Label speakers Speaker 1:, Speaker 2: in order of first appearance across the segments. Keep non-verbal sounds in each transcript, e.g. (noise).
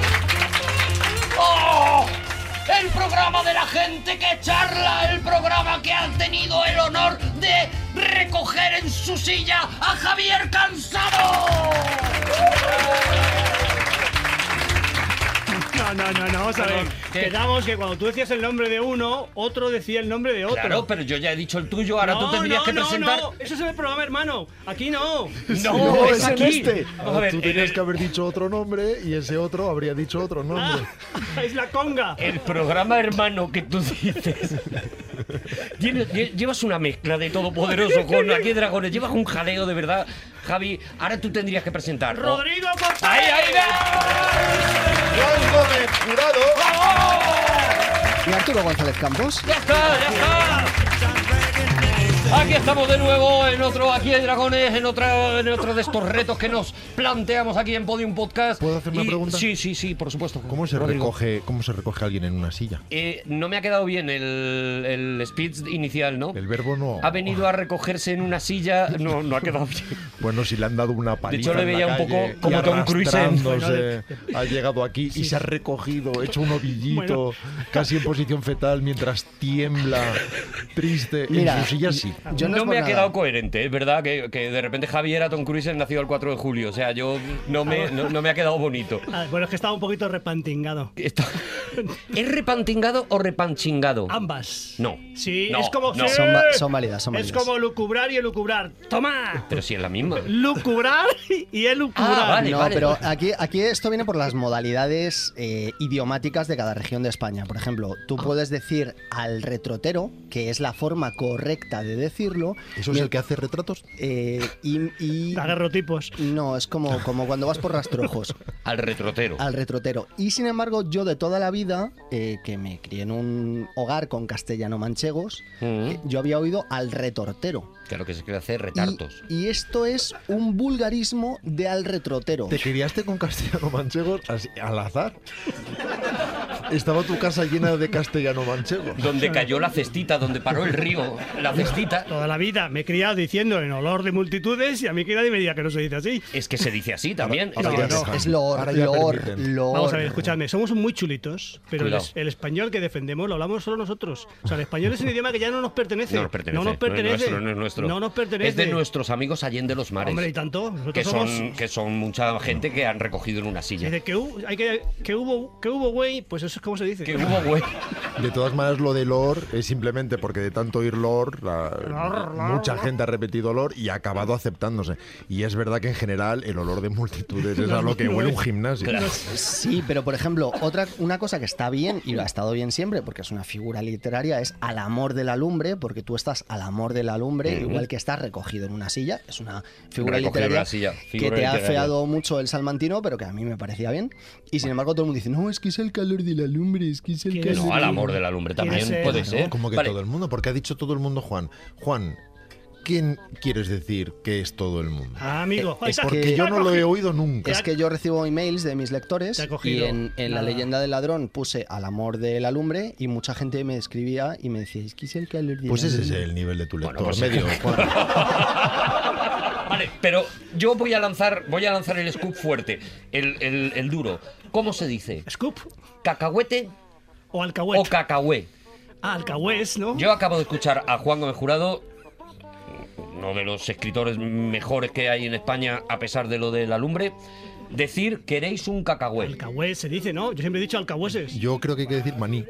Speaker 1: dragones. ¡Oh! El programa de la gente que charla, el programa que han tenido el honor de recoger en su silla a Javier Cansado.
Speaker 2: No, no, no, no, vamos a ver.
Speaker 1: ¿qué?
Speaker 2: Quedamos que cuando tú decías el nombre de uno, otro decía el nombre de otro.
Speaker 1: Claro, pero yo ya he dicho el tuyo, ahora tú
Speaker 2: No,
Speaker 1: tendrías
Speaker 2: no,
Speaker 1: que
Speaker 2: no,
Speaker 1: presentar.
Speaker 2: no. Eso es en el programa, hermano. Aquí no.
Speaker 1: No,
Speaker 3: Oh,
Speaker 4: No,
Speaker 1: es
Speaker 4: es en
Speaker 1: aquí.
Speaker 4: este.
Speaker 1: Vamos a ver, eh,
Speaker 4: Tú
Speaker 1: en
Speaker 4: tenías
Speaker 1: el-
Speaker 4: que haber dicho otro nombre y ese otro habría dicho otro nombre.
Speaker 3: Ah.
Speaker 2: es la conga.
Speaker 3: El programa hermano que tú dices. Tienes- lle- llevas una mezcla de todopoderoso con aquí dragones. Llevas un jaleo de verdad, Javi. Ahora tú tendrías que presentar. ¿no?
Speaker 2: Rodrigo Cortés.
Speaker 3: oh. ¡Ahí, ahí, va!
Speaker 5: ¿Y Arturo González Campos?
Speaker 3: ¡Ya está, ya está! Aquí estamos de nuevo en otro Aquí hay Dragones, en, otra, en otro de estos retos que nos planteamos aquí en Podium Podcast.
Speaker 4: ¿Puedo hacer una
Speaker 3: Y-
Speaker 4: pregunta?
Speaker 3: Sí, sí, sí, por supuesto.
Speaker 6: ¿Cómo se,
Speaker 3: Rodrigo.
Speaker 6: recoge, ¿Cómo se recoge alguien en una silla?
Speaker 3: Eh, no me ha quedado bien el, el speech inicial, ¿no?
Speaker 6: El verbo no.
Speaker 3: Ha venido a recogerse en una silla. No, no ha quedado bien.
Speaker 6: Bueno, si le han dado una paliza.
Speaker 3: hecho, le
Speaker 6: en la
Speaker 3: veía un
Speaker 6: calle
Speaker 3: poco como
Speaker 6: y
Speaker 3: Tom Cruise en-
Speaker 6: arrastrándose, Ha llegado aquí y se ha recogido, hecho un ovillito, casi en posición fetal mientras tiembla, triste. en
Speaker 5: Mira,
Speaker 6: su silla sí.
Speaker 5: (laughs) yo no,
Speaker 3: no
Speaker 5: es por
Speaker 3: me ha
Speaker 5: nada.
Speaker 3: quedado coherente, es verdad que, que de repente Javier Tom Cruise es nacido el 4 de julio. O sea, yo no me, no, no me ha quedado bonito.
Speaker 2: Ah, Bueno, es que estaba un poquito repantingado.
Speaker 3: Está- (laughs) ¿Es repantingado o repanchingado?
Speaker 5: Ah,
Speaker 2: Ambas.
Speaker 3: No.
Speaker 2: Sí,
Speaker 3: No,
Speaker 2: es como.
Speaker 3: no.
Speaker 2: ¡Sí!
Speaker 5: Son va- son válidas, son
Speaker 2: Es
Speaker 5: válidas.
Speaker 2: como lucubrar y elucubrar. ¡Toma!
Speaker 3: Pero si es la misma.
Speaker 2: Lucubrar y elucubrar.
Speaker 3: Ah, vale.
Speaker 5: No, pero aquí, aquí esto viene por las modalidades eh, idiomáticas de cada región de España. Por ejemplo, tú
Speaker 3: Ah.
Speaker 5: puedes decir al retrotero, que es la forma correcta de decirlo,
Speaker 6: ¿Eso es el que hace retratos?
Speaker 5: eh, y,
Speaker 2: (laughs)
Speaker 5: y-
Speaker 2: Agarrotipos.
Speaker 5: no, es como, como cuando vas por rastrojos,
Speaker 3: Al retrotero.
Speaker 5: al retrotero. Y sin embargo, yo de toda la vida, eh, que me crié en un hogar con castellano manchegos,
Speaker 3: Mm.
Speaker 5: eh, yo había oído al retortero.
Speaker 3: Claro que se quiere hacer
Speaker 5: Y-
Speaker 3: retartos.
Speaker 5: Y, esto es un vulgarismo de al retrotero.
Speaker 6: ¿Te criaste con castellano manchegos así, al azar? Estaba tu casa llena de castellano manchegos.
Speaker 5: Mm.
Speaker 3: Donde cayó la cestita, donde paró el río. La cestita.
Speaker 2: Toda la vida me he criado diciendo en olor de multitudes y a mí que nadie me diga que no se dice así.
Speaker 3: Es que se dice así también.
Speaker 6: Ahora-
Speaker 3: Es
Speaker 6: ahora
Speaker 3: que-
Speaker 6: ya
Speaker 5: Es-
Speaker 6: dejan.
Speaker 5: Es lor,
Speaker 6: Ahora ya
Speaker 5: lor,
Speaker 6: permiten.
Speaker 5: lor.
Speaker 2: Vamos a ver, escuchadme, somos muy chulitos, pero el,
Speaker 3: Cuidado.
Speaker 2: es- el español que defendemos lo hablamos solo nosotros. O sea, el español es un idioma que ya no nos pertenece.
Speaker 3: No nos pertenece.
Speaker 2: No nos
Speaker 3: No
Speaker 2: pertenece.
Speaker 3: es nuestro, no es nuestro.
Speaker 2: No nos pertenece.
Speaker 3: Es de nuestros amigos Allende los Mares.
Speaker 2: Hombre, y tanto. Nosotros
Speaker 3: que son,
Speaker 2: somos.
Speaker 3: que son mucha gente que han recogido en una silla.
Speaker 2: Dice que, hu- hay que, que hubo, que hubo, güey, pues eso es como se dice.
Speaker 3: Que hubo, güey.
Speaker 6: De todas maneras, lo de lore es simplemente porque de tanto oír lore, la-
Speaker 2: Lor, lor,
Speaker 6: mucha
Speaker 2: lor.
Speaker 6: gente ha repetido lore y ha acabado aceptándose. Y es verdad que en general el olor de multitudes es a
Speaker 2: (laughs)
Speaker 6: lo que huele un gimnasio.
Speaker 5: Sí, pero por ejemplo, otra una cosa que está bien y lo ha estado bien siempre, porque es una figura literaria, es al amor de la lumbre, porque tú estás al amor de la lumbre, igual que estás recogido en una silla. Es una
Speaker 3: Recogido
Speaker 5: figura
Speaker 3: en
Speaker 5: literaria
Speaker 3: una silla,
Speaker 5: que
Speaker 3: figura
Speaker 5: te ha
Speaker 3: literaria.
Speaker 5: afeado mucho el salmantino, pero que a mí me parecía bien. Y sin embargo, todo el mundo dice: No, es que es el calor de la lumbre, es que es el
Speaker 2: ¿Quién es
Speaker 5: calor.
Speaker 3: No, al
Speaker 2: el-
Speaker 5: de la
Speaker 3: amor de la lumbre
Speaker 2: Puede
Speaker 3: también
Speaker 2: ser.
Speaker 3: puede
Speaker 6: ¿No?
Speaker 3: ser.
Speaker 6: Como que
Speaker 3: Vale,
Speaker 6: todo el mundo, porque ha dicho todo el mundo Juan. Juan, ¿quién quieres decir que es todo el mundo?
Speaker 2: Ah, amigo.
Speaker 5: Es
Speaker 2: Ay,
Speaker 5: que
Speaker 6: Porque yo no lo he oído nunca.
Speaker 5: Es que yo recibo emails de mis lectores
Speaker 2: Te ha
Speaker 5: y
Speaker 2: cogido.
Speaker 5: en, en la
Speaker 2: Nada.
Speaker 5: leyenda del ladrón puse al amor de la lumbre y mucha gente me escribía y me decía, es que es el calor de la
Speaker 6: Pues ese es
Speaker 5: lumbre".
Speaker 6: el nivel de tu lector
Speaker 3: Bueno, pues-
Speaker 6: medio, Juan.
Speaker 3: Vale, pero yo voy a lanzar, voy a lanzar el scoop fuerte, el, el- el duro. ¿Cómo se dice?
Speaker 2: Scoop
Speaker 3: ¿Cacahuete
Speaker 2: o
Speaker 3: o
Speaker 2: alcahuete.
Speaker 3: cacahué?
Speaker 2: Ah, alcahués, ¿no?
Speaker 3: Yo acabo de escuchar a Juan Gómez Jurado, uno de los escritores mejores que hay en España, a pesar de lo de la lumbre, decir queréis un cacahué.
Speaker 2: Alcahués se dice, ¿no? Yo siempre he dicho
Speaker 3: (laughs)
Speaker 2: alcahueses.
Speaker 6: Yo creo que hay que decir maní.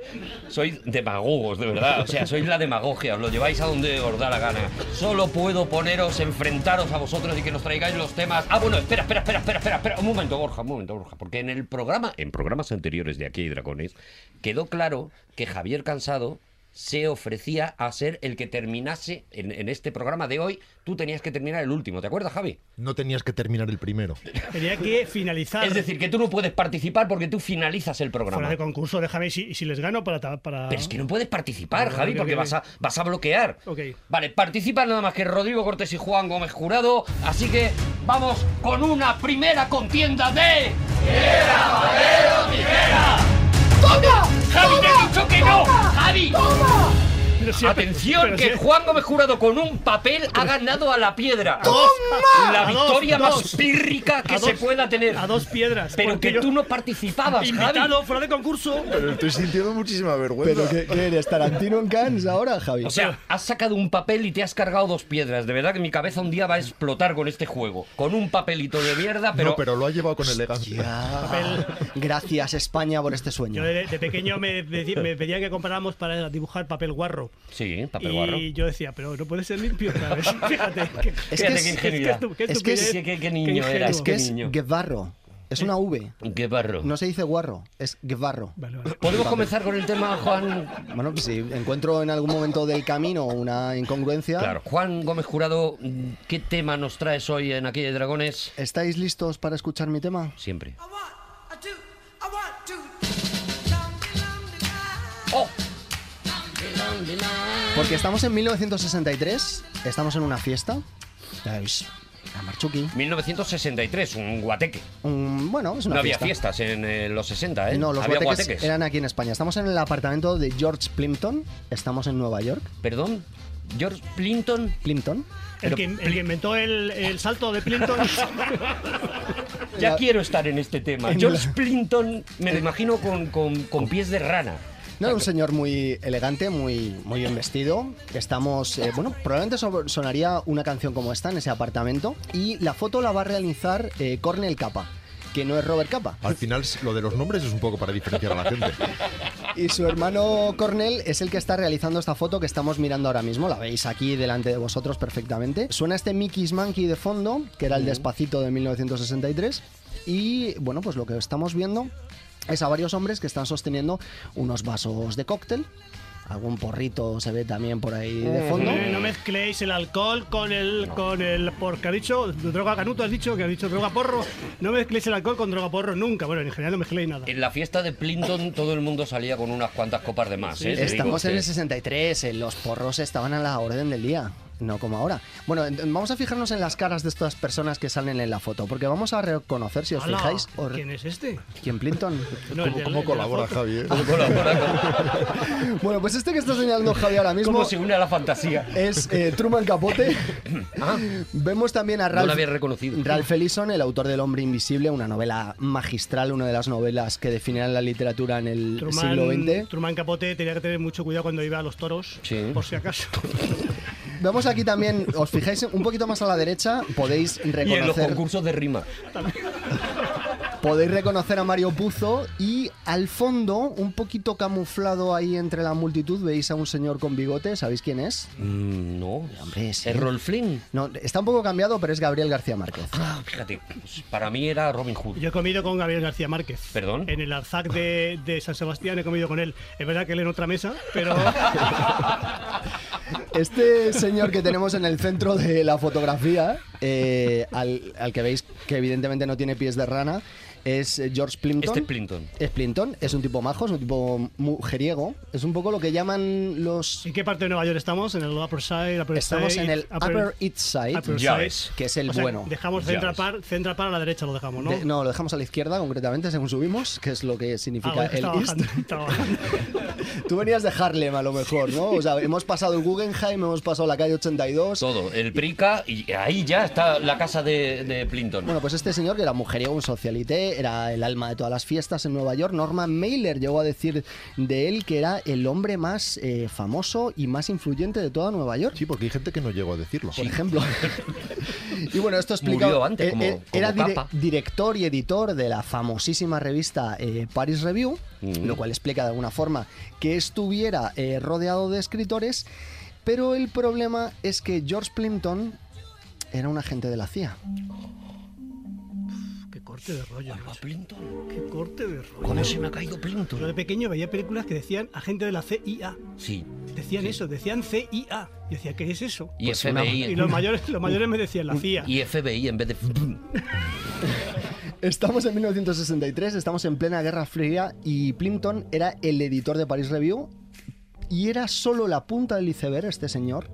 Speaker 3: Sois demagogos, de verdad. O sea, sois la demagogia. Os lo lleváis a donde os da la gana. Solo puedo poneros, enfrentaros a vosotros y que nos traigáis los temas. Ah, bueno, espera, espera, espera, espera, espera. espera. Un momento, Borja, un momento, Borja. Porque en el programa, en programas anteriores de Aquí hay Dragones, quedó claro que Javier Cansado se ofrecía a ser el que terminase en, en este programa de hoy. Tú tenías que terminar el último, ¿te acuerdas, Javi?
Speaker 6: No tenías que terminar el primero.
Speaker 2: Tenía que finalizar.
Speaker 3: Es decir, que tú no puedes participar porque tú finalizas el
Speaker 2: fuera
Speaker 3: programa.
Speaker 2: de concurso, déjame y si, y si les gano para. ta- para...
Speaker 3: Pero es
Speaker 2: (laughs)
Speaker 3: que no puedes participar,
Speaker 2: Ah,
Speaker 3: Javi,
Speaker 2: ok,
Speaker 3: porque
Speaker 2: ok,
Speaker 3: vas a,
Speaker 2: ok.
Speaker 3: vas a bloquear.
Speaker 2: Ok.
Speaker 3: Vale, participan nada más que Rodrigo Cortés y Juan Gómez Jurado. Así que vamos con una primera contienda de. ¡Toma! ¡Javi, te he dicho que no! ¡Javi!
Speaker 2: Pero si-
Speaker 3: Atención,
Speaker 2: pero si-
Speaker 3: que Juan Gómez Jurado con un papel
Speaker 2: Pues-
Speaker 3: ha ganado a la piedra. La
Speaker 2: A dos,
Speaker 3: victoria
Speaker 2: dos.
Speaker 3: más pírrica que
Speaker 2: A
Speaker 3: se
Speaker 2: dos-
Speaker 3: pueda tener.
Speaker 2: A dos piedras.
Speaker 3: Pero
Speaker 2: porque
Speaker 3: que
Speaker 2: yo-
Speaker 3: tú no participabas, Javi.
Speaker 2: Invitado, fuera de concurso.
Speaker 7: Pero estoy sintiendo muchísima vergüenza.
Speaker 5: ¿Pero qué, qué eres? ¿Tarantino en Cannes ahora, Javi?
Speaker 3: O sea, has sacado un papel y te has cargado dos piedras. De verdad que mi cabeza un día va a explotar con este juego. Con un papelito de mierda, pero.
Speaker 6: no, pero lo ha llevado con elegancia.
Speaker 5: Ya. Gracias, España, por este
Speaker 2: Yo
Speaker 5: sueño.
Speaker 2: de, de pequeño me, deci- me pedían que compráramos para dibujar papel guarro.
Speaker 3: Sí, papel
Speaker 2: Y
Speaker 3: guarro.
Speaker 2: yo decía, pero no puede ser limpio, ¿sabes? (laughs) Fíjate. que-
Speaker 3: Fíjate
Speaker 5: Es que
Speaker 3: qué
Speaker 5: es- es
Speaker 2: que
Speaker 3: ingenuidad.
Speaker 2: estu-
Speaker 5: Es que
Speaker 2: estupidez,
Speaker 5: es-
Speaker 3: qué- qué- qué
Speaker 2: qué
Speaker 3: niño eras,
Speaker 5: Es que
Speaker 3: qué
Speaker 5: es
Speaker 3: niño.
Speaker 5: Guevarro. Es una V.
Speaker 3: Qué barro.
Speaker 5: No se dice guarro, es Guevarro.
Speaker 2: Vale, vale.
Speaker 3: Podemos comenzar con el tema, Juan.
Speaker 5: Bueno, pues si encuentro en algún momento del camino una incongruencia,
Speaker 3: Claro. Juan Gómez Jurado, ¿qué tema nos traes hoy en Aquí de Dragones?
Speaker 5: ¿estáis listos para escuchar mi tema?
Speaker 3: Siempre.
Speaker 8: I want a two, I want two. Lonely, lonely night.
Speaker 3: ¡Oh!
Speaker 5: Porque estamos en 1963, estamos en una fiesta. Ya veis, la Marchuki.
Speaker 3: 1963, un guateque.
Speaker 5: Un- bueno, es
Speaker 3: No
Speaker 5: una
Speaker 3: había fiestas en eh, los 60, ¿eh?
Speaker 5: No, los
Speaker 3: había
Speaker 5: guateques,
Speaker 3: guateques.
Speaker 5: eran aquí en España. Estamos en el apartamento de George Plimpton. Estamos en Nueva York.
Speaker 3: Perdón, George Clinton.
Speaker 5: Plimpton.
Speaker 2: El que, el que inventó el, el salto de Clinton.
Speaker 3: (laughs) Ya quiero estar en este tema. George Clinton, me lo imagino con, con- con pies de rana.
Speaker 5: No, era un señor muy elegante, muy, muy bien vestido. Estamos, eh, bueno, probablemente so- sonaría una canción como esta en ese apartamento. Y la foto la va a realizar eh, Cornel Capa, que no es Robert Capa.
Speaker 6: Al final, lo de los nombres es un poco para diferenciar a la gente.
Speaker 5: Y su hermano Cornell es el que está realizando esta foto que estamos mirando ahora mismo. La veis aquí delante de vosotros perfectamente. Suena este Mickey's Monkey de fondo, que era el despacito de 1963. Y bueno, pues lo que estamos viendo es a varios hombres que están sosteniendo unos vasos de cóctel. Algún porrito se ve también por ahí de fondo.
Speaker 2: Eh, no mezcléis el alcohol con el. con el. porque ha dicho. droga canuto, has dicho, que ha dicho droga porro. No mezcléis el alcohol con droga porro nunca. Bueno, en general no mezcléis nada.
Speaker 3: En la fiesta de Clinton todo el mundo salía con unas cuantas copas de más. ¿eh? Te digo,
Speaker 5: Estamos en
Speaker 3: que-
Speaker 5: el 63, eh, los porros estaban a la orden del día. No como ahora. Bueno, ent- vamos a fijarnos en las caras de estas personas que salen en la foto, porque vamos a reconocer, si os
Speaker 2: Ala,
Speaker 5: fijáis, os-
Speaker 2: ¿Quién es este?
Speaker 5: ¿quién Plinton?
Speaker 2: No, el de-
Speaker 6: ¿Cómo
Speaker 2: el de la
Speaker 6: colabora eh?
Speaker 2: foto.
Speaker 6: Javier?
Speaker 3: ¿Cómo colabora?
Speaker 5: (laughs)
Speaker 3: ¿Cómo-
Speaker 5: Bueno, pues este que está señalando Javi ahora mismo
Speaker 3: ¿Cómo se une a la fantasía? Ah,
Speaker 5: es eh, Truman Capote. Vemos también a
Speaker 3: No
Speaker 5: Ralph,
Speaker 3: lo había reconocido.
Speaker 5: Ralph Ellison, el autor del Hombre Invisible, una novela magistral, una de las novelas que definirán la literatura en el siglo
Speaker 2: Truman,
Speaker 5: XX.
Speaker 2: Truman Capote tenía que tener mucho cuidado cuando iba a los toros,
Speaker 3: Sí.
Speaker 2: por si
Speaker 5: (laughs)
Speaker 2: acaso.
Speaker 5: Vemos aquí también, os fijáis un poquito más a la derecha, podéis
Speaker 3: Y en los
Speaker 5: reconocer,
Speaker 3: concursos de rima.
Speaker 5: podéis reconocer a Mario Puzo y al fondo, un poquito camuflado ahí entre la multitud, veis a un señor con bigote, ¿sabéis quién es?
Speaker 3: Mm, no.
Speaker 5: Hombre, sí.
Speaker 3: Es Rolf Flynn.
Speaker 5: No, está un poco cambiado, pero es Gabriel García Márquez.
Speaker 3: Ah, fíjate, pues, para mí era Robin Hood.
Speaker 2: Yo he comido con Gabriel García Márquez.
Speaker 3: ¿Perdón?
Speaker 2: En el Alzac de, de San Sebastián he comido con él. Es verdad que él en otra mesa,
Speaker 5: (laughs)
Speaker 2: pero
Speaker 5: Este señor que tenemos en el centro de la fotografía, eh, al, al que veis que evidentemente no tiene pies de rana, es eh, George Plimpton.
Speaker 3: Este Plimpton.
Speaker 5: Es Plimpton, es un tipo majo, es un tipo mujeriego, es un poco lo que llaman los...
Speaker 2: ¿en qué parte de Nueva York estamos? ¿En el Upper Side? Upper
Speaker 5: Estamos
Speaker 2: Side,
Speaker 5: en el Upper East Side,
Speaker 2: Upper
Speaker 3: Ya
Speaker 2: Side?
Speaker 3: ves.
Speaker 5: que es el
Speaker 2: O sea,
Speaker 5: bueno.
Speaker 2: Dejamos
Speaker 3: Ya
Speaker 2: Central
Speaker 3: ves.
Speaker 2: Park, Central Park a la derecha lo dejamos, ¿no?
Speaker 5: De- lo dejamos a la izquierda concretamente según subimos, que es lo que
Speaker 2: Ah,
Speaker 5: significa
Speaker 2: bueno,
Speaker 5: el
Speaker 2: estaba
Speaker 5: East.
Speaker 2: bajando, estaba bajando.
Speaker 5: (laughs) Tú venías de Harlem a lo mejor, ¿no? O sea, hemos pasado el Guggenheim, hemos pasado la calle 82,
Speaker 3: Todo, el Prica y ahí ya está la casa de, de Plinton.
Speaker 5: Bueno, pues este señor que era mujeriego, un socialite, era el alma de todas las fiestas en Nueva York, Norman Mailer llegó a decir de él que era el hombre más eh, famoso y más influyente de toda Nueva York.
Speaker 6: Sí, porque hay gente que no llegó a decirlo.
Speaker 3: (laughs)
Speaker 5: Por ejemplo. y bueno, esto explica.
Speaker 3: Murió antes, como- como
Speaker 5: eh, era dire-
Speaker 3: Capa.
Speaker 5: director y editor de la famosísima revista eh, Paris Review,
Speaker 3: Mm.
Speaker 5: lo cual explica de alguna forma que estuviera eh, rodeado de escritores. Pero el problema es que George Plimpton era un agente de la CIA.
Speaker 2: Qué corte de rollo.
Speaker 3: Alba
Speaker 2: macho.
Speaker 3: Plinton.
Speaker 2: Qué corte de rollo.
Speaker 3: ¿Cómo se me ha caído
Speaker 2: Yo de
Speaker 3: Plinton?
Speaker 2: pequeño veía películas que decían agente de la CIA.
Speaker 3: Sí.
Speaker 2: Decían eso, decían CIA. Yo decía, ¿qué es eso?
Speaker 3: Y
Speaker 5: Pues una-
Speaker 3: FBI.
Speaker 2: Y los mayores, los mayores me decían la CIA.
Speaker 3: Y FBI en vez de.
Speaker 5: Estamos en 1963, estamos en plena Guerra Fría y Plimpton era el editor de Paris Review y era solo la punta del iceberg, este señor,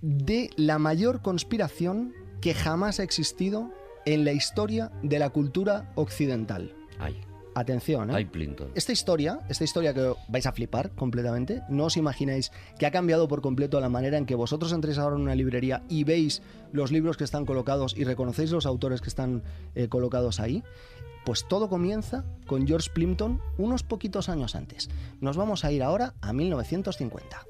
Speaker 5: de la mayor conspiración que jamás ha existido en la historia de la cultura occidental.
Speaker 3: Ay,
Speaker 5: Atención, ¿eh?
Speaker 3: ay, Plinton.
Speaker 5: Esta historia, esta historia que vais a flipar completamente, no os imagináis que ha cambiado por completo la manera en que vosotros entréis ahora en una librería y veis los libros que están colocados y reconocéis los autores que están eh, colocados ahí. Pues todo comienza con George Plimpton unos poquitos años antes. Nos vamos a ir ahora a 1950.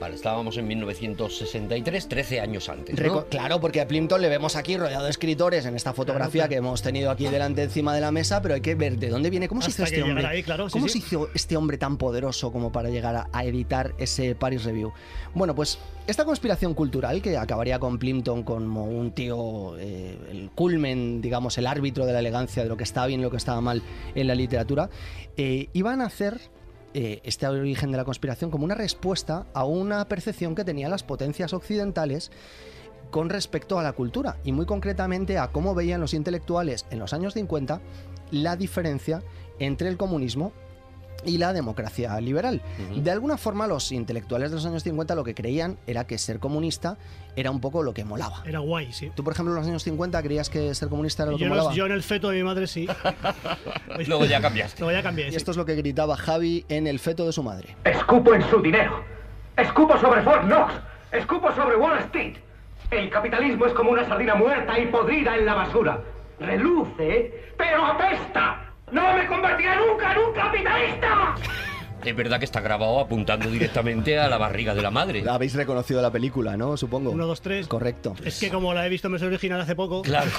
Speaker 3: Vale, estábamos en 1963, 13 años antes. ¿no?
Speaker 5: Reco- Claro, porque a Plimpton le vemos aquí rodeado de escritores en esta fotografía que hemos tenido aquí delante encima de la mesa, pero hay que ver de dónde viene, cómo se
Speaker 2: Hasta
Speaker 5: hizo este
Speaker 2: que llegara
Speaker 5: hombre.
Speaker 2: ahí, claro, sí,
Speaker 5: ¿Cómo
Speaker 2: sí.
Speaker 5: se hizo este hombre tan poderoso como para llegar a, a editar ese Paris Review? Bueno, pues esta conspiración cultural que acabaría con Plimpton como un tío, eh, el culmen, digamos, el árbitro de la elegancia de lo que estaba bien, lo que estaba mal en la literatura, eh, iban a hacer eh, este origen de la conspiración como una respuesta a una percepción que tenían las potencias occidentales con respecto a la cultura y muy concretamente a cómo veían los intelectuales en los años 50 la diferencia entre el comunismo y la democracia liberal. De alguna forma los intelectuales de los años 50 lo que creían era que ser comunista era un poco lo que molaba.
Speaker 2: Era guay, sí.
Speaker 5: Tú, por ejemplo, en los años 50 creías que ser comunista era lo
Speaker 2: Y
Speaker 5: que
Speaker 2: Yo, los-
Speaker 5: molaba.
Speaker 2: yo en el feto de mi madre
Speaker 5: (laughs)
Speaker 2: sí. Oye,
Speaker 3: Luego ya cambiaste.
Speaker 2: Luego ya cambié.
Speaker 5: Y
Speaker 2: sí.
Speaker 5: esto es lo que gritaba Javi en el feto de su madre.
Speaker 9: Escupo en su dinero. Escupo sobre Fort Knox. Escupo sobre Wall Street. El capitalismo es como una sardina muerta y podrida en la basura. Reluce, pero apesta. No me convertiré nunca en un capitalista.
Speaker 3: Es verdad que está grabado apuntando directamente a la barriga de la madre.
Speaker 5: Habéis reconocido la película, ¿no? Supongo.
Speaker 2: Uno, dos, tres.
Speaker 5: Correcto.
Speaker 2: Es que como la he visto en versión original hace poco.
Speaker 3: Claro.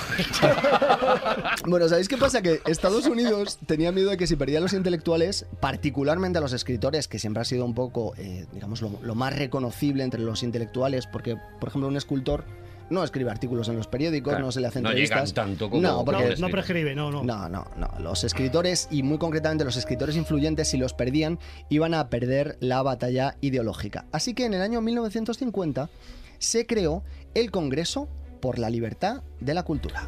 Speaker 5: Bueno, ¿sabéis qué pasa? Que Estados Unidos tenía miedo de que si perdía a los intelectuales, particularmente a los escritores, que siempre ha sido un poco, eh, digamos, lo, lo más reconocible entre los intelectuales, porque, por ejemplo, un escultor no escribe artículos en los periódicos,
Speaker 3: Claro,
Speaker 5: no se le hacen
Speaker 3: no llegan
Speaker 5: entrevistas.
Speaker 3: tanto como-
Speaker 5: No, porque
Speaker 2: No, no prescribe, no, no.
Speaker 5: no, no, no. Los escritores, y muy concretamente los escritores influyentes, si los perdían, iban a perder la batalla ideológica. Así que en el año 1950 se creó el Congreso por la Libertad de la Cultura.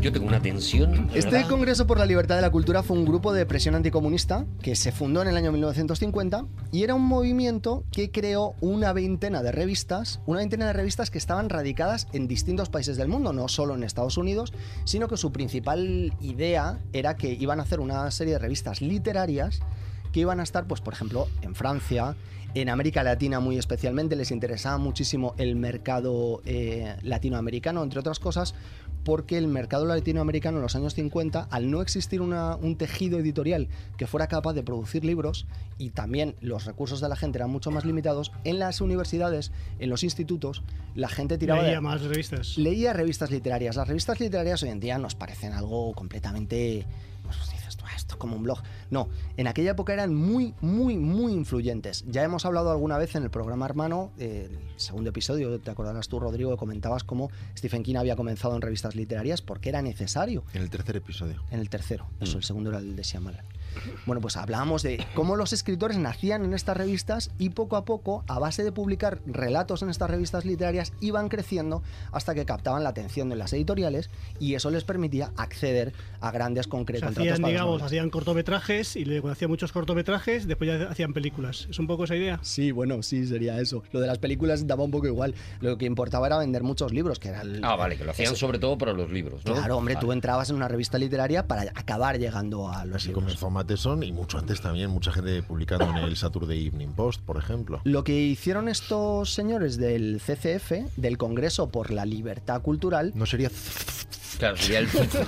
Speaker 3: Yo tengo una tensión. de
Speaker 5: Este
Speaker 3: verdad.
Speaker 5: Congreso por la Libertad de la Cultura fue un grupo de presión anticomunista que se fundó en el año 1950 y era un movimiento que creó una veintena de revistas, una veintena de revistas que estaban radicadas en distintos países del mundo, no solo en Estados Unidos, sino que su principal idea era que iban a hacer una serie de revistas literarias que iban a estar, pues, por ejemplo, en Francia, en América Latina muy especialmente, les interesaba muchísimo el mercado eh, latinoamericano, entre otras cosas, porque el mercado latinoamericano en los años 50, al no existir una- un tejido editorial que fuera capaz de producir libros, y también los recursos de la gente eran mucho más limitados, en las universidades, en los institutos, la gente tiraba de,
Speaker 2: Leía más revistas.
Speaker 5: leía revistas literarias. Las revistas literarias hoy en día nos parecen algo completamente... pues, dices tú, "Ah, Esto es como un blog. No, en aquella época eran muy, muy, muy influyentes. Ya hemos hablado alguna vez en el programa Hermano, eh, el segundo episodio, te acordarás tú, Rodrigo, que comentabas cómo Stephen King había comenzado en revistas literarias porque era necesario
Speaker 6: En el tercer episodio.
Speaker 5: en el tercero. Eso, el segundo era el de Siamala. Bueno, pues hablábamos de cómo los escritores nacían en estas revistas y poco a poco, a base de publicar relatos en estas revistas literarias, iban creciendo hasta que captaban la atención de las editoriales y eso les permitía acceder a grandes
Speaker 2: O sea,
Speaker 5: concretos contratos.
Speaker 2: hacían,
Speaker 5: para las
Speaker 2: digamos,
Speaker 5: novelas.
Speaker 2: hacían cortometrajes y luego hacían muchos cortometrajes, después ya hacían películas. ¿Es un poco esa idea?
Speaker 5: Sí, bueno, sí, sería eso. Lo de las películas daba un poco igual. Lo que importaba era vender muchos libros, que era el...
Speaker 3: Ah, vale, que lo hacían sobre todo para los libros, ¿no?
Speaker 5: Claro, hombre,
Speaker 3: Vale.
Speaker 5: tú entrabas en una revista literaria para acabar llegando a los
Speaker 6: Así
Speaker 5: libros.
Speaker 6: comenzó Mateson y mucho antes también, mucha gente publicando en el Saturday Evening Post, por ejemplo.
Speaker 5: Lo que hicieron estos señores del CCF, del Congreso por la Libertad Cultural,
Speaker 6: No sería
Speaker 3: Claro, sería el
Speaker 5: (laughs)
Speaker 3: fufu.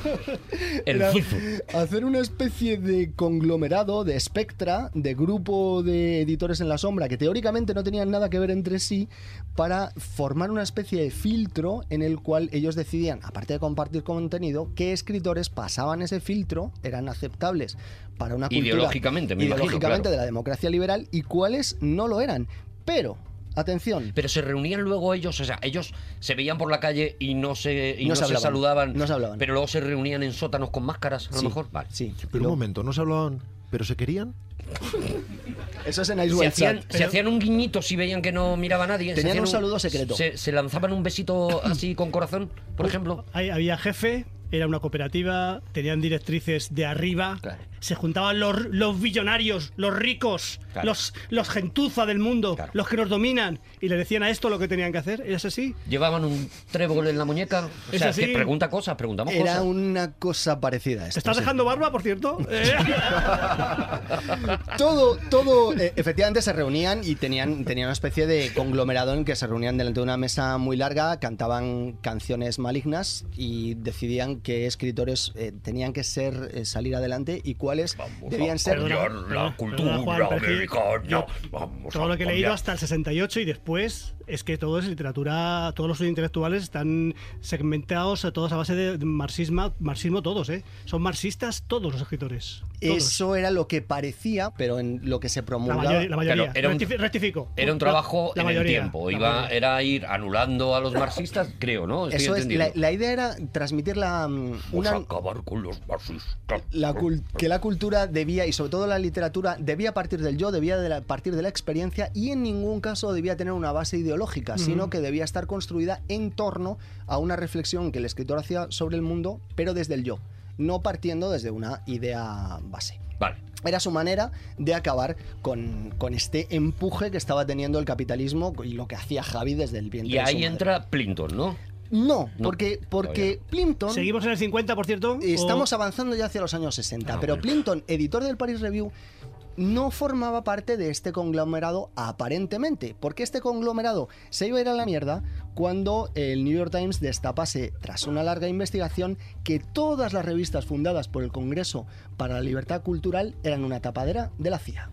Speaker 3: El
Speaker 5: era
Speaker 3: fufu.
Speaker 5: hacer una especie de conglomerado, de espectra, de grupo de editores en la sombra que teóricamente no tenían nada que ver entre sí, para formar una especie de filtro en el cual ellos decidían, aparte de compartir contenido, qué escritores pasaban ese filtro, eran aceptables para una cultura
Speaker 3: Ideológicamente, me imagino,
Speaker 5: ideológicamente
Speaker 3: claro.
Speaker 5: de la democracia liberal y cuáles no lo eran. Pero Atención.
Speaker 3: Pero se reunían luego ellos, o sea, ellos se veían por la calle y no se, y
Speaker 5: No
Speaker 3: no
Speaker 5: se
Speaker 3: se
Speaker 5: hablaban.
Speaker 3: saludaban.
Speaker 5: No se hablaban.
Speaker 3: Pero luego se reunían en sótanos con máscaras, a lo
Speaker 5: Sí.
Speaker 3: mejor. Vale.
Speaker 5: Sí.
Speaker 6: Pero un momento, no se hablaban, pero se querían.
Speaker 5: Eso es en
Speaker 3: Se
Speaker 5: Icewell
Speaker 3: hacían,
Speaker 5: Chat.
Speaker 3: se hacían un guiñito si veían que no miraba a nadie. se
Speaker 5: Tenían
Speaker 3: hacían
Speaker 5: un saludo secreto.
Speaker 3: Se, se lanzaban un besito así con corazón, por ejemplo.
Speaker 2: Ahí había jefe, era una cooperativa, tenían directrices de arriba, se juntaban los, los billonarios, los ricos,
Speaker 3: Claro.
Speaker 2: los, los gentuza del mundo, los que nos dominan, y le decían a esto lo que tenían que hacer. ¿Es así?
Speaker 3: Llevaban un trébol en la muñeca. O
Speaker 2: ¿Es
Speaker 3: sea,
Speaker 2: así?
Speaker 3: que pregunta cosas, preguntamos
Speaker 5: Era
Speaker 3: cosas.
Speaker 5: una cosa parecida a esto.
Speaker 2: ¿Te estás
Speaker 5: sí.
Speaker 2: dejando barba, por cierto? Eh,
Speaker 5: todo, todo, eh, efectivamente se reunían y tenían, tenían una especie de conglomerado en que se reunían delante de una mesa muy larga, cantaban canciones malignas y decidían qué escritores eh, tenían que ser eh, salir adelante y cuáles debían ser.
Speaker 2: perdona, perdona, Juan, pero es que yo- todo lo que he leído hasta el 68 y después es que todo es literatura, todos los intelectuales están segmentados a todos a base de marxismo, marxismo todos, ¿eh? Son marxistas todos los escritores. todos.
Speaker 5: Eso era lo que parecía, pero en lo que se
Speaker 2: La
Speaker 5: promulgaba.
Speaker 2: mayoría, la mayoría.
Speaker 3: Claro, era un-
Speaker 2: Rectifi- rectifico.
Speaker 3: Era un trabajo
Speaker 2: La
Speaker 3: en el
Speaker 2: mayoría,
Speaker 3: tiempo.
Speaker 2: la
Speaker 3: Iba,
Speaker 2: mayoría.
Speaker 3: era ir anulando a los marxistas, (laughs) creo, ¿no? Estoy
Speaker 5: Eso es, la,
Speaker 3: entendiendo.
Speaker 5: la idea era transmitir la, mm,
Speaker 3: Vamos
Speaker 5: una,
Speaker 3: a acabar con los marxistas.
Speaker 5: la cul- que la cultura debía, y sobre todo la literatura, debía partir del yo, debía de la- partir de la experiencia y en ningún caso debía tener una base ideológica, sino que debía estar construida en torno a una reflexión que el escritor hacía sobre el mundo, pero desde el yo, no partiendo desde una idea base.
Speaker 3: Vale.
Speaker 5: Era su manera de acabar con, con este empuje que estaba teniendo el capitalismo y lo que hacía Javi desde el vientre
Speaker 3: Y
Speaker 5: de su
Speaker 3: ahí
Speaker 5: madre.
Speaker 3: entra Plinton, ¿no?
Speaker 5: No,
Speaker 3: No,
Speaker 5: porque, porque Plimpton...
Speaker 2: Seguimos en el 50, por cierto.
Speaker 5: Estamos
Speaker 2: o-
Speaker 5: avanzando ya hacia los años 60,
Speaker 3: Ah,
Speaker 5: pero
Speaker 3: bueno.
Speaker 5: Plimpton, editor del Paris Review, no formaba parte de este conglomerado aparentemente, porque este conglomerado se iba a ir a la mierda cuando el New York Times destapase, tras una larga investigación, que todas las revistas fundadas por el Congreso para la Libertad Cultural eran una tapadera de la CIA.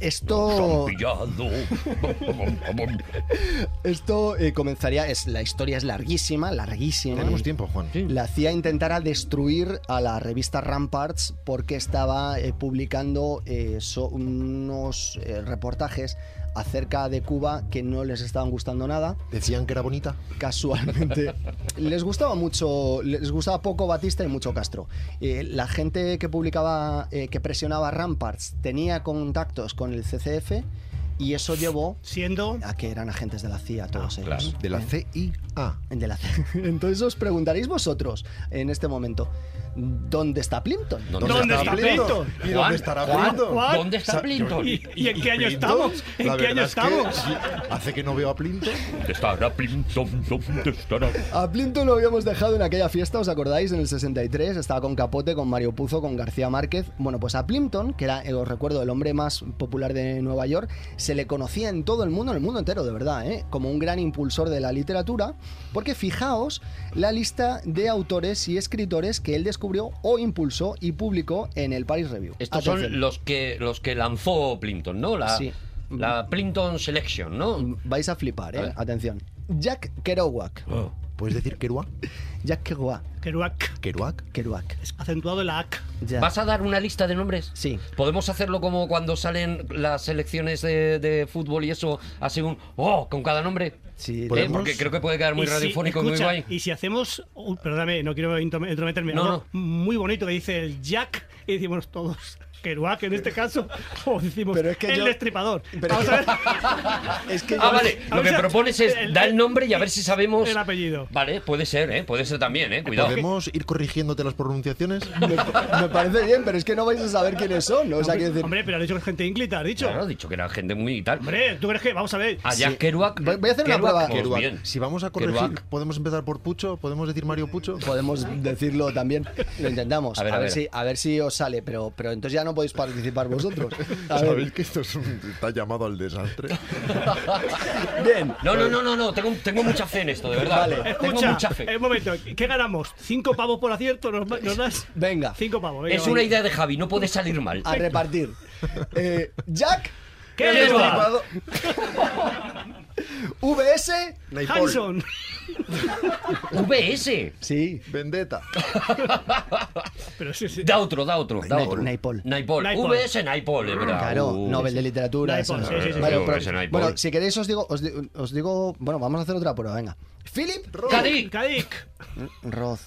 Speaker 5: Esto... Esto eh, comenzaría, es, la historia es larguísima, larguísima.
Speaker 6: Tenemos tiempo, Juan.
Speaker 5: La CIA intentara destruir a la revista Ramparts porque estaba eh, publicando eh, so- unos eh, reportajes acerca de Cuba que no les estaban gustando nada. (laughs)
Speaker 6: Decían que era bonita.
Speaker 5: Casualmente les gustaba mucho, les gustaba poco Batista y mucho Castro. Eh, la gente que publicaba, eh, que presionaba Ramparts tenía contactos con el CCF y eso llevó
Speaker 2: Siendo.
Speaker 5: a que eran agentes de la CIA todos ellos.
Speaker 6: Ah, De la CIA.
Speaker 5: En de la- (laughs) Entonces os preguntaréis vosotros en este momento, ¿dónde está Plimpton?
Speaker 3: ¿Dónde
Speaker 2: ¿Dónde
Speaker 3: está
Speaker 2: está
Speaker 3: Plinton?
Speaker 2: Plinton?
Speaker 6: ¿Y
Speaker 3: Juan,
Speaker 6: dónde estará
Speaker 3: Juan,
Speaker 6: Plinton?
Speaker 2: Juan,
Speaker 3: ¿Dónde
Speaker 6: O
Speaker 3: está
Speaker 6: sea,
Speaker 3: Plinton?
Speaker 2: ¿Y, y en qué año
Speaker 6: Plinton,
Speaker 2: estamos?
Speaker 6: la
Speaker 2: ¿En qué año
Speaker 6: verdad es que
Speaker 2: estamos?
Speaker 6: sí, hace que no veo a Plinton.
Speaker 3: ¿Dónde (laughs) estará Plinton? ¿Dónde estará?
Speaker 5: A Plimpton lo habíamos dejado en aquella fiesta, ¿os acordáis? En el 63, estaba con Capote, con Mario Puzo, con García Márquez. Bueno, pues a Plimpton, que era, eh, os recuerdo, el hombre más popular de Nueva York, se le conocía en todo el mundo, en el mundo entero, de verdad, ¿eh? como un gran impulsor de la literatura, porque fijaos la lista de autores y escritores que él descubrió o impulsó y publicó en el Paris Review.
Speaker 3: Estos
Speaker 5: Atención.
Speaker 3: son los que, los que lanzó Plinton, ¿no? La,
Speaker 5: Sí.
Speaker 3: la Plinton Selection, ¿no?
Speaker 5: Vais a flipar,
Speaker 3: A
Speaker 5: ¿eh?
Speaker 3: ver. Ah.
Speaker 5: Atención. Jack Kerouac.
Speaker 6: ¿Puedes decir Kerouac?
Speaker 5: Jack Kerouac.
Speaker 2: Kerouac.
Speaker 6: ¿Kerouac?
Speaker 5: Kerouac.
Speaker 2: Es acentuado la AC.
Speaker 5: Ya.
Speaker 3: ¿Vas a dar una lista de nombres?
Speaker 5: Sí.
Speaker 3: Podemos hacerlo como cuando salen las selecciones de, de fútbol y eso, así un ¡oh! con cada nombre.
Speaker 5: Sí,
Speaker 3: ¿Eh?
Speaker 5: ¿Podemos?
Speaker 3: Porque creo que puede quedar muy
Speaker 2: Y si-
Speaker 3: radiofónico y muy
Speaker 2: escucha,
Speaker 3: guay.
Speaker 2: Y si hacemos, uh, perdóname, no quiero intome- entrometerme,
Speaker 3: No,
Speaker 2: algo muy bonito que dice el Jack y decimos todos Kerouac en este caso, (laughs) o decimos
Speaker 5: Pero es que
Speaker 2: el
Speaker 5: yo-
Speaker 2: destripador.
Speaker 5: pero
Speaker 2: Vamos
Speaker 5: es
Speaker 2: a ver.
Speaker 5: (laughs) Es que
Speaker 3: Ah,
Speaker 2: (laughs)
Speaker 5: yo-
Speaker 3: vale.
Speaker 2: A
Speaker 3: Lo
Speaker 2: ver
Speaker 3: que
Speaker 2: si-
Speaker 3: propones es
Speaker 2: el-
Speaker 3: da el nombre y a ver si sabemos.
Speaker 2: el apellido.
Speaker 3: Vale, puede ser, ¿eh? Puede ser también, ¿eh? Cuidado.
Speaker 6: ¿Podemos ir corrigiéndote las pronunciaciones?
Speaker 5: Me, (laughs) me parece bien, pero es que no vais a saber quiénes son. ¿no? O sea, quiero decir,
Speaker 2: Hombre, pero has dicho que es gente ínclita, has dicho.
Speaker 3: Claro, he dicho que era gente muy y tal.
Speaker 2: Hombre, ¿tú crees que? Vamos a ver.
Speaker 3: A Jack
Speaker 5: Sí.
Speaker 3: Kerouac.
Speaker 5: Voy- voy a hacer una
Speaker 3: Kerouac,
Speaker 5: prueba.
Speaker 3: pues
Speaker 6: Kerouac.
Speaker 3: bien.
Speaker 6: Si vamos a corregir,
Speaker 3: Kerouac.
Speaker 6: ¿podemos empezar por Pucho? ¿Podemos decir Mario Pucho?
Speaker 5: podemos decirlo también. Lo intentamos.
Speaker 3: A
Speaker 5: A
Speaker 3: ver,
Speaker 5: ver,
Speaker 3: a ver.
Speaker 5: Si, a ver si os sale, pero, pero entonces ya no podéis participar vosotros. A
Speaker 6: ¿Sabéis
Speaker 5: ver.
Speaker 6: que esto es un- está llamado
Speaker 2: (laughs)
Speaker 6: al desastre?
Speaker 5: Bien.
Speaker 3: No, no, no, no, no. Tengo, tengo mucha fe en esto, de verdad.
Speaker 5: Vale.
Speaker 3: Tengo
Speaker 2: Escucha,
Speaker 3: mucha fe.
Speaker 2: eh, un momento, ¿qué ganamos? ¿Cinco pavos por acierto? ¿Nos, nos das?
Speaker 5: Venga.
Speaker 2: Cinco pavos. venga,
Speaker 3: Es
Speaker 2: va.
Speaker 3: una idea de Javi, no puede salir mal.
Speaker 5: A repartir. Eh, Jack.
Speaker 3: (laughs)
Speaker 2: Kerouac,
Speaker 5: VS.
Speaker 2: Hanson, (laughs)
Speaker 3: VS.
Speaker 5: Sí.
Speaker 4: Vendetta.
Speaker 3: Da otro, da otro. Da
Speaker 5: Nai-
Speaker 3: otro.
Speaker 5: Naipol.
Speaker 3: Naipol.
Speaker 5: Naipol.
Speaker 3: VS Naipol, es verdad.
Speaker 5: Claro,
Speaker 3: Uh,
Speaker 5: Nobel de Literatura.
Speaker 3: Naipaul,
Speaker 5: eso.
Speaker 3: sí, sí, sí.
Speaker 5: Vale,
Speaker 3: Sí,
Speaker 5: pero-
Speaker 3: ese Naipaul.
Speaker 5: bueno, si queréis os digo, os, di- os digo, bueno, vamos a hacer otra prueba, venga. Philip Roth.
Speaker 3: Kadik.
Speaker 2: Kadik.
Speaker 5: Roth.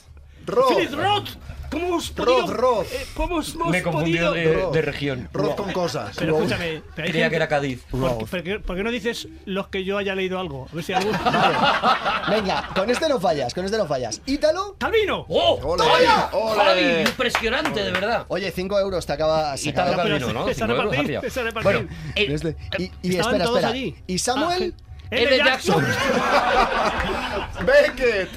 Speaker 2: Philip Roth. ¿Cómo os podido?
Speaker 7: Roth, Roth.
Speaker 2: eh, ¿Cómo os hemos
Speaker 3: Me he confundido
Speaker 2: podido?
Speaker 3: de, de región.
Speaker 7: Roz con cosas.
Speaker 2: Pero escúchame, pero hay
Speaker 3: Creía
Speaker 2: gente-
Speaker 3: que era Cádiz.
Speaker 2: ¿Por, por qué- por qué no dices los que yo haya leído algo? A ver si alguno.
Speaker 5: Venga, con este no fallas, con este no fallas. Ítalo.
Speaker 2: (laughs) ¡Calvino!
Speaker 3: ¡Oh!
Speaker 7: Ole,
Speaker 3: ¡Hola!
Speaker 7: ole.
Speaker 3: Javi, Impresionante, de verdad.
Speaker 5: Oye, 5 euros te acaba. se
Speaker 3: Y
Speaker 5: acaba-
Speaker 3: tal camino,
Speaker 2: pero
Speaker 3: ¿no?
Speaker 2: se- se
Speaker 3: Cinco euros,
Speaker 2: repartí,
Speaker 3: hacía.
Speaker 2: se repartí.
Speaker 3: Bueno,
Speaker 5: No
Speaker 3: el-
Speaker 5: es de- este, y, y
Speaker 2: eh, Estaban
Speaker 5: espera,
Speaker 2: todos
Speaker 5: espera.
Speaker 2: allí. Ah,
Speaker 5: ¿Y Samuel?
Speaker 3: L. Jackson.
Speaker 7: Beckett.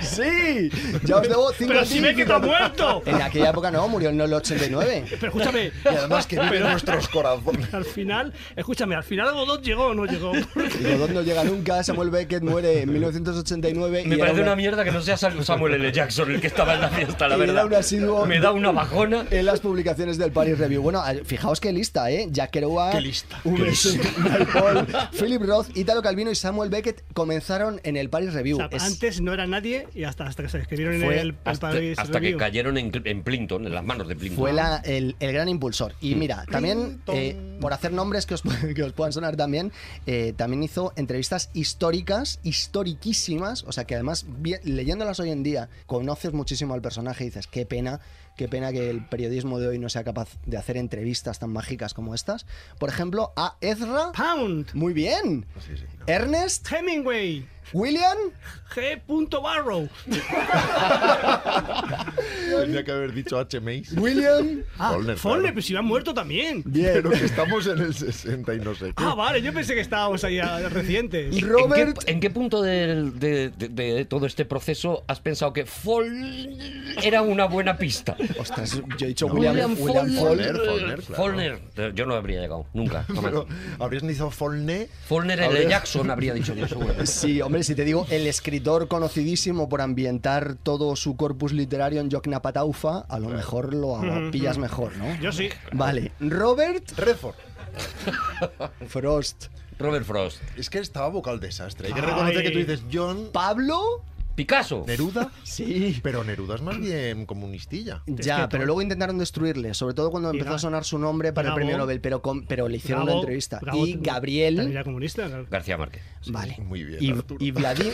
Speaker 5: ¡Sí! (laughs) Ya os debo 5
Speaker 2: Pero si ve que está muerto.
Speaker 5: En aquella época no, murió en el 89.
Speaker 2: (laughs) Pero escúchame,
Speaker 7: Y además que vive en nuestros
Speaker 2: (laughs)
Speaker 7: corazones.
Speaker 2: al final, escúchame, al final Godot llegó o
Speaker 3: (laughs)
Speaker 2: no llegó.
Speaker 5: Y Godot no llega nunca, Samuel Beckett
Speaker 2: (laughs)
Speaker 5: muere en 1989. y
Speaker 3: Me
Speaker 5: era
Speaker 3: parece
Speaker 5: una-
Speaker 3: una mierda que no sea Samuel L. Jackson el que estaba en la fiesta, la
Speaker 5: Y era
Speaker 3: verdad.
Speaker 5: un asiduo.
Speaker 3: Me da una bajona.
Speaker 5: En las publicaciones del Paris Review. Bueno, a- fijaos qué lista, ¿eh? Jack Kerouac, V.S. (laughs) Naipaul, Philip Roth, Italo Calvino y Samuel Beckett comenzaron en el Paris Review.
Speaker 2: O sea,
Speaker 5: Es-
Speaker 2: Antes no era nadie y hasta, hasta que se escribieron en
Speaker 5: Fue
Speaker 2: el, el
Speaker 3: Hasta,
Speaker 2: Paris
Speaker 3: hasta que
Speaker 2: Review.
Speaker 3: cayeron en, en Plinton, en las manos de Plinton.
Speaker 5: Fue la- el, el gran impulsor. Y mira, también, eh, por hacer nombres que os, que os puedan sonar también, eh, también hizo entrevistas históricas, historiquísimas, o sea que además, vi- leyéndolas hoy en día, conoces muchísimo al personaje y dices, qué pena, qué pena que el periodismo de hoy no sea capaz de hacer entrevistas tan mágicas como estas. Por ejemplo, a Ezra...
Speaker 2: Pound,
Speaker 5: Muy bien. Ernest,
Speaker 2: Hemingway,
Speaker 5: William,
Speaker 2: G. Barrow,
Speaker 4: Tendría que haber dicho H. Mace.
Speaker 5: William...
Speaker 2: ah,
Speaker 4: Follner,
Speaker 2: Follner,
Speaker 4: claro.
Speaker 2: pues si iba muerto también.
Speaker 5: Bien.
Speaker 4: Pero que estamos en el 60 y no sé qué.
Speaker 2: Ah, vale, yo pensé que estábamos ahí a- recientes.
Speaker 5: Robert...
Speaker 3: ¿En qué, en qué punto del- de, de- de todo este proceso has pensado que Fall era una buena pista?
Speaker 5: Ostras, yo he dicho William, William
Speaker 4: Faulkner,
Speaker 5: Faulkner.
Speaker 4: Faulkner, claro.
Speaker 3: Faulkner. Yo no habría llegado,
Speaker 6: (laughs)
Speaker 3: nunca. jamás.
Speaker 4: Pero habrías necesitado Folne.
Speaker 3: Faulkner L.
Speaker 4: Habría-
Speaker 3: Jackson habría dicho yo, seguro.
Speaker 5: Sí, hombre, si te digo, el escritor conocidísimo por ambientar todo su corpus literario en Yokna Pataufa, a lo mejor lo hago- pillas mejor, ¿no?
Speaker 2: Yo sí.
Speaker 5: Vale, Robert
Speaker 4: Redford.
Speaker 5: Frost,
Speaker 3: Robert Frost.
Speaker 4: Es que estaba vocal desastre. Hay que
Speaker 2: Ay.
Speaker 4: reconocer que tú dices John
Speaker 5: Pablo,
Speaker 3: Picasso.
Speaker 4: Neruda.
Speaker 5: sí.
Speaker 4: Pero Neruda es más bien comunistilla.
Speaker 5: Ya, pero luego intentaron destruirle, sobre todo cuando
Speaker 2: Y
Speaker 5: empezó
Speaker 2: Ga-
Speaker 5: a sonar su nombre para el
Speaker 2: Gabo.
Speaker 5: premio Nobel, pero, con- pero le hicieron
Speaker 2: Gabo-
Speaker 5: una entrevista.
Speaker 2: Gabo
Speaker 5: y
Speaker 2: también- también
Speaker 5: Gabriel,
Speaker 2: era comunista. claro.
Speaker 3: García Márquez.
Speaker 5: Vale.
Speaker 4: muy bien,
Speaker 5: Y,
Speaker 4: Arturo.
Speaker 5: y Vladi-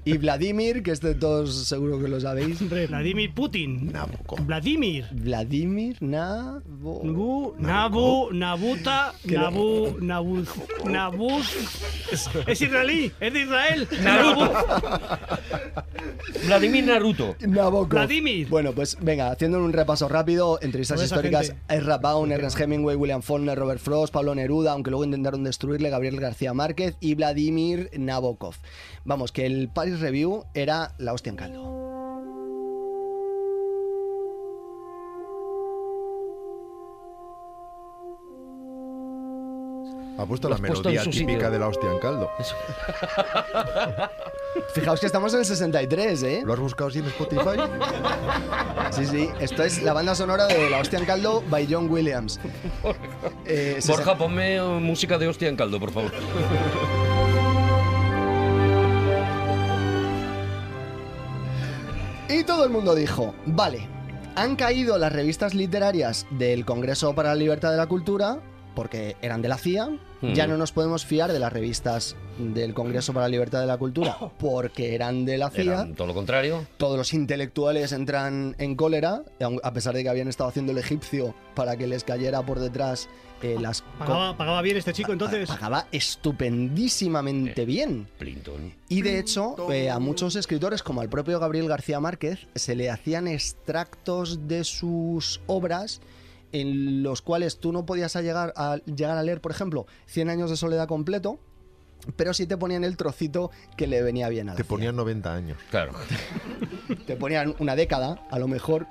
Speaker 5: (laughs) y Vladimir, que este todos seguro que lo sabéis.
Speaker 2: Hombre, Vladimir Putin.
Speaker 4: Nabucco.
Speaker 2: Vladimir.
Speaker 5: Vladimir Nabo.
Speaker 2: Nabu, Nabu, Nabuta, Nabu, Nabu, Nabu. Es, es israelí, es de Israel. Nabu.
Speaker 3: Vladimir Naruto.
Speaker 5: Nabokov.
Speaker 2: Vladimir.
Speaker 5: Bueno, pues venga, haciendo un repaso rápido, entrevistas
Speaker 2: Toda esa
Speaker 5: históricas,
Speaker 2: gente.
Speaker 5: Ezra Pound, Ernest Hemingway, William Faulkner, Robert Frost, Pablo Neruda, aunque luego intentaron destruirle, Gabriel García Márquez y Vladimir Nabokov. Vamos, que el Paris Review era la hostia en caldo.
Speaker 4: Ha puesto la
Speaker 3: Lo has puesto
Speaker 4: melodía
Speaker 3: en su
Speaker 4: típica
Speaker 3: sitio.
Speaker 4: de la hostia en caldo.
Speaker 5: Fijaos que estamos en el 63, ¿eh?
Speaker 4: ¿Lo has buscado así en
Speaker 3: (laughs)
Speaker 4: Spotify?
Speaker 5: Sí, sí, esto es la banda sonora de La hostia en caldo by
Speaker 2: (laughs)
Speaker 5: John Williams. Eh, se-
Speaker 3: Borja, ponme eh, música de hostia en caldo, por favor.
Speaker 5: Y todo el mundo dijo, vale, han caído las revistas literarias del Congreso para la Libertad de la Cultura, porque eran de la CIA, ya
Speaker 2: Hmm.
Speaker 3: Mm.
Speaker 5: no nos podemos fiar de las revistas del Congreso para la Libertad de la
Speaker 2: (coughs)
Speaker 5: Cultura, porque eran de la CIA.
Speaker 3: Era todo lo contrario.
Speaker 5: Todos los intelectuales entran en cólera, aun- a pesar de que habían estado haciendo el egipcio para que les cayera por detrás eh, las... co-
Speaker 2: Pagaba, pagaba bien este chico entonces.
Speaker 5: Pagaba estupendísimamente bien.
Speaker 3: Plinton.
Speaker 5: Y de hecho, eh, a muchos escritores, como al propio Gabriel García Márquez, se le hacían extractos de sus obras en los cuales tú no podías a llegar a, llegar a leer, por ejemplo, 100 años de soledad completo, pero sí te ponían el trocito que le venía bien a la
Speaker 4: Te
Speaker 5: CIA.
Speaker 4: ponían 90 años.
Speaker 3: Claro.
Speaker 5: Te ponían una década, a lo mejor.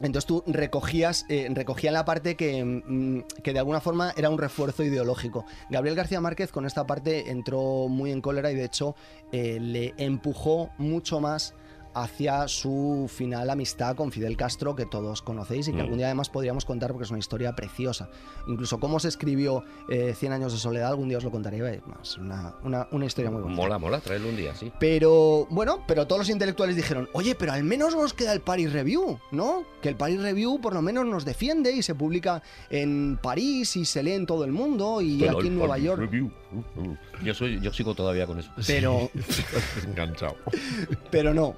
Speaker 5: Entonces tú recogías, eh, recogían la parte que, mm, que de alguna forma era un refuerzo ideológico. Gabriel García Márquez con esta parte entró muy en cólera y de hecho eh, le empujó mucho más hacia su final amistad con Fidel Castro que todos conocéis y que
Speaker 10: Mm.
Speaker 5: algún día además podríamos contar porque es una historia preciosa. Incluso cómo se escribió eh, Cien años de soledad, algún día os lo contaré, y vais, es una, una- una historia muy bonita.
Speaker 3: Mola, mola, tráelo un día, sí.
Speaker 5: Pero bueno, pero todos los intelectuales dijeron, oye, pero al menos nos queda el Paris Review, ¿no? Que el Paris Review por lo menos nos defiende y se publica en París y se lee en todo el mundo y
Speaker 3: Pero
Speaker 5: aquí en
Speaker 3: el
Speaker 5: Nueva
Speaker 3: Paris
Speaker 5: York.
Speaker 3: Review. Yo, soy, yo sigo todavía con eso.
Speaker 5: Pero-
Speaker 3: (laughs) Enganchado.
Speaker 5: Pero no,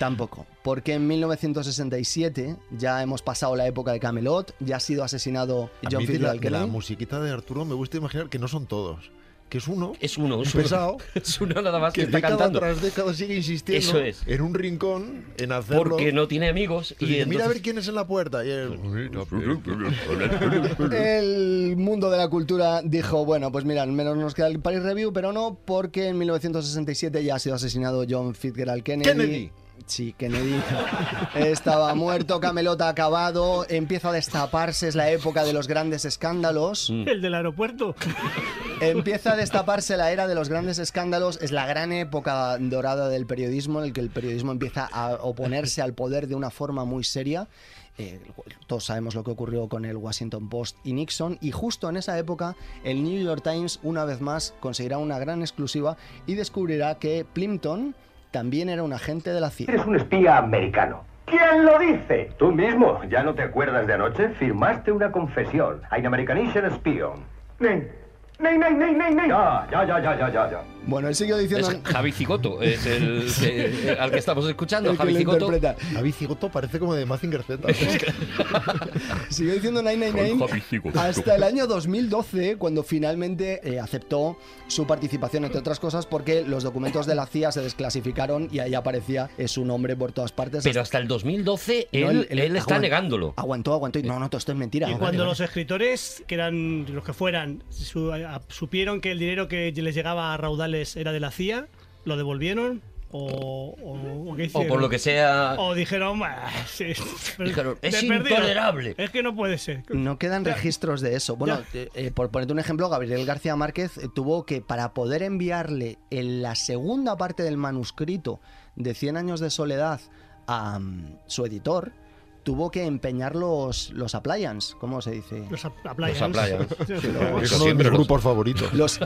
Speaker 5: tampoco. Porque en 1967 ya hemos pasado la época de Camelot, ya ha sido asesinado
Speaker 6: a
Speaker 5: John
Speaker 6: mí de
Speaker 5: Fitzgerald
Speaker 6: la, de la
Speaker 5: Kennedy.
Speaker 6: musiquita de Arturo me gusta imaginar que no son todos. Que es uno.
Speaker 3: Es uno, es uno.
Speaker 6: pesado.
Speaker 3: (laughs) Es uno nada más que está
Speaker 6: década
Speaker 3: cantando.
Speaker 6: tras década sigue insistiendo
Speaker 3: Eso es.
Speaker 6: en un rincón en hacerlo.
Speaker 3: Porque no tiene amigos y
Speaker 6: Dice, Mira a
Speaker 3: entonces-
Speaker 6: ver quién es en la puerta. Y él,
Speaker 3: (laughs)
Speaker 5: El mundo de la cultura dijo, bueno, pues mira, al menos nos queda el Paris Review, pero no, porque en 1967 ya ha sido asesinado John Fitzgerald Kennedy.
Speaker 6: Kennedy.
Speaker 5: Sí, Kennedy estaba muerto, Camelot ha acabado, empieza a destaparse, es la época de los grandes escándalos.
Speaker 2: El del aeropuerto.
Speaker 5: Empieza a destaparse la era de los grandes escándalos, es la gran época dorada del periodismo en el que el periodismo empieza a oponerse al poder de una forma muy seria. Eh, todos sabemos lo que ocurrió con el Washington Post y Nixon y justo en esa época el New York Times una vez más conseguirá una gran exclusiva y descubrirá que Plimpton también era un agente de la CIA.
Speaker 9: Eres un espía americano. ¿Quién lo dice? Tú mismo. ¿Ya no te acuerdas de anoche? Firmaste una confesión. Ein Americanischer Spion. Nein. Nein, nein, nein, nein, nein. Ya, ya, ya, ya, ya, ya, ya.
Speaker 5: Bueno, él siguió diciendo...
Speaker 3: Es Javi Cigoto, es el, que- al que estamos escuchando,
Speaker 5: El que
Speaker 3: Javi
Speaker 5: lo
Speaker 3: Cigoto.
Speaker 5: interpreta.
Speaker 6: Javi Cigoto parece como de
Speaker 3: (laughs)
Speaker 6: Mazinger Z.
Speaker 5: Siguió diciendo 999 hasta el año 2012, cuando finalmente eh, aceptó su participación, entre otras cosas, porque los documentos de la CIA se desclasificaron y ahí aparecía eh, su nombre por todas partes.
Speaker 3: Pero hasta el 2012
Speaker 5: No,
Speaker 3: él, él está
Speaker 5: aguantó-
Speaker 3: negándolo.
Speaker 5: Aguantó, aguantó. y No, no, todo esto es mentira.
Speaker 2: Y cuando los escritores, que eran los que fueran, su- a- supieron que el dinero que les llegaba a raudales era de la CIA, ¿lo devolvieron? ¿O, o, o
Speaker 3: O
Speaker 2: qué hicieron?
Speaker 3: por lo que sea.
Speaker 2: O dijeron, "Bah,
Speaker 3: (laughs)
Speaker 2: sí, pero
Speaker 3: Dijeron,
Speaker 2: de
Speaker 3: "Es
Speaker 2: perdido,
Speaker 3: intolerable".
Speaker 2: Es que no puede ser.
Speaker 5: No quedan registros de eso. Bueno, eh, eh, por ponerte un ejemplo, Gabriel García Márquez eh, tuvo que, para poder enviarle en la segunda parte del manuscrito de Cien años de soledad a mm, su editor, tuvo que empeñar los, los appliance, ¿cómo se dice?
Speaker 2: Los (laughs)
Speaker 6: appliance.
Speaker 5: Sí,
Speaker 6: Es
Speaker 5: los-
Speaker 6: uno de mis grupos
Speaker 3: (laughs)
Speaker 6: favoritos.
Speaker 5: los,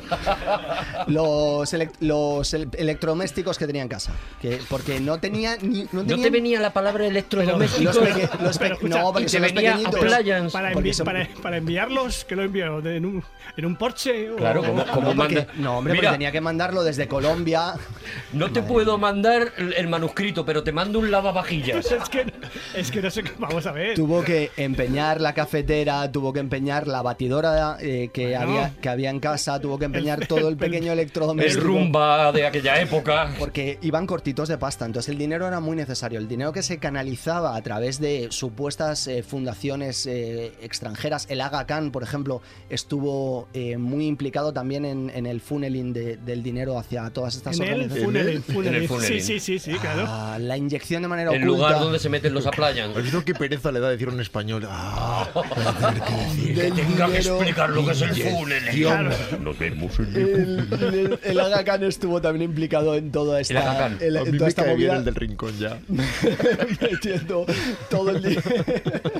Speaker 5: los, elec- los ele- electrodomésticos que tenía en casa. Que, porque no tenía ni. No,
Speaker 3: No te venía la palabra electrodoméstico.
Speaker 5: Los peque-
Speaker 2: (laughs)
Speaker 5: los
Speaker 2: Pero
Speaker 5: pe-
Speaker 2: escucha,
Speaker 5: no, porque
Speaker 2: y
Speaker 5: son
Speaker 2: te
Speaker 5: los
Speaker 2: venía
Speaker 5: pequeñitos.
Speaker 2: appliance. Para,
Speaker 5: Porque
Speaker 2: envi-
Speaker 5: son-
Speaker 2: para, para enviarlos, que lo enviaron en un, en un Porsche. o-
Speaker 3: Claro, como-
Speaker 2: o-
Speaker 3: como
Speaker 2: o-
Speaker 5: porque-
Speaker 3: manda-
Speaker 5: No, hombre,
Speaker 3: Mira.
Speaker 5: porque tenía que mandarlo desde
Speaker 3: (laughs)
Speaker 5: Colombia.
Speaker 3: No te puedo mandar el el manuscrito, pero te mando un lavavajillas.
Speaker 2: (laughs) Es que, es que no sé qué. Vamos a ver.
Speaker 5: Tuvo que empeñar la cafetera, tuvo que empeñar la batidora eh, que,
Speaker 2: Bueno.
Speaker 5: había, que había en casa, tuvo que empeñar todo el
Speaker 3: (laughs)
Speaker 5: pequeño
Speaker 3: El
Speaker 5: electrodoméstico.
Speaker 3: rumba de aquella época.
Speaker 5: Porque iban cortitos de pasta, entonces el dinero era muy necesario. El dinero que se canalizaba a través de supuestas eh, fundaciones eh, extranjeras, el Aga Khan, por ejemplo, estuvo eh, muy implicado también en, en el funneling de- del dinero hacia todas estas
Speaker 2: En el
Speaker 5: organizaciones.
Speaker 2: funeral.
Speaker 3: En el
Speaker 2: Sí,
Speaker 3: funeral.
Speaker 2: sí, sí, sí, claro.
Speaker 5: Ah, la inyección de manera
Speaker 3: El
Speaker 5: oculta.
Speaker 3: lugar donde se meten los aplayan.
Speaker 6: ¿Has visto qué pereza le da decir un español? Ah,
Speaker 5: del
Speaker 3: Tenga que
Speaker 5: dinero.
Speaker 3: explicar lo que es el funeral.
Speaker 6: Dios.
Speaker 3: Nos vemos en
Speaker 6: (laughs)
Speaker 5: El, el- el Aga Khan estuvo también implicado en toda esta,
Speaker 3: El Aga Khan.
Speaker 5: el-
Speaker 6: A
Speaker 5: en
Speaker 6: mí
Speaker 5: toda
Speaker 6: me
Speaker 5: esta
Speaker 6: cae bien
Speaker 5: movida.
Speaker 6: el del rincón (laughs) ya.
Speaker 5: (laughs) metiendo todo el dinero. (laughs)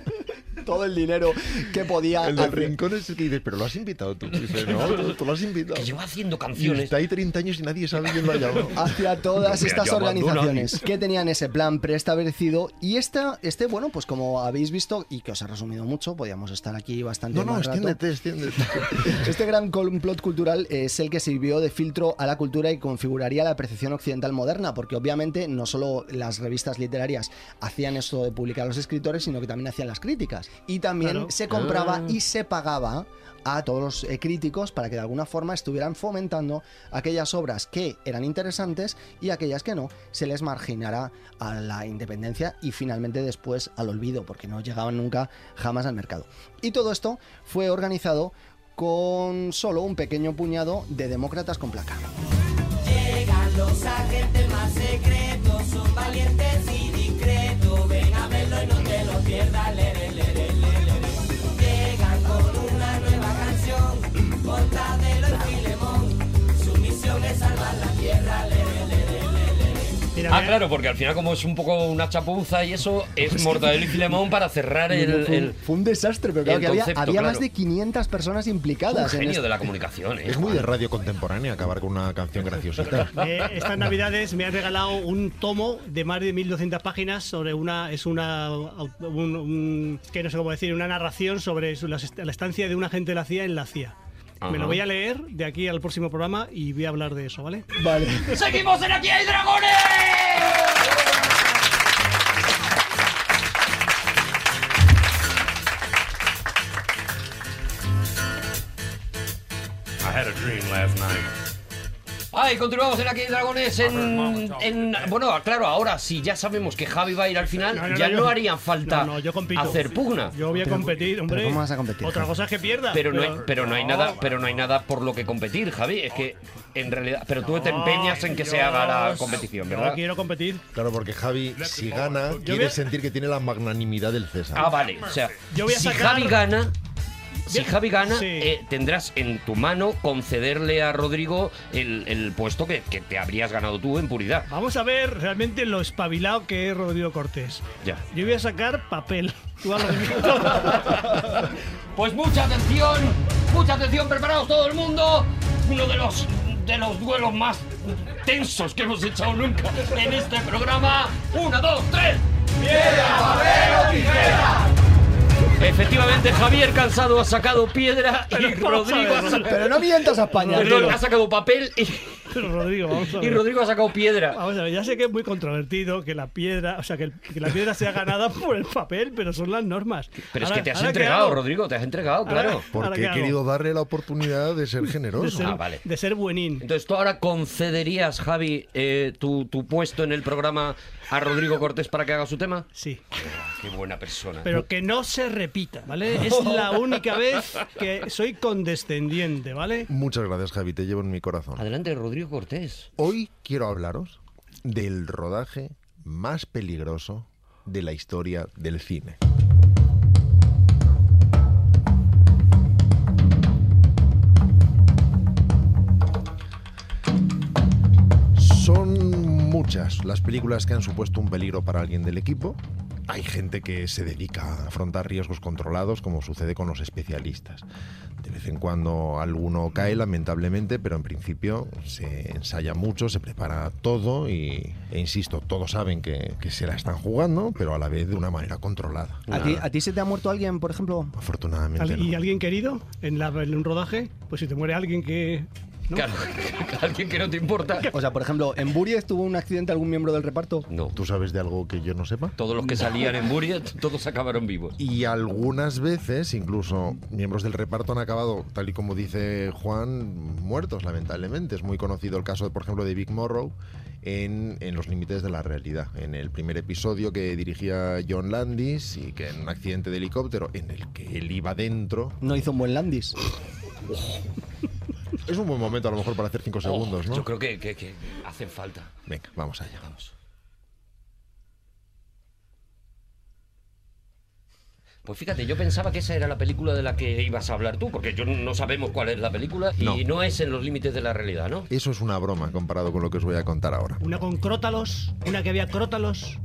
Speaker 5: Todo el dinero que podía.
Speaker 6: El del
Speaker 5: hacer.
Speaker 6: rincón es el que dices, pero lo has invitado tú. Dices, (laughs) no, tú, tú lo has invitado.
Speaker 3: Que lleva haciendo
Speaker 6: Y
Speaker 3: canciones.
Speaker 6: está ahí 30 años y nadie sabe quién lo ha (laughs) llamado.
Speaker 5: hacia todas
Speaker 3: Me ha
Speaker 5: estas
Speaker 3: llamado
Speaker 5: organizaciones que tenían ese plan preestablecido y esta, este, bueno, pues como habéis visto y que os he resumido mucho, podíamos estar aquí bastante
Speaker 6: No, no,
Speaker 5: más rato.
Speaker 6: extiéndete, extiéndete.
Speaker 5: (laughs) Este gran complot cultural eh, es el que sirvió de filtro a la cultura y configuraría la percepción occidental moderna, porque obviamente no solo las revistas literarias hacían esto de publicar los escritores, sino que también hacían las críticas. Y también
Speaker 2: Claro.
Speaker 5: se compraba
Speaker 3: Ah.
Speaker 5: y se pagaba a todos los eh, críticos para que de alguna forma estuvieran fomentando aquellas obras que eran interesantes y aquellas que no, se les marginara a la independencia y finalmente después al olvido, porque no llegaban nunca jamás al mercado. Y todo esto fue organizado con solo un pequeño puñado de demócratas con placa.
Speaker 8: Llegan los agentes más secretos, son valientes y discretos. Ven a verlo y no te lo pierdas, lere, lere, lere. Llegan con una nueva canción, Mortadelo y Filemón. Su misión es salvar la tierra, lere, lere, lere.
Speaker 2: Mira,
Speaker 3: Ah,
Speaker 2: mira,
Speaker 3: claro, porque al final, como es un poco una chapuza y eso,
Speaker 5: Pues
Speaker 3: es Mortadelo y Filemón para cerrar el.
Speaker 5: fue,
Speaker 3: el-
Speaker 5: fue un desastre, pero claro
Speaker 3: el
Speaker 5: que había,
Speaker 3: concepto,
Speaker 5: había
Speaker 3: claro.
Speaker 5: más de 500 personas implicadas.
Speaker 3: Un
Speaker 5: en
Speaker 3: genio
Speaker 5: esto.
Speaker 3: de la comunicación, ¿eh?
Speaker 6: (laughs) Es muy de radio contemporánea acabar con una canción graciosita.
Speaker 2: Eh, estas navidades me han regalado un tomo de más de 1200 páginas sobre una es una au- un- un- que no sé cómo decir una narración sobre su- la est- la estancia de un agente de la CIA en la CIA. Me
Speaker 3: Ajá.
Speaker 2: lo voy a leer de aquí al próximo programa y voy a hablar de eso, ¿vale?
Speaker 5: Vale.
Speaker 3: (laughs)
Speaker 1: ¡Seguimos en Aquí hay Dragones!
Speaker 10: I had a dream last night.
Speaker 3: Ah, y continuamos en Aquí hay Dragones en, en- Bueno, claro, ahora sí, ya sabemos que Javi va a ir al final,
Speaker 2: No, no, no,
Speaker 3: ya no,
Speaker 2: yo-
Speaker 3: haría falta
Speaker 2: no, no, yo compito.
Speaker 3: hacer pugna.
Speaker 2: Yo voy a competir, hombre.
Speaker 5: ¿cómo vas a competir,
Speaker 2: Otra
Speaker 5: Javi?
Speaker 2: cosa es que pierda.
Speaker 3: Pero no, hay, pero no hay nada, pero no hay nada por lo que competir, Javi. Es que en realidad, pero tú te empeñas en que se haga la competición,
Speaker 2: Yo
Speaker 3: ¿verdad?
Speaker 2: quiero competir.
Speaker 6: Claro, porque Javi, si gana, quiere sentir que tiene la magnanimidad del César.
Speaker 3: Ah, vale. O sea,
Speaker 2: Yo voy a
Speaker 3: si
Speaker 2: sacar-
Speaker 3: Javi gana, si
Speaker 2: Bien.
Speaker 3: Javi gana,
Speaker 2: Sí.
Speaker 3: eh, tendrás en tu mano concederle a Rodrigo el, el puesto que, que te habrías ganado tú en puridad.
Speaker 2: Vamos a ver realmente lo espabilado que es Rodrigo Cortés.
Speaker 3: Ya.
Speaker 2: Yo voy a sacar papel. (laughs) Tú a lo
Speaker 3: (laughs) Pues mucha atención, mucha atención, preparados todo el mundo. Uno de los de los duelos más tensos que hemos echado nunca en este programa. Una, dos, tres.
Speaker 8: Piedra, papel o tijera.
Speaker 3: Efectivamente, Javier Cansado ha sacado piedra y
Speaker 5: Vamos a
Speaker 3: Rodrigo ha
Speaker 5: ver,
Speaker 3: sacado-
Speaker 5: Pero no mientas a España.
Speaker 3: Perdón,
Speaker 5: tío.
Speaker 3: ha sacado papel y,
Speaker 2: (laughs) Pero Rodrigo, vamos a
Speaker 3: y
Speaker 2: ver.
Speaker 3: Rodrigo ha sacado piedra.
Speaker 2: Vamos a ver, ya sé que es muy controvertido que la piedra, o sea, que, el- que la piedra sea ganada (laughs) por el papel, pero son las normas.
Speaker 3: Pero es
Speaker 2: Ahora-
Speaker 3: que te has
Speaker 2: ahora, ¿qué
Speaker 3: entregado,
Speaker 2: hago?
Speaker 3: Rodrigo, te has entregado,
Speaker 2: Ahora-
Speaker 3: claro.
Speaker 2: ahora
Speaker 4: Porque
Speaker 2: qué
Speaker 4: he
Speaker 2: hago?
Speaker 4: querido darle la oportunidad de ser
Speaker 2: De
Speaker 4: generoso.
Speaker 2: ser,
Speaker 3: Ah, vale.
Speaker 2: de ser buenín.
Speaker 3: Entonces tú ahora concederías, Javi, eh, tu, tu puesto en el programa a Rodrigo Cortés para que haga su tema.
Speaker 2: Sí.
Speaker 3: Qué buena persona.
Speaker 2: Pero que no se repita, ¿vale?
Speaker 3: (laughs)
Speaker 2: Es la única vez que soy condescendiente, ¿vale?
Speaker 6: Muchas gracias, Javi, te llevo en mi corazón.
Speaker 3: Adelante, Rodrigo Cortés.
Speaker 6: Hoy quiero hablaros del rodaje más peligroso de la historia del cine. Son muchas las películas que han supuesto un peligro para alguien del equipo. Hay gente que se dedica a afrontar riesgos controlados, como sucede con los especialistas. De vez en cuando alguno cae, lamentablemente, pero en principio se ensaya mucho, se prepara todo y, e insisto, todos saben que, que se la están jugando, pero a la vez de una manera controlada.
Speaker 5: ¿A ti, a ti se te ha muerto alguien, por ejemplo?
Speaker 6: Afortunadamente
Speaker 2: ¿Al-
Speaker 6: no.
Speaker 2: ¿Y alguien querido en, la- en un rodaje? Pues si te muere alguien que... ¿no?
Speaker 3: Claro, alguien que no te importa.
Speaker 5: O sea, por ejemplo, ¿en Buries tuvo un accidente algún miembro del reparto?
Speaker 3: No,
Speaker 6: ¿Tú sabes de algo que yo no sepa?
Speaker 3: todos los que salían en Buriet, todos acabaron vivos.
Speaker 6: Y algunas veces, incluso miembros del reparto han acabado, tal y como dice Juan, muertos, lamentablemente. Es muy conocido el caso, por ejemplo, de Big Morrow en, en Los Límites de la Realidad, en el primer episodio que dirigía John Landis y que en un accidente de helicóptero en el que él iba dentro.
Speaker 5: No hizo un buen Landis.
Speaker 6: Es un buen momento a lo mejor para hacer cinco segundos, ¿no?
Speaker 3: Oh, Yo creo que, que- que hacen falta.
Speaker 6: Venga, vamos allá.
Speaker 3: Vamos. Pues fíjate, yo pensaba que esa era la película de la que ibas a hablar tú, porque yo no sabemos cuál es la película y no,
Speaker 6: No.
Speaker 3: es en los límites de la realidad, ¿no?
Speaker 6: Eso es una broma comparado con lo que os voy a contar ahora.
Speaker 2: Una con crótalos, una que había crótalos.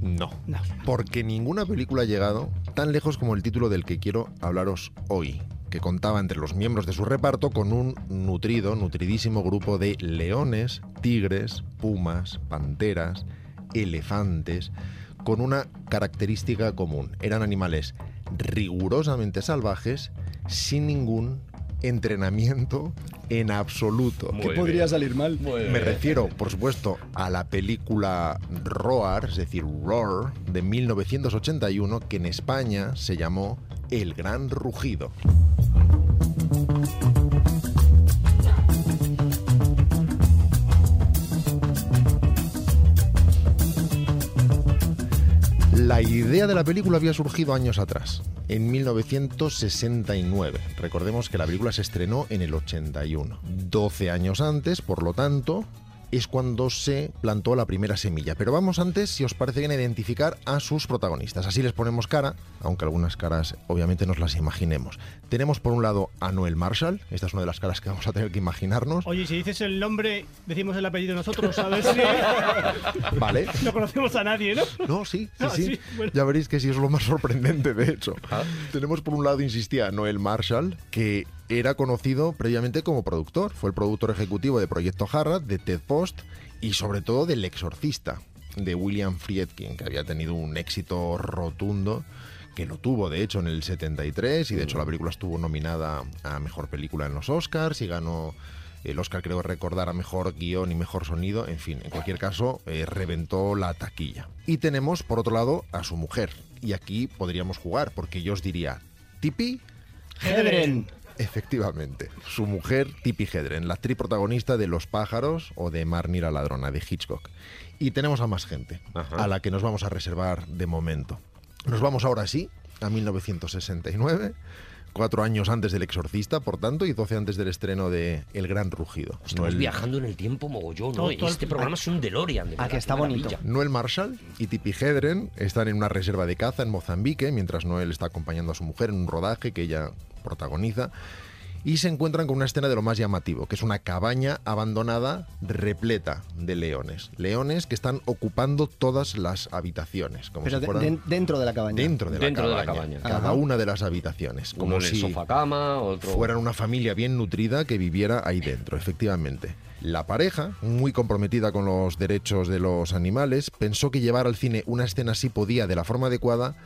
Speaker 6: No.
Speaker 2: No.
Speaker 6: Porque ninguna película ha llegado tan lejos como el título del que quiero hablaros hoy, que contaba entre los miembros de su reparto con un nutrido, nutridísimo grupo de leones, tigres, pumas, panteras, elefantes, con una característica común. Eran animales rigurosamente salvajes, sin ningún entrenamiento en absoluto.
Speaker 5: ¿Qué podría salir mal?
Speaker 6: Me refiero, por supuesto, a la película Roar, es decir, Roar, de 1981, que en España se llamó El Gran Rugido. La idea de la película había surgido años atrás, en 1969. Recordemos que la película se estrenó en el 81. 12 años antes, por lo tanto, es cuando se plantó la primera semilla. Pero vamos antes, si os parece bien, a identificar a sus protagonistas. Así les ponemos cara, aunque algunas caras obviamente nos las imaginemos. Tenemos por un lado a Noel Marshall, esta es una de las caras que vamos a tener que imaginarnos.
Speaker 2: Oye, si dices el nombre, decimos el apellido nosotros, a
Speaker 3: (laughs)
Speaker 2: ver si
Speaker 6: Vale.
Speaker 2: no conocemos a nadie, ¿no?
Speaker 6: No, sí, sí,
Speaker 2: Ah,
Speaker 6: sí.
Speaker 2: sí, bueno. Ah.
Speaker 6: Ya veréis que sí es lo más sorprendente, de hecho. Tenemos por un lado, insistía, a Noel Marshall, que era conocido previamente como productor. Fue el productor ejecutivo de Proyecto Harrod, de Ted Post y sobre todo del Exorcista, de William Friedkin, que había tenido un éxito rotundo que lo tuvo de hecho en el 73 y de hecho la película estuvo nominada a mejor película en los Oscars y ganó el Oscar creo recordar a mejor guión y mejor sonido, en fin, en cualquier caso eh, reventó la taquilla. Y tenemos por otro lado a su mujer y aquí podríamos jugar porque yo os diría Tipi
Speaker 5: Hedren.
Speaker 6: Efectivamente, su mujer Tippi Hedren, la actriz protagonista de Los pájaros o de Marnie la ladrona de Hitchcock. Y tenemos a más gente, a la que nos vamos a reservar de momento. Nos vamos ahora sí, a 1969, cuatro años antes del Exorcista, por tanto, y 12 antes del estreno de El Gran Rugido.
Speaker 3: Estamos
Speaker 6: Noel-
Speaker 3: viajando en el tiempo mogollón,
Speaker 6: Todo,
Speaker 3: ¿no?
Speaker 6: todo el-
Speaker 3: este programa es un DeLorean. De verdad, qué maravilla.
Speaker 6: Noel Marshall y Tippi Hedren están en una reserva de caza en Mozambique, mientras Noel está acompañando a su mujer en un rodaje que ella protagoniza. Y se encuentran con una escena de lo más llamativo, que es una cabaña abandonada repleta de leones. Leones que están ocupando todas las habitaciones. Como
Speaker 5: Pero
Speaker 6: si
Speaker 5: de-
Speaker 6: fueran
Speaker 5: de- dentro de la cabaña.
Speaker 6: dentro de la
Speaker 3: Dentro de
Speaker 6: cabaña.
Speaker 3: la cabaña.
Speaker 6: Cada
Speaker 3: Ajá.
Speaker 6: una de las habitaciones. Como
Speaker 3: Uno en el
Speaker 6: si
Speaker 3: sofacama, otro-
Speaker 6: fueran una familia bien nutrida que viviera ahí dentro, efectivamente. La pareja, muy comprometida con los derechos de los animales, pensó que llevar al cine una escena así podía, de la forma adecuada,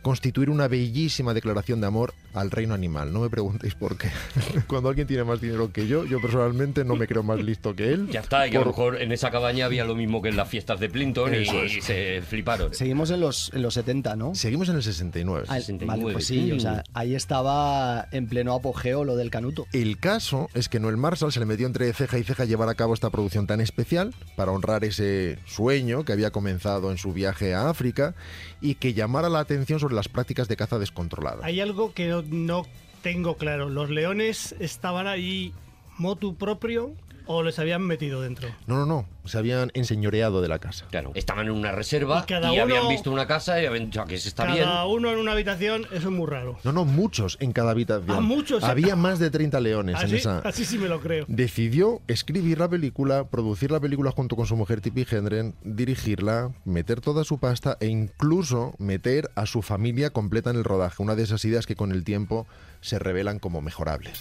Speaker 6: constituir una bellísima declaración de amor al reino animal. No me preguntéis por qué. (laughs) Cuando alguien tiene más dinero que yo, yo personalmente no me creo más listo que él.
Speaker 3: Ya está, y que a
Speaker 6: Por-
Speaker 3: lo mejor en esa cabaña había lo mismo que en las fiestas de Plinton y,
Speaker 6: Eso es.
Speaker 3: y se fliparon.
Speaker 5: Seguimos en los, en los 70, ¿no?
Speaker 6: Seguimos en el 69.
Speaker 5: Ah, Vale, pues sí, o sea, ahí estaba en pleno apogeo lo del canuto.
Speaker 6: El caso es que Noel Marshall se le metió entre ceja y ceja llevar a cabo esta producción tan especial para honrar ese sueño que había comenzado en su viaje a África y que llamara la atención sobre las prácticas de caza
Speaker 3: Pues
Speaker 6: descontrolada.
Speaker 2: Hay algo que no, no tengo claro. ¿Los leones estaban allí motu propio o les habían metido dentro?
Speaker 6: No, no, no, se habían enseñoreado de la casa.
Speaker 3: Claro, estaban en una reserva
Speaker 2: Y
Speaker 3: y,
Speaker 2: cada
Speaker 3: habían
Speaker 2: uno-
Speaker 3: visto una casa y habían dicho "Ah, que se está
Speaker 2: Cada
Speaker 3: bien.
Speaker 2: uno en una habitación, eso es muy raro.
Speaker 6: No, no, muchos en cada habitación.
Speaker 2: Ah, muchos.
Speaker 6: Había más de 30 leones en
Speaker 2: Así,
Speaker 6: esa.
Speaker 2: así sí me lo creo.
Speaker 6: Decidió escribir la película, producir la película junto con su mujer Tippi Hendren, dirigirla, meter toda su pasta e incluso meter a su familia completa en el rodaje. Una de esas ideas que con el tiempo se revelan como mejorables.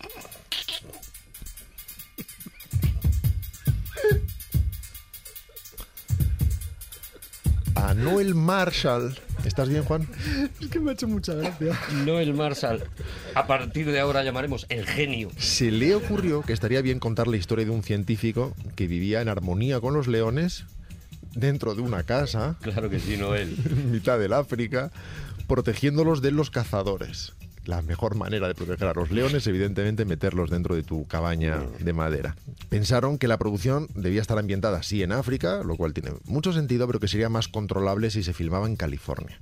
Speaker 6: (laughs) A Noel Marshall. ¿Estás bien, Juan?
Speaker 5: Es que me ha hecho mucha gracia.
Speaker 3: Noel Marshall, a partir de ahora llamaremos el genio.
Speaker 6: Se le ocurrió que estaría bien contar la historia de un científico que vivía en armonía con los leones dentro de una casa (laughs)
Speaker 3: Claro que sí, Noel.
Speaker 6: en mitad del África, protegiéndolos de los cazadores. La mejor manera de proteger a los leones, evidentemente, meterlos dentro de tu cabaña de madera. Pensaron que la producción debía estar ambientada, sí, en África, lo cual tiene mucho sentido, pero que sería más controlable si se filmaba en California.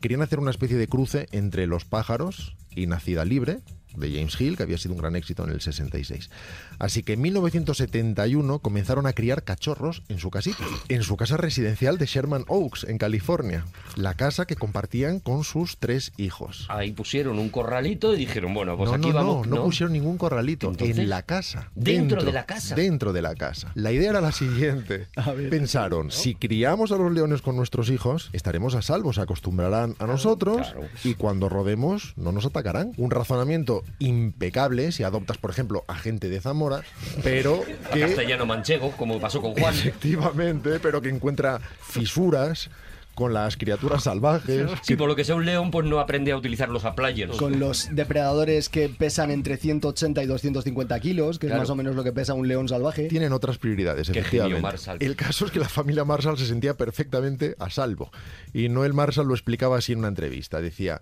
Speaker 6: Querían hacer una especie de cruce entre Los pájaros y Nacida Libre, de James Hill, que había sido un gran éxito en el 66. Así que en 1971 comenzaron a criar cachorros en su casita, en su casa residencial de Sherman Oaks, en California, la casa que compartían con sus tres hijos.
Speaker 3: Ahí pusieron un corralito y dijeron, bueno, pues
Speaker 6: no,
Speaker 3: aquí
Speaker 6: no,
Speaker 3: vamos.
Speaker 6: no, no pusieron ningún corralito
Speaker 3: Entonces,
Speaker 6: en la casa.
Speaker 3: dentro de la casa.
Speaker 6: Dentro de la casa. La idea era
Speaker 3: (laughs)
Speaker 6: la siguiente. Pensaron, si criamos a los leones con nuestros hijos, estaremos a salvo, se acostumbrarán a nosotros y cuando rodemos no nos atacarán. Un razonamiento impecable si adoptas, por ejemplo, a gente de Zamora, pero
Speaker 3: A (laughs)
Speaker 6: que
Speaker 3: castellano manchego, como pasó con Juan.
Speaker 6: efectivamente, pero que encuentra fisuras con las criaturas salvajes.
Speaker 3: Si por lo que sea un león, pues no aprende a utilizar los aplayers.
Speaker 5: Con los depredadores que pesan entre 180 y 250 kilos, que
Speaker 3: Claro.
Speaker 5: es más o menos lo que pesa un león salvaje.
Speaker 6: Tienen otras prioridades,
Speaker 3: Qué
Speaker 6: efectivamente.
Speaker 3: genio, Marshall.
Speaker 6: El caso es que la familia Marshall se sentía perfectamente a salvo. Y Noel Marshall lo explicaba así en una entrevista. Decía,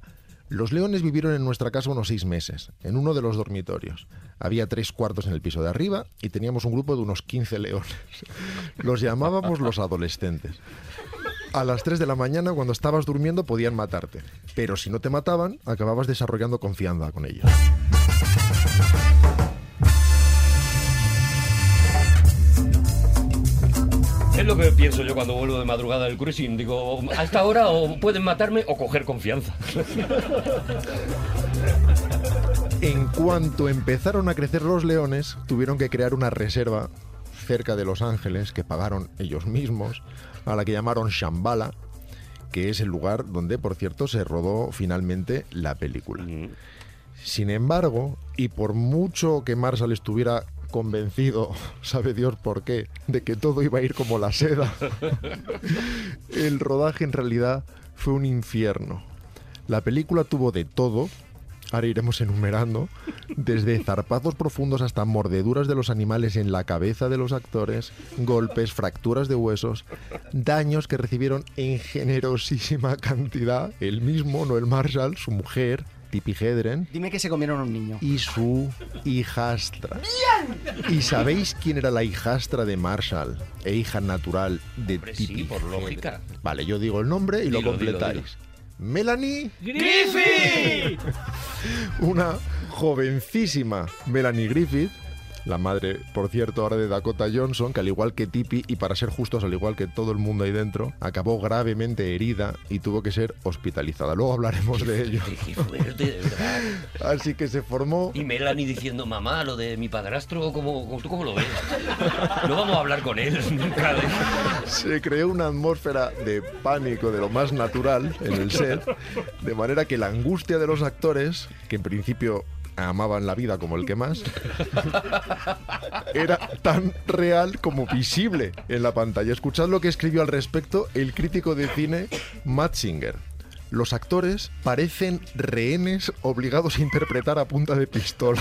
Speaker 6: los leones vivieron en nuestra casa unos seis meses, en uno de los dormitorios. Había tres cuartos en el piso de arriba y teníamos un grupo de unos 15 leones. Los llamábamos los adolescentes. A las 3 de la mañana, cuando estabas durmiendo, podían matarte. Pero si no te mataban, acababas desarrollando confianza con ellos.
Speaker 3: Es lo que pienso yo cuando vuelvo de madrugada del cruising. Digo, a esta hora o pueden matarme o coger confianza.
Speaker 6: En cuanto empezaron a crecer los leones, tuvieron que crear una reserva cerca de Los Ángeles que pagaron ellos mismos, a la que llamaron Shambhala, que es el lugar donde, por cierto, se rodó finalmente la película. Sin embargo, y por mucho que Marshall estuviera convencido, (laughs) sabe Dios por qué, de que todo iba a ir como la seda, el rodaje en realidad fue un infierno. La película tuvo de todo, ahora iremos enumerando, desde zarpazos profundos hasta mordeduras de los animales en la cabeza de los actores, golpes, fracturas de huesos, daños que recibieron en generosísima cantidad el mismo Noel Marshall, su mujer, Tippi Hedren,
Speaker 5: Dime que se comieron a un niño.
Speaker 6: y su hijastra. ¿Y sabéis quién era la hijastra de Marshall e hija natural de
Speaker 3: sí,
Speaker 6: Tippi
Speaker 3: por lógica.
Speaker 6: Hedren? Vale, yo digo el nombre y lo
Speaker 3: Dilo, dilo,
Speaker 6: completáis. Melanie
Speaker 8: ¡Griffith!
Speaker 6: Una jovencísima Melanie Griffith, la madre, por cierto, ahora de Dakota Johnson, que al igual que Tippi, y para ser justos, al igual que todo el mundo ahí dentro, acabó gravemente herida y tuvo que ser hospitalizada. Luego hablaremos
Speaker 3: (laughs)
Speaker 6: de ello.
Speaker 3: Fuerte, de verdad.
Speaker 6: Así que se formó
Speaker 3: Y Melanie diciendo, mamá, lo de mi padrastro, ¿cómo, cómo- tú cómo lo ves? No vamos a hablar con él nunca. de-
Speaker 6: Se creó una atmósfera de pánico de lo más natural en el set, de manera que la angustia de los actores, que en principio amaban la vida como el que más, era tan real como visible en la pantalla. Escuchad lo que escribió al respecto el crítico de cine Matt Singer. Los actores parecen rehenes obligados a interpretar a punta de pistola.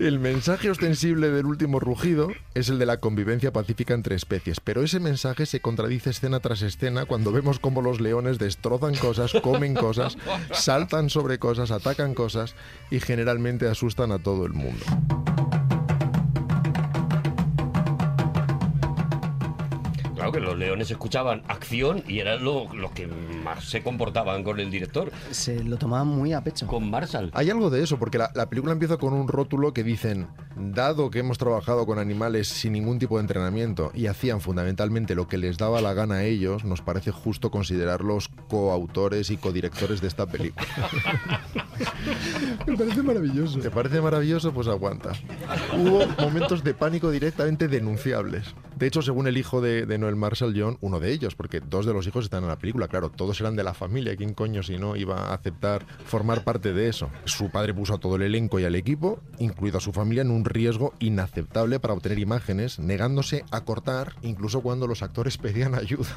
Speaker 6: El mensaje ostensible del último rugido es el de la convivencia pacífica entre especies, pero ese mensaje se contradice escena tras escena cuando vemos cómo los leones destrozan cosas, comen cosas, saltan sobre cosas, atacan cosas y generalmente asustan a todo el mundo.
Speaker 3: Claro que los leones escuchaban acción y eran lo- los que más se comportaban con el director.
Speaker 5: Se lo tomaban muy a pecho.
Speaker 3: Con Marshall.
Speaker 6: Hay algo de eso, porque la, la película empieza con un rótulo que dicen, dado que hemos trabajado con animales sin ningún tipo de entrenamiento y hacían fundamentalmente lo que les daba la gana a ellos, nos parece justo considerarlos coautores y codirectores de esta película. Me parece maravilloso. ¿Te parece maravilloso? Pues aguanta. Hubo momentos de pánico directamente denunciables. De hecho, según el hijo de, de Noel Marshall John, uno de ellos, porque dos de los hijos están en la película, claro, todos eran de la familia, ¿quién coño si no iba a aceptar formar parte de eso? Su padre puso a todo el elenco y al equipo, incluido a su familia, en un riesgo inaceptable para obtener imágenes, negándose a cortar incluso cuando los actores pedían ayuda.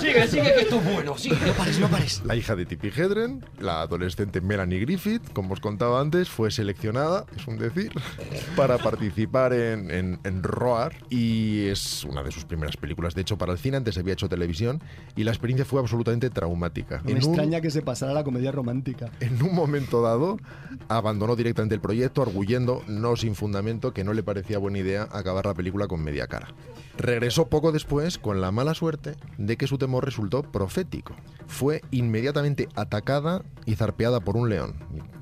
Speaker 3: Sigue, sigue, que esto es bueno. Sigue. No
Speaker 5: pares, no pares.
Speaker 6: La hija de Tippi Hedren, la adolescente Melanie Griffith, como os contaba antes, fue seleccionada, es un decir, (laughs) para participar en, en- en Roar y es una de sus primeras películas, de hecho, para el cine, antes había hecho televisión y la experiencia fue absolutamente traumática.
Speaker 5: Me
Speaker 6: En un-
Speaker 5: extraña que se pasara la comedia romántica.
Speaker 6: en un momento dado, abandonó directamente el proyecto, arguyendo, no sin fundamento, que no le parecía buena idea acabar la película con media cara. Regresó poco después con la mala suerte de que su temor resultó profético. Fue inmediatamente atacada y zarpeada por un león.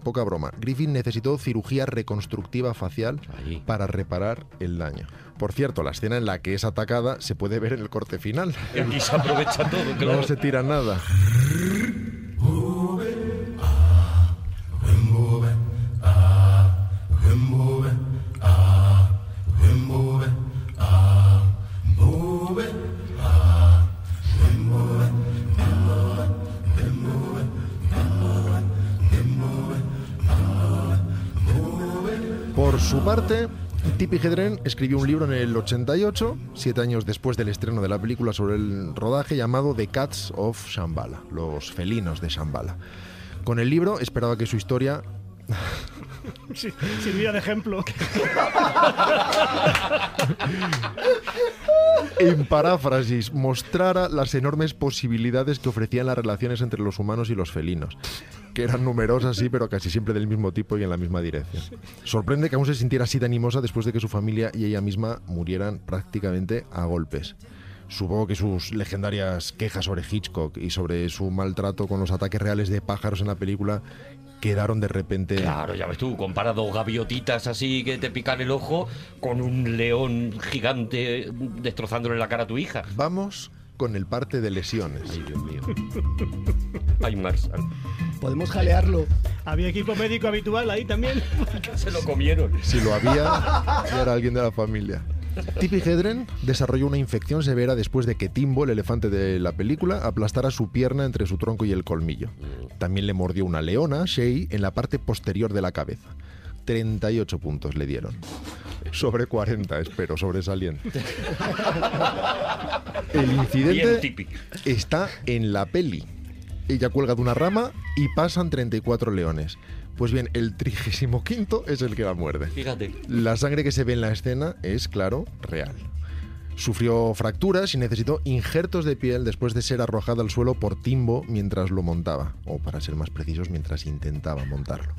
Speaker 6: Poca broma. Griffin necesitó cirugía reconstructiva facial para reparar el daño. Por cierto, la escena en la que es atacada se puede ver en el corte final.
Speaker 3: Y aquí se aprovecha todo, claro.
Speaker 6: No se tira nada. Por su parte, Tippi Hedren escribió un libro en el 88, siete años después del estreno de la película sobre el rodaje, llamado The Cats of Shambhala, los felinos de Shambhala. Con el libro esperaba que su historia
Speaker 2: Sí, Sirviera de ejemplo.
Speaker 6: en paráfrasis, mostrara las enormes posibilidades que ofrecían las relaciones entre los humanos y los felinos, que eran numerosas, sí, pero casi siempre del mismo tipo y en la misma dirección. Sorprende que aún se sintiera así de animosa después de que su familia y ella misma murieran prácticamente a golpes. Supongo que sus legendarias quejas sobre Hitchcock y sobre su maltrato con los ataques reales de pájaros en la película quedaron de repente.
Speaker 3: Claro, ya ves tú, compara dos gaviotitas así que te pican el ojo con un león gigante destrozándole la cara a tu hija.
Speaker 6: Vamos con el parte de lesiones. Ay,
Speaker 3: Dios mío. Ay, Marsal.
Speaker 5: Podemos jalearlo.
Speaker 2: Había equipo médico habitual ahí también.
Speaker 3: Se lo comieron.
Speaker 6: Si lo había, ya era alguien de la familia. Tippi Hedren desarrolló una infección severa después de que Timbo, el elefante de la película, aplastara su pierna entre su tronco y el colmillo. También le mordió una leona, Shay, en la parte posterior de la cabeza. 38 puntos le dieron. Sobre 40, espero, sobresaliente. El incidente está en la peli. Ella cuelga de una rama y pasan 34 leones. Pues bien, el 35 es el que la muerde.
Speaker 3: Fíjate.
Speaker 6: La sangre que se ve en la escena es, claro, real. Sufrió fracturas y necesitó injertos de piel después de ser arrojada al suelo por Timbo mientras lo montaba, o para ser más precisos, mientras intentaba montarlo.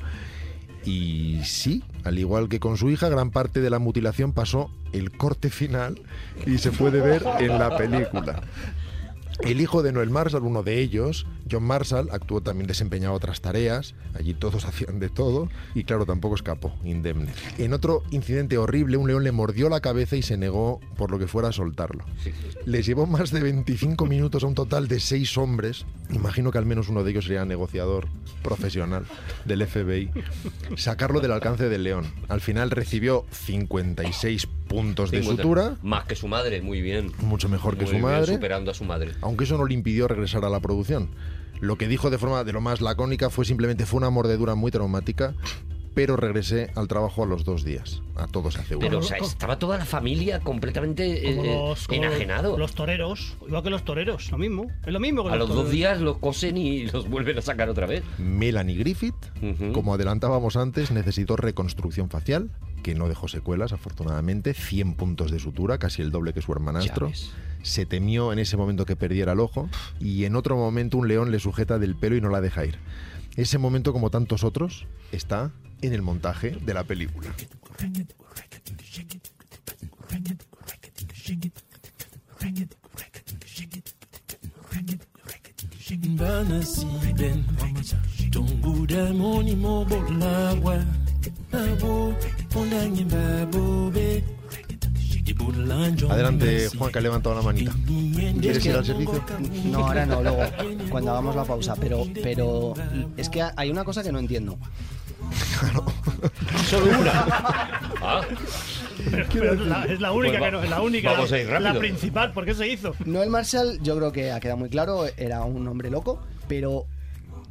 Speaker 6: Y sí, al igual que con su hija, gran parte de la mutilación pasó el corte final y se puede ver en la película. El hijo de Noel Marshall, uno de ellos, John Marshall, actuó también desempeñaba otras tareas. Allí todos (laughs) hacían de todo y claro, tampoco escapó, indemne. En otro incidente horrible, un león le mordió la cabeza y se negó por lo que fuera a soltarlo. Les llevó más de 25 minutos a un total de seis hombres. Imagino que al menos uno de ellos sería negociador profesional del FBI. Sacarlo del alcance del león. Al final recibió 56 puntos de
Speaker 3: 50.
Speaker 6: sutura.
Speaker 3: Más que su madre, muy bien.
Speaker 6: Mucho mejor que
Speaker 3: Muy
Speaker 6: su
Speaker 3: bien,
Speaker 6: madre.
Speaker 3: Superando a su madre.
Speaker 6: aunque eso no le impidió regresar a la producción. Lo que dijo de forma de lo más lacónica fue simplemente fue una mordedura muy traumática, pero regresé al trabajo a los dos días. A todos hace uno.
Speaker 3: Pero, o sea, estaba toda la familia completamente eh,
Speaker 2: Como los-
Speaker 3: eh,
Speaker 2: como
Speaker 3: enajenado.
Speaker 2: Los toreros, igual que los toreros, lo mismo. Es lo mismo que
Speaker 3: A los dos
Speaker 2: toreros.
Speaker 3: días los cosen y los vuelven a sacar otra vez.
Speaker 6: Melanie Griffith, como adelantábamos antes, necesitó reconstrucción facial, que no dejó secuelas, afortunadamente, 100 puntos de sutura, casi el doble que su hermanastro. Se temió en ese momento que perdiera el ojo y en otro momento un león le sujeta del pelo y no la deja ir. Ese momento, como tantos otros, está en el montaje de la película.
Speaker 11: Bana siden Tonguda moni mo bolawa Babo Pondangi babo be Bulanjo
Speaker 6: Adelante, Juan, que ha levantado la manita.
Speaker 5: Yo es
Speaker 6: ¿Quieres
Speaker 5: que-
Speaker 6: ir al servicio?
Speaker 5: No, ahora no, luego, cuando hagamos la pausa. Pero, pero es que hay una cosa que no entiendo.
Speaker 3: Solo una. Ah,
Speaker 2: Pero (laughs) es la, es la única
Speaker 5: Pues va-
Speaker 2: que no, es la única.
Speaker 5: vamos a ir rápido.
Speaker 2: La principal, ¿por qué se hizo?
Speaker 5: Noel Marshall, yo creo que ha quedado muy claro, era un hombre loco, pero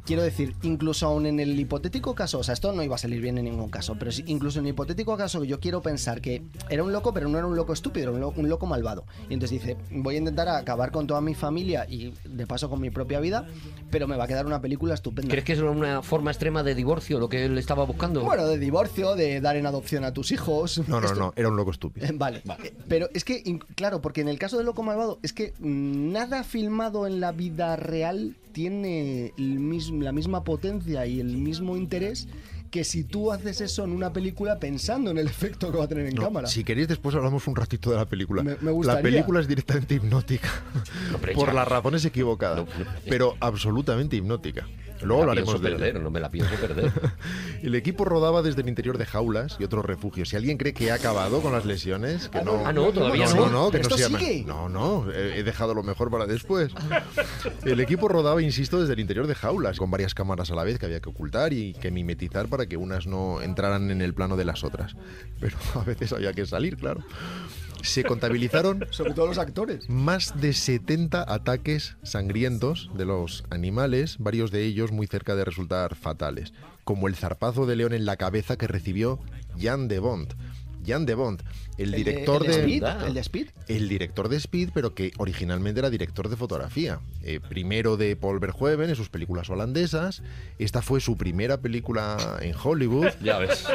Speaker 5: quiero decir, incluso aún en el hipotético caso, o sea, esto no iba a salir bien en ningún caso, pero si- incluso en el hipotético caso, yo quiero pensar que era un loco, pero no era un loco estúpido, era un, lo- un loco malvado. Y entonces dice, voy a intentar acabar con toda mi familia y de paso con mi propia vida, pero me va a quedar una película estupenda.
Speaker 3: ¿Crees que es una forma extrema de divorcio lo que él estaba buscando?
Speaker 5: Bueno, de divorcio, de dar en adopción a tus hijos.
Speaker 6: No, no,
Speaker 5: Esto-
Speaker 6: no, era un loco estúpido.
Speaker 5: Eh, Vale. Eh, Pero es que, in- claro, porque en el caso de Loco Malvado, es que mm, nada filmado en la vida real tiene el mis- la misma potencia y el mismo interés que si tú haces eso en una película pensando en el efecto que va a tener en
Speaker 6: No,
Speaker 5: cámara.
Speaker 6: Si queréis, después hablamos un ratito de la película.
Speaker 5: me gustaría.
Speaker 6: la película es directamente hipnótica. por las razones equivocadas. Pero absolutamente hipnótica. Luego
Speaker 3: la
Speaker 6: hablaremos
Speaker 3: pienso
Speaker 6: de ello.
Speaker 3: perder, no me la pienso perder.
Speaker 6: El equipo rodaba desde el interior de jaulas y otros refugios. Si alguien cree que he acabado con las lesiones, que no.
Speaker 3: Ah, no, todavía
Speaker 6: no.
Speaker 3: no.
Speaker 6: No, no, que
Speaker 3: Pero
Speaker 6: no
Speaker 3: esto
Speaker 6: se llama-
Speaker 3: sigue.
Speaker 6: No, no, he he dejado lo mejor para después. El equipo rodaba, insisto, desde el interior de jaulas, con varias cámaras a la vez que había que ocultar y que mimetizar para que unas no entraran en el plano de las otras. Pero (laughs) a veces había que salir, claro. Se contabilizaron
Speaker 5: Sobre todo los actores.
Speaker 6: más de 70 ataques sangrientos de los animales, varios de ellos muy cerca de resultar fatales, como el zarpazo de león en la cabeza que recibió Jan de Bond. Jan de Bond, el
Speaker 5: El de-
Speaker 6: director
Speaker 5: el de
Speaker 6: de,
Speaker 5: Speed, el de Speed.
Speaker 6: el director de Speed, pero que originalmente era director de fotografía. Eh, primero de Paul Verhoeven en sus películas holandesas. Esta fue su primera película en Hollywood.
Speaker 3: Ya ves.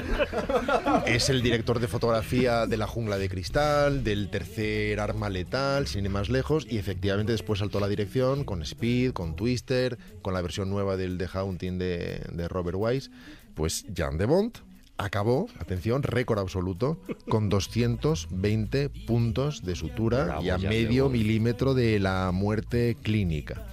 Speaker 6: Es el director de fotografía de La Jungla de Cristal, del tercer arma letal, Sin ir más lejos, y efectivamente después saltó a la dirección con Speed, con Twister, con la versión nueva del The Haunting de, de Robert Wise. Pues Jan de Bond acabó, atención, récord absoluto, con 220 puntos de sutura y a
Speaker 3: Jan de
Speaker 6: medio milímetro de la muerte clínica.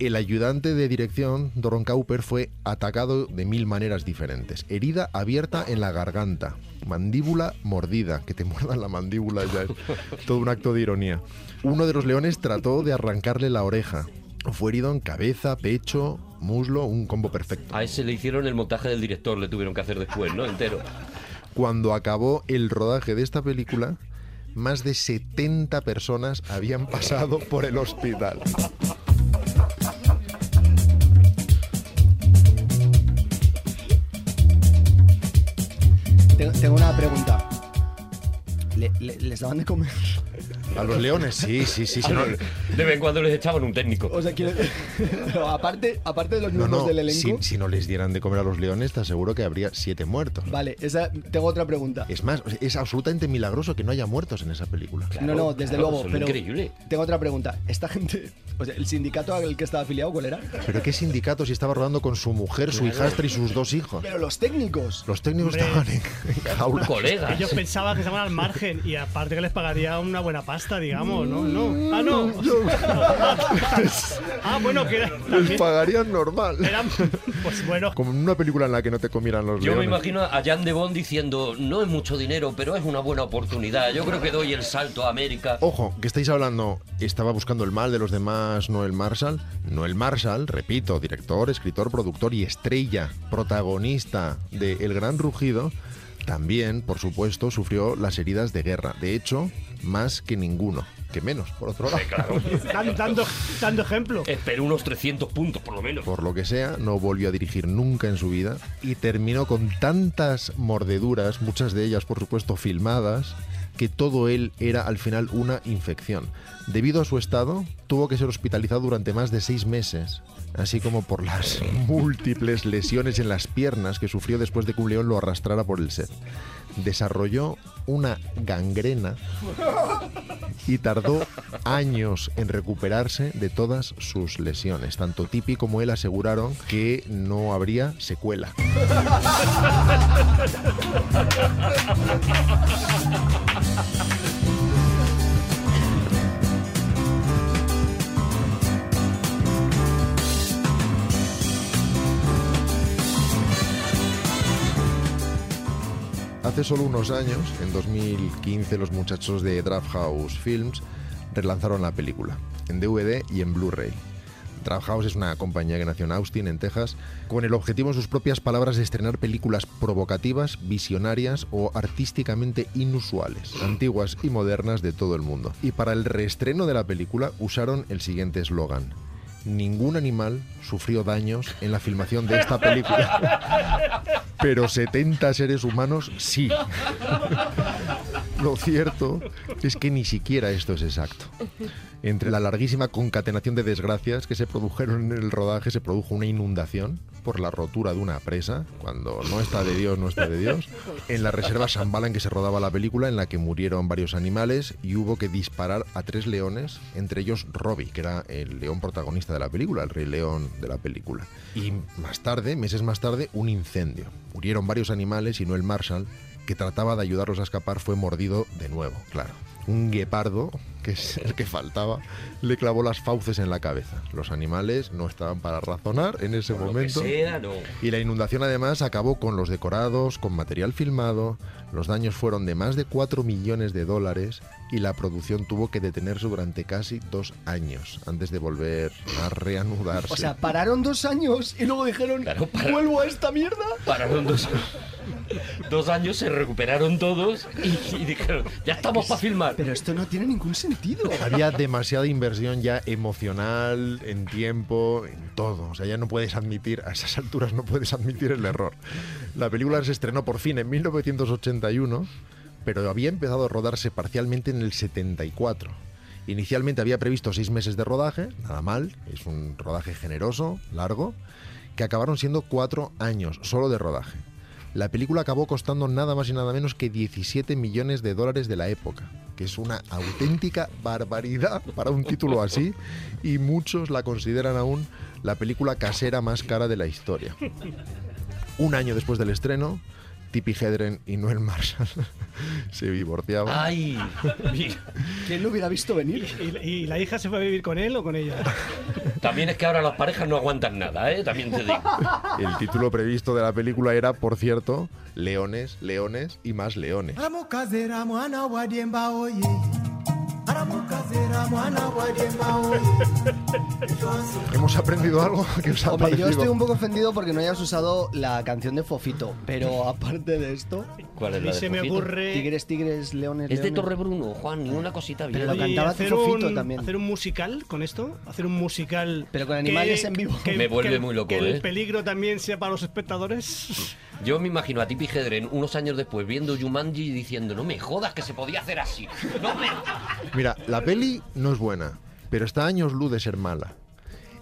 Speaker 6: El ayudante de dirección, Doron Cowper, fue atacado de mil maneras diferentes. Herida abierta en la garganta, mandíbula mordida, que te (laughs) muerdan la mandíbula ya es todo un acto de ironía. Uno de los leones trató de arrancarle la oreja. Fue herido en cabeza, pecho, muslo, un combo perfecto.
Speaker 3: A ese le hicieron el montaje del director, le tuvieron que hacer después, ¿no? Entero.
Speaker 6: Cuando acabó el rodaje de esta película, más de 70 personas habían pasado por el hospital.
Speaker 5: Tengo, tengo una pregunta. ¿Le- le- ¿Les daban de comer? (laughs)
Speaker 6: A los leones, sí, sí, sí. sí.
Speaker 3: Ah, no, De vez en cuando les echaban un técnico.
Speaker 5: O sea, quiero- (laughs) pero aparte, aparte de los
Speaker 6: No,
Speaker 5: miembros
Speaker 6: no,
Speaker 5: del elenco.
Speaker 6: si, si no les dieran de comer a los leones, te aseguro que habría siete muertos.
Speaker 5: Vale, esa, tengo otra pregunta.
Speaker 3: Eh,
Speaker 6: Es más, o sea, es absolutamente milagroso que no haya muertos en esa película.
Speaker 5: no, no, desde luego. Pero Tengo otra pregunta. Esta gente, (laughs) o sea, el sindicato al que estaba afiliado, ¿cuál era?
Speaker 6: Pero qué sindicato si estaba rodando con su mujer, su
Speaker 5: Claro.
Speaker 6: hijastra y sus dos hijos.
Speaker 5: Pero los técnicos.
Speaker 6: Los técnicos estaban en, en jaulas.
Speaker 3: Ah,
Speaker 2: Ellos pensaban que estaban al margen y aparte que les pagaría una buena pasta, digamos, ¿no? no. Ah, no. ah, bueno,
Speaker 3: (laughs)
Speaker 2: que era-
Speaker 6: (laughs) Les pagarían normal.
Speaker 2: pues bueno.
Speaker 6: Como en una película en la que no te comieran los
Speaker 3: Yo me
Speaker 6: leones.
Speaker 3: imagino a Jan de Bond diciendo, no es mucho dinero, pero es una buena oportunidad. Yo creo que doy el salto a América.
Speaker 6: Ojo, que estáis hablando, estaba buscando el mal de los demás Noel Marshall. Noel Marshall, repito, director, escritor, productor y estrella, protagonista de El Gran Rugido, también, por supuesto, sufrió las heridas de guerra. De hecho, más que ninguno. Que menos, por otro lado.
Speaker 2: Dan- dando, dando ejemplo.
Speaker 3: Esperé unos 300 puntos, por lo menos.
Speaker 6: Por lo que sea, no volvió a dirigir nunca en su vida y terminó con tantas mordeduras, muchas de ellas por supuesto filmadas, que todo él era al final una infección. Debido a su estado, tuvo que ser hospitalizado durante más de seis meses, así como por las múltiples lesiones en las piernas que sufrió después de que un león lo arrastrara por el set. Desarrolló una gangrena y tardó años en recuperarse de todas sus lesiones. Tanto Tipi como él aseguraron que no habría secuela. Hace solo unos años, en 2015, los muchachos de Draft House Films relanzaron la película, en DVD y en Blu-ray. Draft House es una compañía que nació en Austin, en Texas, con el objetivo, en sus propias palabras, de estrenar películas provocativas, visionarias o artísticamente inusuales, antiguas y modernas de todo el mundo. Y para el reestreno de la película usaron el siguiente eslogan. Ningún animal sufrió daños en la filmación de esta película pero 70 seres humanos sí. Lo cierto es que ni siquiera esto es exacto. Entre la larguísima concatenación de desgracias que se produjeron en el rodaje, se produjo una inundación por la rotura de una presa, cuando no está de Dios, no está de Dios, en la reserva Shambhala en que se rodaba la película, en la que murieron varios animales y hubo que disparar a tres leones, entre ellos Robbie, que era el león protagonista de la película, el rey león de la película. Y más tarde, meses más tarde, un incendio. Murieron varios animales y Noel Marshall, que trataba de ayudarlos a escapar, fue mordido de nuevo, claro. Un guepardo, que es el que faltaba, le clavó las fauces en la cabeza. Los animales no estaban para razonar en ese
Speaker 3: Lo que
Speaker 6: momento.
Speaker 3: sea, no.
Speaker 6: Y la inundación además acabó con los decorados, con material filmado, los daños fueron de más de 4 millones de dólares y la producción tuvo que detenerse durante casi dos años antes de volver a reanudarse.
Speaker 5: O sea, pararon dos años y luego dijeron,
Speaker 3: para-
Speaker 5: vuelvo a esta mierda.
Speaker 3: Pararon dos, dos años, se recuperaron todos y, y dijeron, ya estamos para filmar.
Speaker 5: Pero esto no tiene ningún sentido.
Speaker 6: (laughs) había demasiada inversión ya emocional, en tiempo, en todo. O sea, ya no puedes admitir, a esas alturas no puedes admitir el error. La película se estrenó por fin en 1981, pero había empezado a rodarse parcialmente en el 74. Inicialmente había previsto seis meses de rodaje, nada mal, es un rodaje generoso, largo, que acabaron siendo cuatro años solo de rodaje. La película acabó costando nada más y nada menos que 17 millones de dólares de la época, que es una auténtica barbaridad para un título así, y muchos la consideran aún la película casera más cara de la historia. Un año después del estreno, Tippi Hedren y Noel Marshall (laughs) se divorciaban.
Speaker 3: ¡Ay!
Speaker 5: ¿Quién lo hubiera visto venir?
Speaker 2: ¿Y, y, la hija se fue a vivir con él o con ella?
Speaker 3: También es que ahora las parejas no aguantan nada, ¿eh? También te digo.
Speaker 6: El título previsto de la película era, por cierto, Leones, Leones y más Leones. ¿Hemos aprendido algo? que os ha
Speaker 5: Hombre, yo
Speaker 6: parecido?
Speaker 5: estoy un poco ofendido porque no hayas usado la canción de Fofito, pero aparte de esto...
Speaker 3: ¿Cuál es
Speaker 2: Y
Speaker 3: la de
Speaker 2: se me
Speaker 3: Fofito?
Speaker 2: ocurre-
Speaker 5: Tigres, tigres, leones,
Speaker 3: Es de
Speaker 5: leones.
Speaker 3: Torre Bruno, Juan, ni una cosita bien.
Speaker 5: Pero lo
Speaker 2: Y
Speaker 5: cantaba
Speaker 2: hacer
Speaker 5: Fofito
Speaker 2: un,
Speaker 5: también.
Speaker 2: Hacer un musical con esto, hacer un musical.
Speaker 5: Pero con animales en vivo.
Speaker 3: Me vuelve muy loco,
Speaker 2: que
Speaker 3: ¿eh?
Speaker 2: El peligro también sea para los espectadores.
Speaker 3: Yo me imagino a Tipi Hedren unos años después viendo Jumanji y diciendo, no me jodas que se podía hacer así. No me...
Speaker 6: Mira, la peli no es buena, pero está a años luz de ser mala.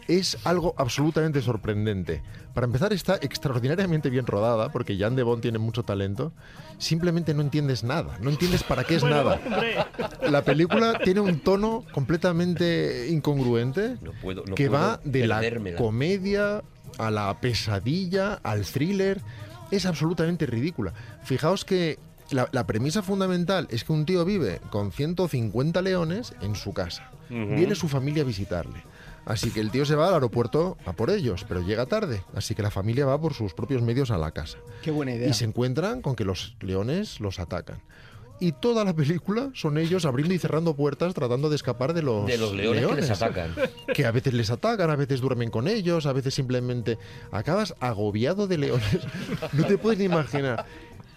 Speaker 6: Es algo absolutamente sorprendente. Para empezar, está extraordinariamente bien rodada, porque Jan de Bond tiene mucho talento. Simplemente no entiendes nada, no entiendes para qué es
Speaker 2: Bueno,
Speaker 6: nada.
Speaker 2: (laughs) hombre.
Speaker 6: La película tiene un tono completamente incongruente
Speaker 3: No puedo- no
Speaker 6: que
Speaker 3: puedo
Speaker 6: va de la
Speaker 3: perdérmela.
Speaker 6: comedia a la pesadilla, al thriller. Es absolutamente ridícula. Fijaos que la, la premisa fundamental es que un tío vive con 150 leones en su casa.
Speaker 12: Ujú.
Speaker 6: Viene su familia a visitarle. Así que el tío se va al aeropuerto a por ellos, pero llega tarde. Así que la familia va por sus propios medios a la casa.
Speaker 5: Qué buena idea.
Speaker 6: Y se encuentran con que los leones los atacan. Y toda la película son ellos abriendo y cerrando puertas tratando de escapar de los,
Speaker 3: De los leones que les atacan.
Speaker 6: (laughs) Que a veces les atacan, a veces duermen con ellos, a veces simplemente acabas agobiado de leones. (laughs) No te puedes ni imaginar.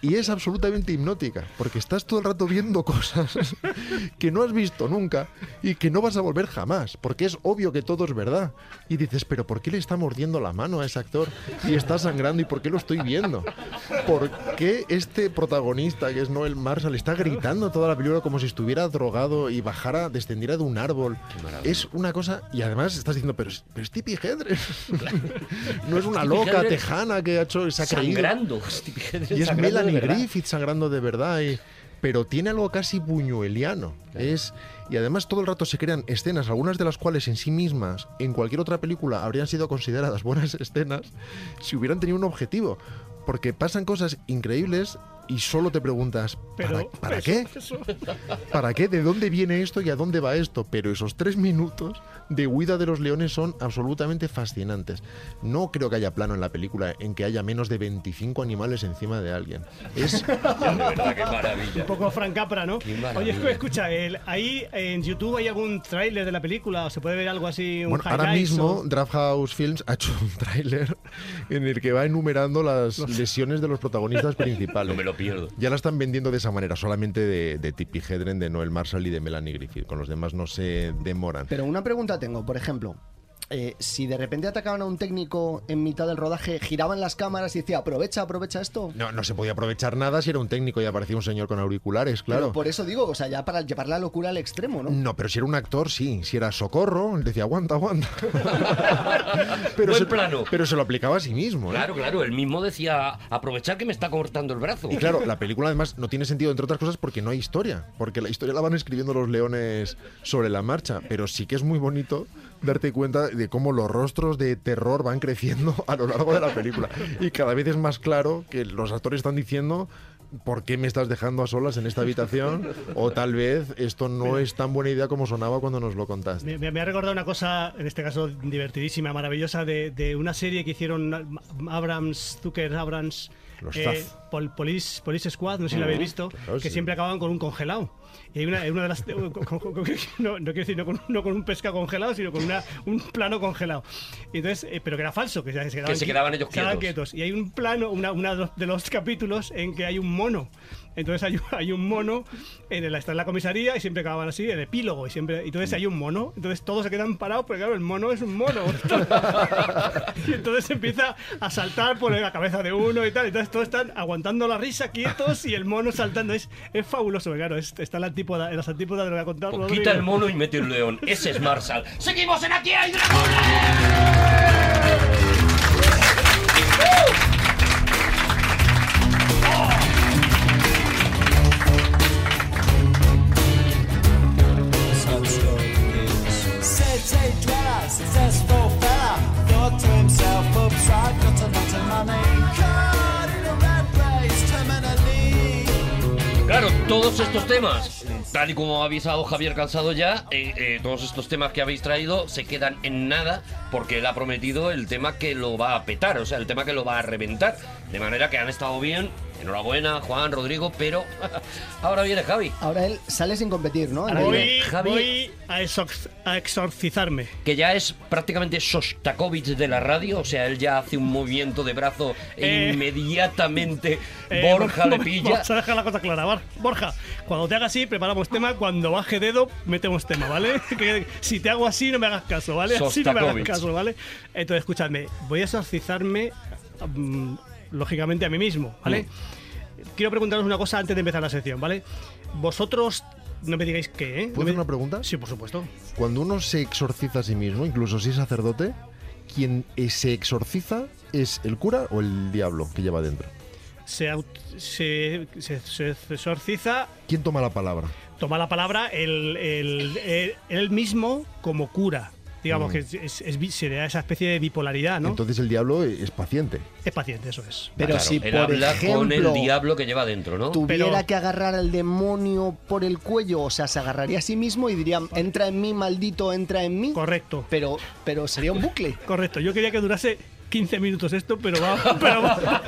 Speaker 6: Y es absolutamente hipnótica, porque estás todo el rato viendo cosas (laughs) que no has visto nunca y que no vas a volver jamás, porque es obvio que todo es verdad. Y dices, pero ¿por qué le está mordiendo la mano a ese actor? Y está sangrando, ¿y por qué lo estoy viendo? ¿Por qué este protagonista, que es Noel Marshall, está gritando toda la película como si estuviera drogado y bajara, descendiera de un árbol?
Speaker 3: maravilla.
Speaker 6: Es una cosa, y además estás diciendo, pero, es- pero es Tippi
Speaker 3: (laughs)
Speaker 6: Hedren. no es una
Speaker 3: Tippi
Speaker 6: loca
Speaker 3: Hedren
Speaker 6: tejana que ha hecho esa
Speaker 3: Sangrando. (laughs) Tippi Hedren
Speaker 6: y es
Speaker 3: sangrando de
Speaker 6: Melanie
Speaker 3: verdad.
Speaker 6: Griffith sangrando de verdad. y- pero tiene algo casi buñueliano. Es, y además todo el rato se crean escenas, algunas de las cuales en sí mismas, en cualquier otra película, habrían sido consideradas buenas (laughs) escenas si hubieran tenido un objetivo. Porque pasan cosas increíbles y solo te preguntas, ¿para,
Speaker 2: Pero,
Speaker 6: para
Speaker 2: eso-
Speaker 6: qué?
Speaker 2: eso-
Speaker 6: ¿Para qué? ¿De dónde viene esto y a dónde va esto? Pero esos tres minutos de huida de los leones son absolutamente fascinantes. No creo que haya plano en la película en que haya menos de 25 animales encima de alguien. Es
Speaker 3: De verdad, qué maravilla.
Speaker 2: Un poco Frank Capra, ¿no?
Speaker 3: Qué maravilla.
Speaker 2: Oye, escu- escucha, el- ahí en YouTube hay algún tráiler de la película, o se puede ver algo así, un
Speaker 6: Bueno, ahora
Speaker 2: highlights
Speaker 6: mismo
Speaker 2: o-
Speaker 6: Draft House Films ha hecho un tráiler en el que va enumerando las lesiones de los protagonistas principales.
Speaker 3: No me lo pierdo.
Speaker 6: Ya la están vendiendo de esa manera, solamente de, de Tippi Hedren, de Noel Marshall y de Melanie Griffith. Con los demás no se demoran.
Speaker 5: Pero una pregunta tengo, por ejemplo. eh, si de repente atacaban a un técnico en mitad del rodaje, giraban las cámaras y decía, aprovecha, aprovecha esto.
Speaker 6: No, no se podía aprovechar nada si era un técnico y aparecía un señor con auriculares, claro. Mm.
Speaker 5: Pero por eso digo, o sea, ya para llevar la locura al extremo, ¿no?
Speaker 6: No, pero si era un actor, sí. Si era socorro, él decía,
Speaker 3: (laughs)
Speaker 6: aguanta, aguanta. pero,
Speaker 3: Buen
Speaker 6: se,
Speaker 3: plano.
Speaker 6: pero se lo aplicaba a sí mismo. ¿eh?
Speaker 3: Claro, claro, él mismo decía, aprovechar que me está cortando el brazo.
Speaker 6: Y claro, la película además no tiene sentido, entre otras cosas, porque no hay historia. Porque la historia la van escribiendo los leones sobre la marcha. Pero sí que es muy bonito darte cuenta de cómo los rostros de terror van creciendo (laughs) a lo largo de la película. Y cada vez es más claro que los actores están diciendo. ¿Por qué me estás dejando a solas en esta habitación? O tal vez esto no es tan buena idea como sonaba cuando nos lo contaste.
Speaker 2: Me, me- me ha recordado una cosa, en este caso divertidísima, maravillosa, de, de una serie que hicieron Abrams, Zucker, Abrams, eh,
Speaker 6: Los Zaz.
Speaker 2: Pol- Police, Police Squad, no sé si
Speaker 6: Ujú,
Speaker 2: la habéis visto,
Speaker 6: claro,
Speaker 2: que
Speaker 6: sí.
Speaker 2: siempre acababan con un congelado. Y hay una, hay una de las. (laughs) con- con- con- no, no quiero decir no con, no con un pescado congelado, sino con una- un plano congelado. Y entonces, eh, pero que era falso, que, se quedaban,
Speaker 3: se quedaban ellos
Speaker 2: se quedaban
Speaker 3: quietos.
Speaker 2: Y hay un plano, una, una de los- de los capítulos en que hay un mono. Entonces hay, (laughs) un- hay un mono, en el, está en la comisaría y siempre acababan así, el epílogo. Y siempre, y entonces hay un mono, entonces todos se quedan parados, porque claro, el mono es un mono. (laughs) y entonces empieza a saltar por la cabeza de uno y tal. Entonces todos están aguantando la risa quietos y el mono saltando. Es, es fabuloso, claro, es- está en la antípoda, en las antípodas de lo que ha contado
Speaker 3: Pues
Speaker 2: Rodrigo.
Speaker 3: quita el mono y mete un león. Ese es Marshall.
Speaker 1: Seguimos en Aquí hay dragones.
Speaker 8: Said Tate Dweller, successful fella, thought to himself, oops, I've got a lot of money. Caught in a rat race, turn
Speaker 3: claro, todos estos temas, tal y como ha avisado Javier Cansado ya, eh, eh, todos estos temas que habéis traído se quedan en nada porque él ha prometido el tema que lo va a petar, o sea, el tema que lo va a reventar. De manera que han estado bien. Enhorabuena, Juan, Rodrigo, pero (laughs) ahora viene Javi.
Speaker 5: Ahora él sale sin competir, ¿no?
Speaker 3: Ahora
Speaker 2: Voy,
Speaker 3: viene Javi,
Speaker 2: voy a, exorc- a exorcizarme.
Speaker 3: que ya es prácticamente Sostakovich de la radio, o sea, él ya hace un movimiento de brazo e
Speaker 2: Eh,
Speaker 3: inmediatamente
Speaker 2: Eh, (laughs)
Speaker 3: Borja le
Speaker 2: vamos-
Speaker 3: pilla.
Speaker 2: Vamos a dejar la cosa clara. Bar- Borja, cuando te haga así, preparamos tema. Cuando baje dedo, metemos tema, ¿vale? (laughs) Que si te hago así, no me hagas caso, ¿vale? Así no me hagas
Speaker 3: Sostakovich.
Speaker 2: caso, ¿vale? Entonces, escúchame, voy a exorcizarme, mm, lógicamente, a mí mismo, ¿vale? Quiero preguntaros una cosa antes de empezar la sección, ¿vale? Vosotros, no me digáis qué, ¿eh?
Speaker 6: ¿Puedo hacer una pregunta?
Speaker 2: Sí, por supuesto.
Speaker 6: Cuando uno se exorciza a sí mismo, incluso si es sacerdote, quien eh, se exorciza es el cura o el diablo que lleva dentro.
Speaker 2: Se, aut- se, se- se- se exorciza
Speaker 6: ¿Quién toma la palabra?
Speaker 2: toma la palabra él, él- él- él mismo como cura. Digamos
Speaker 6: Mm.
Speaker 2: que es, es- es bi- se le da esa especie de bipolaridad, ¿no?
Speaker 6: Entonces el diablo es paciente.
Speaker 2: es paciente, eso es.
Speaker 5: Pero
Speaker 3: Ah, Claro,
Speaker 5: si,
Speaker 3: él
Speaker 5: por
Speaker 3: habla con el
Speaker 5: ejemplo,
Speaker 3: diablo que lleva dentro, ¿no?
Speaker 5: Tuviera que agarrar al demonio por el cuello, o sea, se agarraría a sí mismo y diría, entra en mí, maldito, entra en mí.
Speaker 2: Correcto.
Speaker 5: Pero, pero sería un bucle.
Speaker 2: Correcto, yo quería que durase 15 minutos esto, pero vamos,
Speaker 3: (laughs)
Speaker 2: pero va-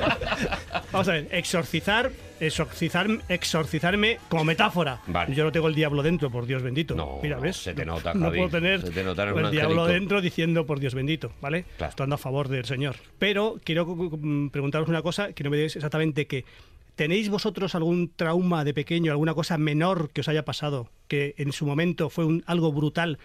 Speaker 2: vamos a ver, exorcizar, exorcizar, exorcizarme como metáfora.
Speaker 3: Vale.
Speaker 2: Yo no tengo el diablo dentro, por Dios bendito.
Speaker 3: No,
Speaker 2: Mira, ¿ves?
Speaker 3: se te nota,
Speaker 2: No
Speaker 3: Javi,
Speaker 2: puedo tener
Speaker 3: se te nota,
Speaker 2: el
Speaker 3: eres un
Speaker 2: diablo
Speaker 3: angelito.
Speaker 2: dentro diciendo por Dios bendito, ¿vale? Estando a favor del Señor. Pero quiero mm, preguntaros una cosa que no me digáis exactamente qué. ¿Tenéis vosotros algún trauma de pequeño, alguna cosa menor que os haya pasado, que en su momento fue un- algo brutal,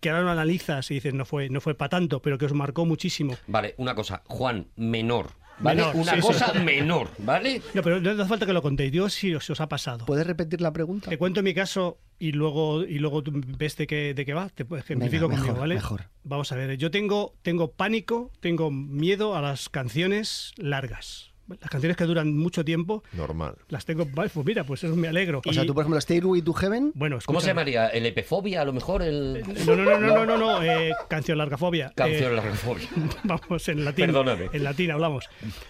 Speaker 2: que ahora lo analizas y dices no fue, no fue para tanto, pero que os marcó muchísimo?
Speaker 3: Vale, una cosa, Juan, menor. ¿Vale?
Speaker 2: Menor,
Speaker 3: una
Speaker 2: sí, sí.
Speaker 3: cosa menor, ¿vale?
Speaker 2: No, pero no hace falta que lo contéis, digo si os, si os ha pasado.
Speaker 5: ¿Puedes repetir la pregunta?
Speaker 2: Te cuento mi caso y luego, y luego tú ves de qué, de qué va, te puedes ejemplifico
Speaker 5: Venga,
Speaker 2: conmigo,
Speaker 5: mejor,
Speaker 2: ¿vale?
Speaker 5: mejor.
Speaker 2: Vamos a ver, yo tengo, tengo pánico, tengo miedo a las canciones largas. Las canciones que duran mucho tiempo,
Speaker 6: Normal.
Speaker 2: las tengo, pues mira, pues eso me alegro.
Speaker 5: O sea,
Speaker 2: Y-
Speaker 5: tú, por ejemplo, Stairway to Heaven.
Speaker 2: Bueno,
Speaker 3: ¿Cómo se
Speaker 2: escúchame.
Speaker 3: llamaría? ¿El epefobia, a lo mejor? El...
Speaker 2: No, no, no, no, no, no, no, eh, canción largafobia.
Speaker 3: Canción
Speaker 2: Eh,
Speaker 3: largafobia.
Speaker 2: (laughs) Vamos, en latín.
Speaker 3: Perdóname.
Speaker 2: En latín hablamos.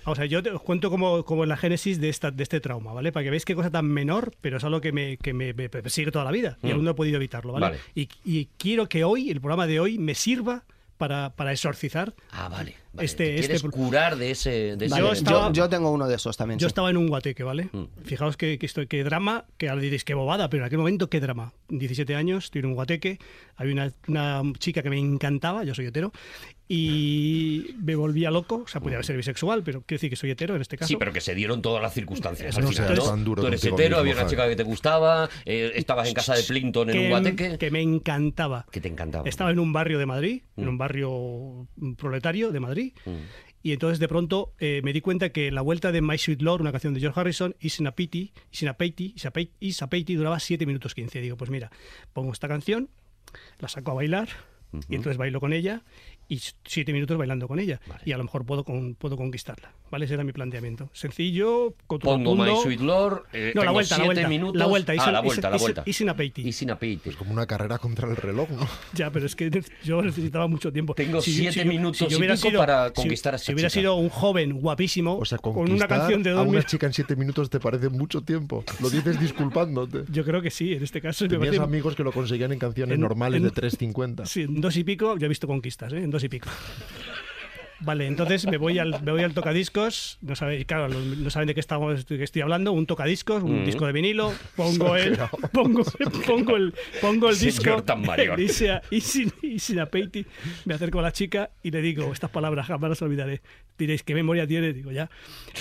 Speaker 2: O sea, yo te os cuento como, como la génesis de, esta, de este trauma, ¿vale? Para que veáis qué cosa tan menor, pero es algo que me, que me, me persigue toda la vida. Y
Speaker 3: Mm.
Speaker 2: aún no he podido evitarlo, ¿vale?
Speaker 3: Vale.
Speaker 2: Y, y quiero que hoy, el programa de hoy, me sirva para, para exorcizar.
Speaker 3: Ah, vale.
Speaker 2: Este,
Speaker 3: ¿Quieres
Speaker 2: este-
Speaker 3: curar de ese... de
Speaker 2: Yo
Speaker 3: ese-
Speaker 5: Vale,
Speaker 2: estaba-
Speaker 5: yo, yo tengo uno de esos también.
Speaker 2: Yo
Speaker 5: sí.
Speaker 2: estaba en un guateque, ¿vale?
Speaker 3: Mm.
Speaker 2: Fijaos que, que estoy, qué drama, que ahora diréis qué bobada, pero en aquel momento qué drama. 17 años, estoy en un guateque, había una, una chica que me encantaba, yo soy hetero, y me volvía loco, o sea,
Speaker 3: Mm.
Speaker 2: podía ser bisexual, pero quiero decir que soy hetero en este caso.
Speaker 3: Sí, pero que se dieron todas las circunstancias.
Speaker 6: Eso
Speaker 3: Al
Speaker 6: no
Speaker 3: final,
Speaker 6: seas
Speaker 3: ¿no?
Speaker 6: tan duro
Speaker 3: Tú eres
Speaker 6: contigo
Speaker 3: hetero,
Speaker 6: mismo,
Speaker 3: había una
Speaker 6: Javi.
Speaker 3: chica que te gustaba, eh, estabas en casa de Plinton en un guateque,
Speaker 2: Que me encantaba.
Speaker 3: que te encantaba.
Speaker 2: Estaba en un barrio de Madrid, en
Speaker 3: Mm.
Speaker 2: un barrio proletario de Madrid,
Speaker 3: Mm.
Speaker 2: Y entonces de pronto eh, me di cuenta que la vuelta de My Sweet Lord, una canción de George Harrison, y Sinapiti, Sinapeiti, Isape- Isapeiti, duraba 7 minutos 15. Digo, pues mira, pongo esta canción, la saco a bailar, y entonces bailo con ella, y 7 minutos bailando con ella. Y a lo mejor puedo, con- puedo conquistarla. ¿vale Ese era mi planteamiento. Sencillo, con
Speaker 3: Pongo My Sweet Lord, eh,
Speaker 2: no, la
Speaker 3: tengo
Speaker 2: vuelta, la
Speaker 3: siete
Speaker 2: vuelta,
Speaker 3: minutos.
Speaker 2: la vuelta, y
Speaker 3: ah,
Speaker 2: sin-
Speaker 3: la
Speaker 2: y
Speaker 3: vuelta,
Speaker 2: sin-
Speaker 3: la
Speaker 2: y sin-
Speaker 3: vuelta.
Speaker 2: y sin apeiti.
Speaker 3: Y sin
Speaker 2: (laughs)
Speaker 3: apeiti.
Speaker 6: Como una carrera contra el reloj, ¿no?
Speaker 2: Ya, pero es que yo necesitaba mucho tiempo.
Speaker 3: Tengo siete
Speaker 2: yo-
Speaker 3: minutos y pico para conquistar a esta
Speaker 2: Si hubiera
Speaker 3: chica.
Speaker 2: sido un joven guapísimo,
Speaker 6: O sea,
Speaker 2: con una canción de
Speaker 6: conquistar a
Speaker 2: dos
Speaker 6: una
Speaker 2: minutos.
Speaker 6: chica en siete minutos te parece mucho tiempo. Lo dices
Speaker 2: (laughs)
Speaker 6: disculpándote.
Speaker 2: Yo creo que sí, en este caso. me
Speaker 6: Tenías
Speaker 2: parece-
Speaker 6: amigos que lo conseguían en canciones
Speaker 2: en-
Speaker 6: normales
Speaker 2: en-
Speaker 6: de 3.50.
Speaker 2: Sí, en dos y pico, yo he visto conquistas, ¿eh? En dos y pico. Vale, entonces me voy al, me voy al tocadiscos, no sabéis, claro, no no saben de qué, estamos, de qué estoy hablando, un tocadiscos, un
Speaker 3: Mm.
Speaker 2: disco
Speaker 3: (laughs)
Speaker 2: de vinilo, pongo el, pongo, pongo el, pongo el
Speaker 3: Señor
Speaker 2: disco
Speaker 3: tan mayor.
Speaker 2: y sea- y sin, y sin apeiti, me acerco a la chica y le digo estas palabras, jamás las olvidaré. Diréis, ¿qué memoria tiene? Digo, ya,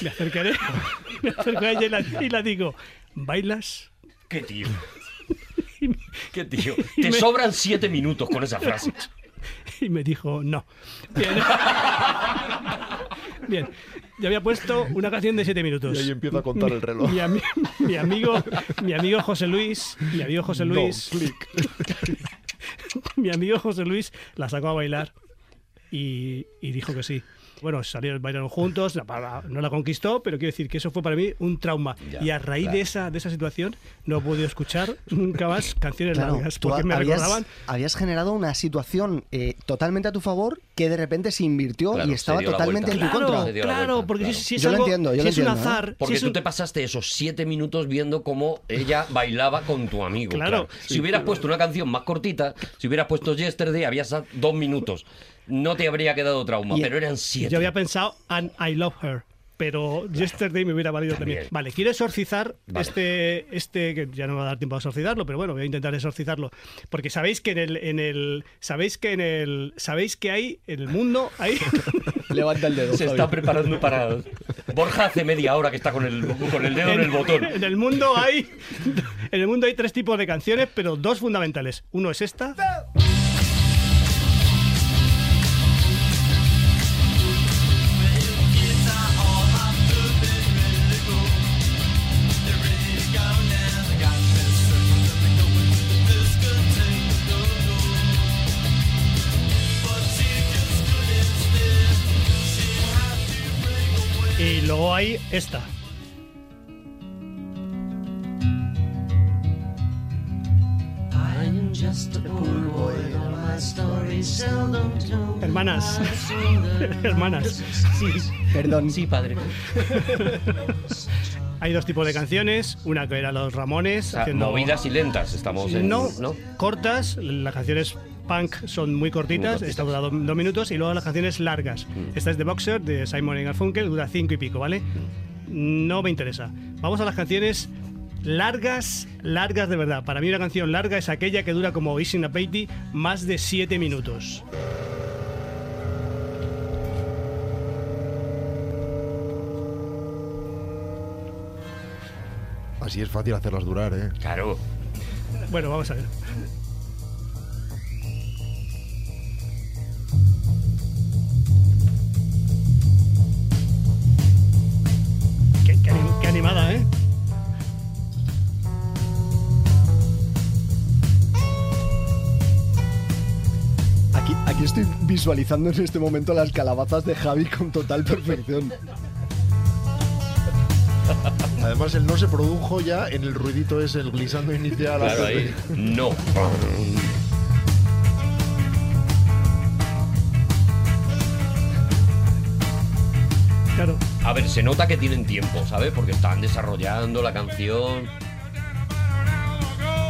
Speaker 2: me acercaré, (laughs) me acerco a ella y la, y la digo, ¿bailas?
Speaker 3: Qué tío. (laughs) Qué tío. Te sobran siete minutos con esa
Speaker 2: (laughs)
Speaker 3: frase.
Speaker 2: Y me dijo, no. (laughs) Bien. Yo había puesto una canción de 7 minutos.
Speaker 6: Y
Speaker 5: em-
Speaker 6: ahí empieza
Speaker 2: (laughs)
Speaker 6: a contar el reloj.
Speaker 2: Mi, ami- mi amigo, mi amigo José Luis, mi amigo José
Speaker 6: (laughs) No,
Speaker 2: Luis, (laughs) mi amigo José Luis la sacó a bailar y, y dijo que sí. Bueno, salieron, bailaron juntos, la- la- no la conquistó, pero quiero decir que eso fue para mí un trauma.
Speaker 3: Ya,
Speaker 2: y a raíz
Speaker 3: claro.
Speaker 2: de, esa, de esa situación no he podido escuchar nunca más canciones
Speaker 5: Claro,
Speaker 2: largas
Speaker 5: tú
Speaker 2: porque me
Speaker 5: habías,
Speaker 2: recordaban
Speaker 5: habías generado una situación eh, totalmente a tu favor que de repente se invirtió
Speaker 3: Claro,
Speaker 5: y estaba
Speaker 3: se dio la
Speaker 5: totalmente en tu
Speaker 3: vuelta.
Speaker 5: contra.
Speaker 3: Se dio la vuelta,
Speaker 2: porque si-
Speaker 3: claro.
Speaker 2: si es
Speaker 5: Yo lo
Speaker 2: algo-
Speaker 5: entiendo, yo
Speaker 2: si
Speaker 5: lo
Speaker 2: es un
Speaker 5: entiendo, ¿eh?
Speaker 2: azar, si
Speaker 3: Porque
Speaker 2: es
Speaker 3: tú
Speaker 2: un-
Speaker 3: te pasaste esos siete minutos viendo cómo ella bailaba con tu amigo.
Speaker 2: Claro.
Speaker 3: Si hubieras puesto una canción más cortita, si hubieras puesto Yesterday, habías dado dos minutos. No te habría quedado trauma,
Speaker 2: Y-
Speaker 3: pero eran siete.
Speaker 2: Yo había pensado and I love her. Pero yesterday me hubiera valido también.
Speaker 3: También.
Speaker 2: Vale, quiero exorcizar
Speaker 3: Vale.
Speaker 2: este, este, que ya no me va a dar tiempo a exorcizarlo, pero bueno, voy a intentar exorcizarlo. Porque sabéis que en el, en el sabéis que en el, sabéis que hay en el mundo,
Speaker 3: (laughs)
Speaker 2: hay,
Speaker 5: Levanta el dedo.
Speaker 3: Se está preparando para. Borja hace media hora que está con el, con el dedo en el botón.
Speaker 2: en el mundo hay, en el mundo hay tres tipos de canciones, pero dos fundamentales. Uno es esta. Y luego hay esta. Hermanas. Hermanas. Sí.
Speaker 5: Perdón.
Speaker 3: Sí, padre.
Speaker 2: Hay dos tipos de canciones. Una que era los Ramones.
Speaker 3: O sea,
Speaker 2: haciendo-
Speaker 3: movidas y lentas estamos en.
Speaker 2: no, cortas. Las canciones punk son muy
Speaker 3: Muy
Speaker 2: cortitas.
Speaker 3: cortitas. Mm.
Speaker 2: Esta dura do- dos, minutos. Y luego las canciones largas. Esta es The Boxer de Simon y Garfunkel. Dura cinco y pico, ¿vale?
Speaker 3: Mm.
Speaker 2: No me interesa. Vamos a las canciones largas, largas de verdad. Para mí una canción larga es aquella que dura como Isn't a Baby más de siete minutos.
Speaker 6: Así es fácil hacerlas durar, ¿eh?
Speaker 3: Claro.
Speaker 2: Bueno, vamos a ver. Qué, qué anim- qué animada, ¿eh?
Speaker 5: Aquí, aquí estoy visualizando en este momento las calabazas de Javi con total perfección.
Speaker 4: Además, el no se produjo ya en el ruidito es el glissando inicial.
Speaker 3: Claro, ahí. No.
Speaker 2: Claro.
Speaker 3: A ver, se nota que tienen tiempo, ¿sabes? Porque están desarrollando la canción.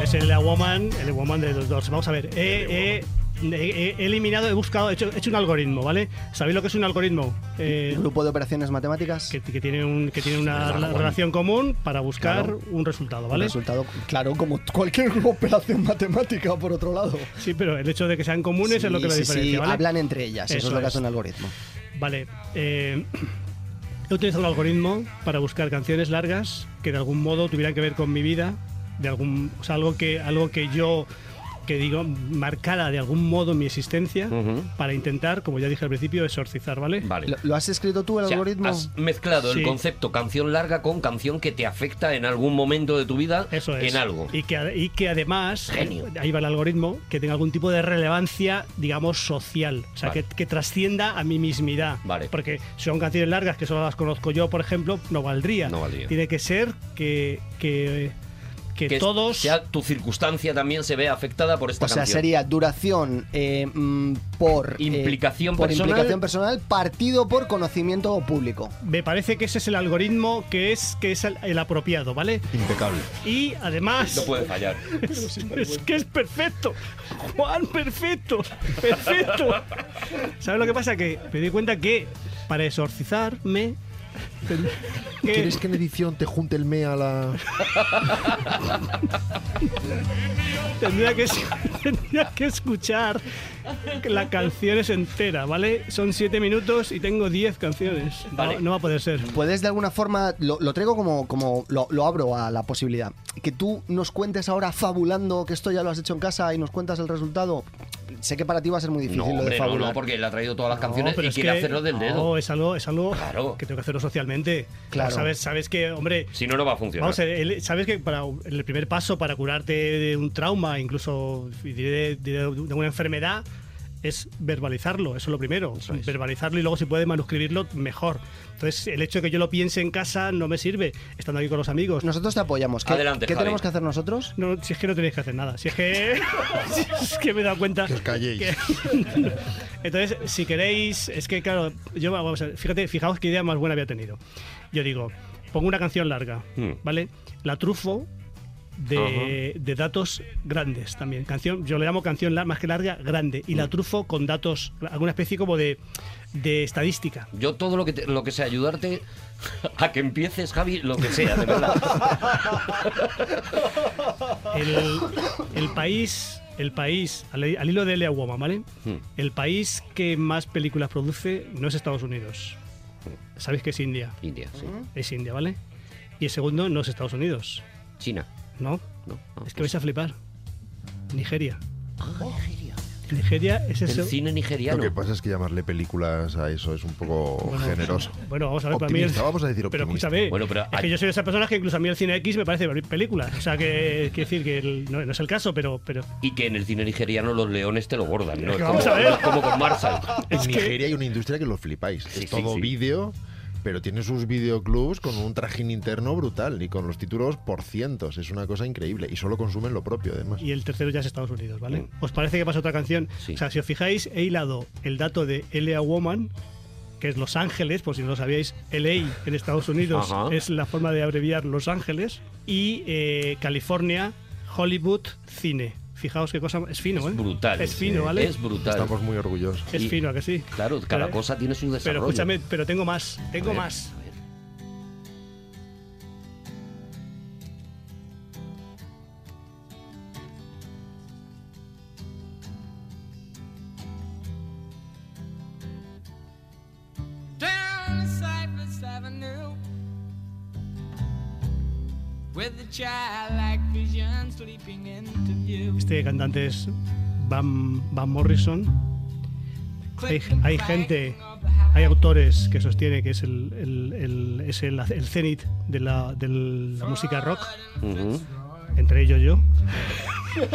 Speaker 2: Es el Woman, el Woman de los dos. Vamos a ver. He, he- he- he eliminado, he buscado, he hecho, he hecho un algoritmo, ¿vale? ¿Sabéis lo que es un algoritmo? Eh,
Speaker 5: Grupo de operaciones matemáticas.
Speaker 2: que, que tiene, un, que tiene una
Speaker 5: Algoritmo.
Speaker 2: rela- relación común para buscar
Speaker 5: Claro.
Speaker 2: un resultado,
Speaker 5: Un
Speaker 2: ¿vale?
Speaker 5: resultado, claro, como cualquier operación matemática, por otro lado.
Speaker 2: Sí, pero el hecho de que sean comunes es lo que lo
Speaker 5: Sí, sí, sí,
Speaker 2: diferencia, ¿vale?
Speaker 5: hablan entre ellas, eso, es lo que hace un algoritmo.
Speaker 2: Vale. eh, he utilizado un algoritmo para buscar canciones largas que de algún modo tuvieran que ver con mi vida, de algún, o sea, algo que, algo que yo que digo marcara de algún modo mi existencia
Speaker 3: Ujú.
Speaker 2: para intentar, como ya dije al principio, exorcizar, ¿vale?
Speaker 3: Vale.
Speaker 5: ¿Lo, lo has escrito tú el
Speaker 3: O sea,
Speaker 5: algoritmo?
Speaker 3: has mezclado
Speaker 2: Sí.
Speaker 3: el concepto canción larga con canción que te afecta en algún momento de tu vida
Speaker 2: Eso es.
Speaker 3: en algo.
Speaker 2: Y que, y que además,
Speaker 3: Genio.
Speaker 2: ahí va el algoritmo, que tenga algún tipo de relevancia, digamos, social. O sea,
Speaker 3: Vale.
Speaker 2: que, que trascienda a mi mismidad.
Speaker 3: Vale.
Speaker 2: Porque si son canciones largas que solo las conozco yo, por ejemplo, no valdría.
Speaker 3: No valdría.
Speaker 2: Tiene que ser que, que, que
Speaker 3: Que
Speaker 2: todos...
Speaker 3: sea tu circunstancia también se vea afectada por esta
Speaker 5: O sea,
Speaker 3: canción.
Speaker 5: sería duración eh, mm, por, eh,
Speaker 3: Implicación
Speaker 5: por
Speaker 3: personal.
Speaker 5: implicación personal, partido por conocimiento público.
Speaker 2: Me parece que ese es el algoritmo que es, que es el, el
Speaker 3: (laughs)
Speaker 2: apropiado, ¿vale?
Speaker 6: Impecable.
Speaker 2: Y además...
Speaker 3: No puede
Speaker 5: (laughs)
Speaker 3: fallar.
Speaker 2: Es, es que es perfecto. Juan, perfecto. Perfecto. ¿Sabes lo que pasa? Que me di cuenta que para exorcizarme... ten- que-
Speaker 4: ¿Quieres que en edición te junte el me a la.?
Speaker 2: tendría que, es- (laughs) tendría que escuchar las canciones enteras, ¿vale? Son siete minutos y tengo 10 canciones. No-
Speaker 3: Vale. Pues,
Speaker 2: No, va a poder ser.
Speaker 5: Puedes de alguna forma, lo, lo traigo como, como lo, lo abro a la posibilidad, que tú nos cuentes ahora fabulando que esto ya lo has hecho en casa y nos cuentas el resultado. Sé que para ti va a ser muy difícil
Speaker 3: No,
Speaker 5: lo de
Speaker 3: hombre, no,
Speaker 5: fabular.
Speaker 3: no, porque él ha traído todas las
Speaker 2: No,
Speaker 3: canciones
Speaker 2: pero
Speaker 3: y
Speaker 2: es
Speaker 3: quiere
Speaker 2: que-
Speaker 3: hacerlo del dedo.
Speaker 2: No, es algo, es algo
Speaker 3: Claro.
Speaker 2: que tengo que hacerlo socialmente.
Speaker 5: Claro.
Speaker 2: Sabes, sabes que, hombre,
Speaker 3: Si no, no va a funcionar.
Speaker 2: Vamos, el- sabes que para el primer paso para curarte de un trauma, incluso diré- diré de una enfermedad, es verbalizarlo, eso es lo primero. Verbalizarlo y luego si puede manuscribirlo, mejor. Entonces, el hecho de que yo lo piense en casa no me sirve, estando aquí con los amigos.
Speaker 5: Nosotros te apoyamos. ¿Qué,
Speaker 3: Adelante,
Speaker 5: ¿qué
Speaker 3: Javi.
Speaker 5: tenemos que hacer nosotros?
Speaker 2: No, si es que no tenéis que hacer nada. Si es que, (laughs) si es que me he dado cuenta.
Speaker 6: Que os calléis.
Speaker 2: que- (laughs) Entonces, si queréis, es que claro, yo vamos a ver, fíjate, fijaos qué idea más buena había tenido. Yo digo, pongo una canción larga,
Speaker 8: Hmm.
Speaker 2: ¿vale? La trufo de, de datos grandes también. Canción, yo le llamo canción lar- más que larga, grande. Y
Speaker 6: Hmm.
Speaker 2: la trufo con datos, alguna especie como de, de estadística.
Speaker 3: Yo todo lo que, te- lo que sea, ayudarte a que empieces, Javi, lo que sea, de verdad.
Speaker 5: (laughs)
Speaker 2: El, el país, el país, al, al hilo de Elia Woman, ¿vale?
Speaker 6: Hmm.
Speaker 2: El país que más películas produce no es Estados Unidos.
Speaker 6: Hmm.
Speaker 2: Sabéis que es India.
Speaker 3: India, sí.
Speaker 2: Es India, ¿vale? Y el segundo no es Estados Unidos.
Speaker 3: China.
Speaker 2: ¿No?
Speaker 3: No, no,
Speaker 6: Ah,
Speaker 2: es que
Speaker 3: pues-
Speaker 2: vais a flipar. Nigeria. Nigeria. Nigeria es el, seg-
Speaker 6: Lo que pasa es que llamarle películas a eso es un poco
Speaker 2: Bueno,
Speaker 6: generoso.
Speaker 2: Bueno, vamos a ver, para mí
Speaker 6: Optimista,
Speaker 2: el-
Speaker 6: vamos a decir
Speaker 2: Pero
Speaker 6: optimista.
Speaker 2: escúchame,
Speaker 6: Bueno, pero
Speaker 2: es que
Speaker 6: hay-
Speaker 2: yo soy de esas personas que incluso a mí el cine X me parece película. O sea, que quiero decir que el- no, no es el caso, pero, pero
Speaker 3: Y que en el cine nigeriano los leones te lo bordan, ¿no?
Speaker 2: Es que
Speaker 3: Es
Speaker 2: vamos
Speaker 3: como,
Speaker 2: a ver.
Speaker 3: como con Marshall.
Speaker 6: En Nigeria hay una industria que lo flipáis.
Speaker 3: Sí,
Speaker 6: es todo
Speaker 3: sí, sí.
Speaker 6: vídeo, pero tiene sus videoclubs con un trajín interno brutal y con los títulos por cientos. Es una cosa increíble. Y solo consumen lo propio, además.
Speaker 2: y el tercero ya es Estados Unidos, ¿vale?
Speaker 3: Mm.
Speaker 2: ¿Os parece que pasa otra canción? O sea, si os fijáis, he hilado el dato de LA Woman, que es Los Ángeles, por si no lo sabíais, LA en Estados Unidos
Speaker 3: Ajá.
Speaker 2: es la forma de abreviar Los Ángeles, y eh, California, Hollywood, cine. Fijaos qué cosa, es fino, ¿eh?
Speaker 3: Brutal.
Speaker 2: Es fino,
Speaker 3: sí,
Speaker 2: ¿vale?
Speaker 3: Es brutal.
Speaker 6: Estamos muy orgullosos.
Speaker 2: Es
Speaker 3: Y-
Speaker 2: fino, ¿a que sí?
Speaker 3: Claro, cada
Speaker 2: Pero-
Speaker 3: cosa tiene su desarrollo.
Speaker 2: Pero escúchame, pero tengo más, tengo
Speaker 3: ver.
Speaker 2: más.
Speaker 12: down Cypress Avenue with a childlike vision sleeping into view.
Speaker 2: Este cantante es Van, Van Morrison. Hay, hay gente, hay autores que sostienen que es el, el, el- es el, el cenit de la, de la música rock, entre ellos yo. (laughs)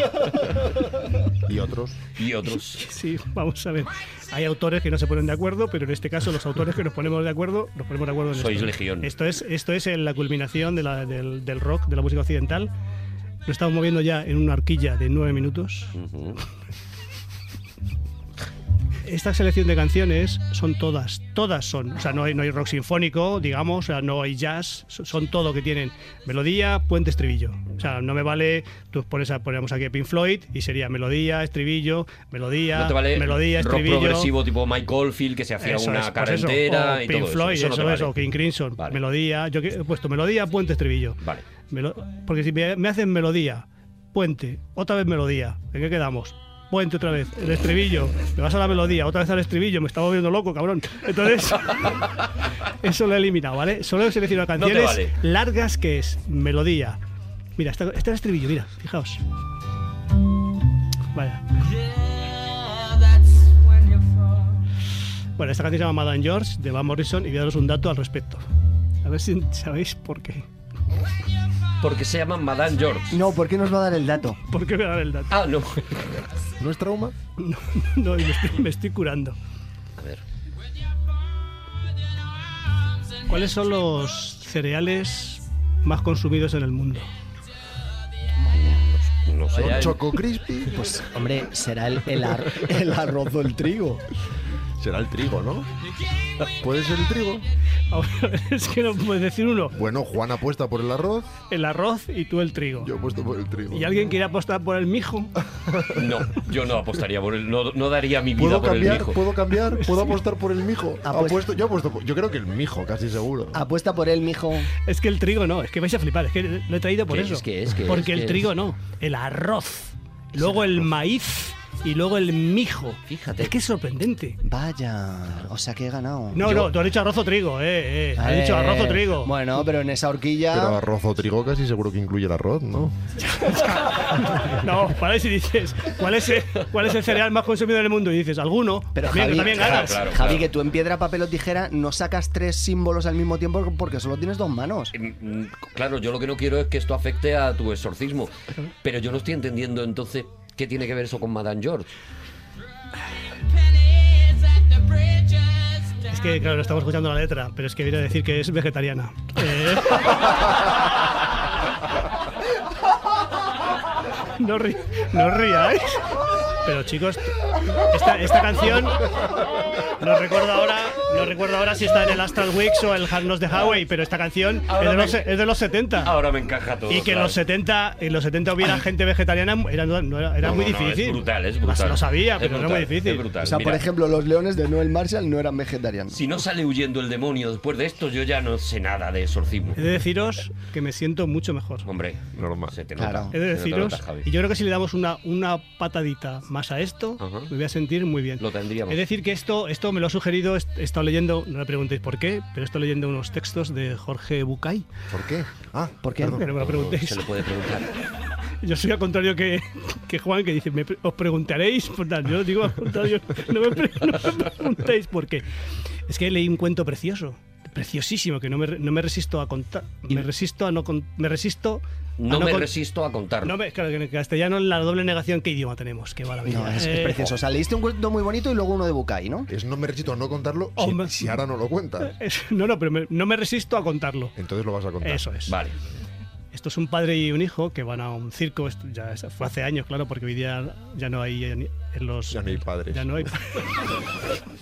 Speaker 6: Y otros.
Speaker 3: Y
Speaker 2: (laughs)
Speaker 3: otros.
Speaker 2: Sí, vamos a ver. Hay autores que no se ponen de acuerdo, pero en este caso los autores que nos ponemos de acuerdo, nos ponemos de acuerdo en
Speaker 3: Sois
Speaker 2: esto.
Speaker 3: legión.
Speaker 2: Esto es, esto es en la culminación de la- del, del rock, de la música occidental. Lo estamos moviendo ya en una horquilla de nueve minutos. Esta selección de canciones son todas, todas son. O sea, no hay, no hay rock sinfónico, digamos, o sea, no hay jazz, so- son todo que tienen melodía, puente, estribillo. O sea, no me vale, tú pones a, ponemos aquí a Pink Floyd y sería melodía, estribillo, melodía,
Speaker 3: No te vale
Speaker 2: melodía,
Speaker 3: rock
Speaker 2: estribillo.
Speaker 3: progresivo tipo Mike Oldfield que se hacía
Speaker 2: Eso
Speaker 3: una
Speaker 2: es, pues
Speaker 3: cara
Speaker 2: eso,
Speaker 3: entera
Speaker 2: o
Speaker 3: y
Speaker 2: Pink
Speaker 3: todo
Speaker 2: Floyd,
Speaker 3: eso.
Speaker 2: eso,
Speaker 3: no te
Speaker 2: es,
Speaker 3: vale.
Speaker 2: o King Crimson, melodía. Yo que- he puesto melodía, puente, estribillo.
Speaker 3: Vale.
Speaker 2: Melo- porque si me, me hacen melodía, puente, otra vez melodía, ¿en qué quedamos? Puente otra vez, el estribillo, me vas a la melodía, otra vez al estribillo, me está volviendo loco, cabrón. Entonces, (laughs) eso lo he eliminado, ¿vale? Solo he seleccionado
Speaker 3: No te
Speaker 2: canciones
Speaker 3: vale.
Speaker 2: largas que es melodía. Mira, está, está el estribillo, mira, fijaos. Vaya.
Speaker 12: Yeah, that's when you fall.
Speaker 2: Bueno, esta canción se llama Madame George de Van Morrison y voy a daros un dato al respecto. A ver si sabéis por qué.
Speaker 3: Porque se llama Madame George.
Speaker 5: No, ¿por qué nos va a dar el dato?
Speaker 2: ¿Por qué me da el dato?
Speaker 3: Ah, no. (laughs)
Speaker 6: ¿No es trauma?
Speaker 2: No, (laughs) no, y me estoy, me estoy curando.
Speaker 3: A ver.
Speaker 2: ¿Cuáles son los cereales más consumidos en el mundo? (laughs)
Speaker 3: No
Speaker 5: sé.
Speaker 2: Vaya, el-
Speaker 3: (laughs)
Speaker 6: Choco Crispy?
Speaker 5: Pues, hombre, será el, el, ar- (laughs) el arroz o el trigo.
Speaker 6: Será el trigo, ¿no? ¿Puede ser el trigo?
Speaker 2: es que no puedes decir uno.
Speaker 6: Bueno, Juan apuesta por el arroz.
Speaker 2: El arroz y tú el trigo.
Speaker 6: Yo apuesto por el trigo.
Speaker 2: ¿Y alguien quiere apostar por el mijo?
Speaker 3: No, yo no apostaría por él. No, no daría mi vida
Speaker 6: ¿Puedo
Speaker 3: por
Speaker 6: cambiar?
Speaker 3: el mijo.
Speaker 2: (laughs)
Speaker 6: ¿Puedo cambiar? ¿Puedo apostar por el mijo?
Speaker 4: Ah, pues
Speaker 6: Apuesto, yo apuesto por- Yo creo que el mijo, casi seguro.
Speaker 5: Apuesta por él, mijo.
Speaker 2: Es que el trigo no, es que vais a flipar, es que lo he traído por
Speaker 6: ¿Qué
Speaker 2: eso.
Speaker 6: es, qué es, qué es,
Speaker 2: Porque
Speaker 6: qué
Speaker 2: el
Speaker 6: es?
Speaker 2: trigo no, el arroz, luego el maíz y luego el mijo.
Speaker 3: Fíjate.
Speaker 2: Es que es sorprendente.
Speaker 5: Vaya, o sea que he ganado.
Speaker 2: No, no, tú has dicho arroz o trigo, eh, eh. Has dicho arroz o trigo.
Speaker 5: Bueno, pero en esa horquilla.
Speaker 6: Pero arroz o trigo casi seguro que incluye el arroz, ¿no?
Speaker 2: No, para y dices, ¿cuál es, el, ¿cuál es el cereal más consumido en el mundo? Y dices, ¿alguno?
Speaker 5: Pero
Speaker 2: también,
Speaker 5: Javi,
Speaker 3: ah,
Speaker 2: también ganas.
Speaker 5: Javi, que tú en piedra, papel o tijera no sacas tres símbolos al mismo tiempo porque solo tienes dos manos.
Speaker 3: Mm, Claro, yo lo que no quiero es que esto afecte a tu exorcismo. Pero yo no estoy entendiendo entonces qué tiene que ver eso con Madame George.
Speaker 2: es que, claro, no estamos escuchando la letra, pero es que viene a decir que es vegetariana. Eh, no, ri- no os riáis. Pero chicos, esta, esta canción no recuerdo ahora, no recuerdo ahora si está en el Astral Weeks o el Harnos de Hawaii, pero esta canción es
Speaker 3: Ahora
Speaker 2: de,
Speaker 3: me-
Speaker 2: los, es de los 70.
Speaker 3: Ahora me encaja todo.
Speaker 2: Y que en
Speaker 3: claro. Ah.
Speaker 2: los 70, en los 70 hubiera gente vegetariana era, no era, era
Speaker 3: No,
Speaker 2: muy
Speaker 3: no, no, es
Speaker 2: difícil.
Speaker 3: brutal, es brutal.
Speaker 2: Lo sabía,
Speaker 3: Es
Speaker 2: pero era
Speaker 3: brutal,
Speaker 2: muy difícil.
Speaker 3: es brutal.
Speaker 5: O sea, por
Speaker 3: Mira.
Speaker 5: ejemplo, los leones de Noel Marshall no eran vegetarianos.
Speaker 3: Si no sale huyendo el demonio después de esto, yo ya no sé nada de exorcismo.
Speaker 2: He de deciros que me siento mucho mejor.
Speaker 3: Hombre, normal. Se te nota.
Speaker 2: He de
Speaker 3: se te nota,
Speaker 2: deciros,
Speaker 3: Javi.
Speaker 2: y yo creo que si le damos una, una patadita más a esto,
Speaker 3: Ajá.
Speaker 2: me voy a sentir muy bien.
Speaker 3: Lo tendríamos.
Speaker 2: Es decir, que esto, esto me lo ha sugerido, est- he estado leyendo, no me preguntéis por qué, pero he estado leyendo unos textos de Jorge Bucay.
Speaker 4: ¿Por qué? Ah,
Speaker 2: ¿por qué? Pero me lo preguntéis.
Speaker 3: Se le puede
Speaker 2: (laughs)
Speaker 3: preguntar.
Speaker 2: Yo soy al contrario que, que Juan, que dice, me pre- os preguntaréis, por tal, yo digo al contrario, (laughs) no me, pre- no me preguntéis por qué. Es que leí un cuento precioso, preciosísimo, que no me, re- no me resisto a contar, me resisto a no con- me resisto a
Speaker 3: No me
Speaker 2: con-
Speaker 3: resisto a contarlo.
Speaker 2: No me, claro, que en el castellano en la doble negación, ¿qué idioma tenemos? Qué maravilla.
Speaker 5: No, es, es
Speaker 2: Eh,
Speaker 5: precioso. O sea, leíste un cuento muy bonito y luego uno de Bucay, ¿no?
Speaker 6: Es no me recito a no contarlo
Speaker 2: si- Hombre.
Speaker 6: si ahora no lo cuentas.
Speaker 2: es- no, no, pero me- no me resisto a contarlo.
Speaker 6: Entonces lo vas a contar.
Speaker 2: Eso es.
Speaker 3: Vale.
Speaker 2: Esto es un padre y un hijo que van a un circo. Esto ya es- fue hace años, claro, porque hoy día ya no hay en, en los.
Speaker 6: Ya no hay padres.
Speaker 2: Ya no hay, (laughs)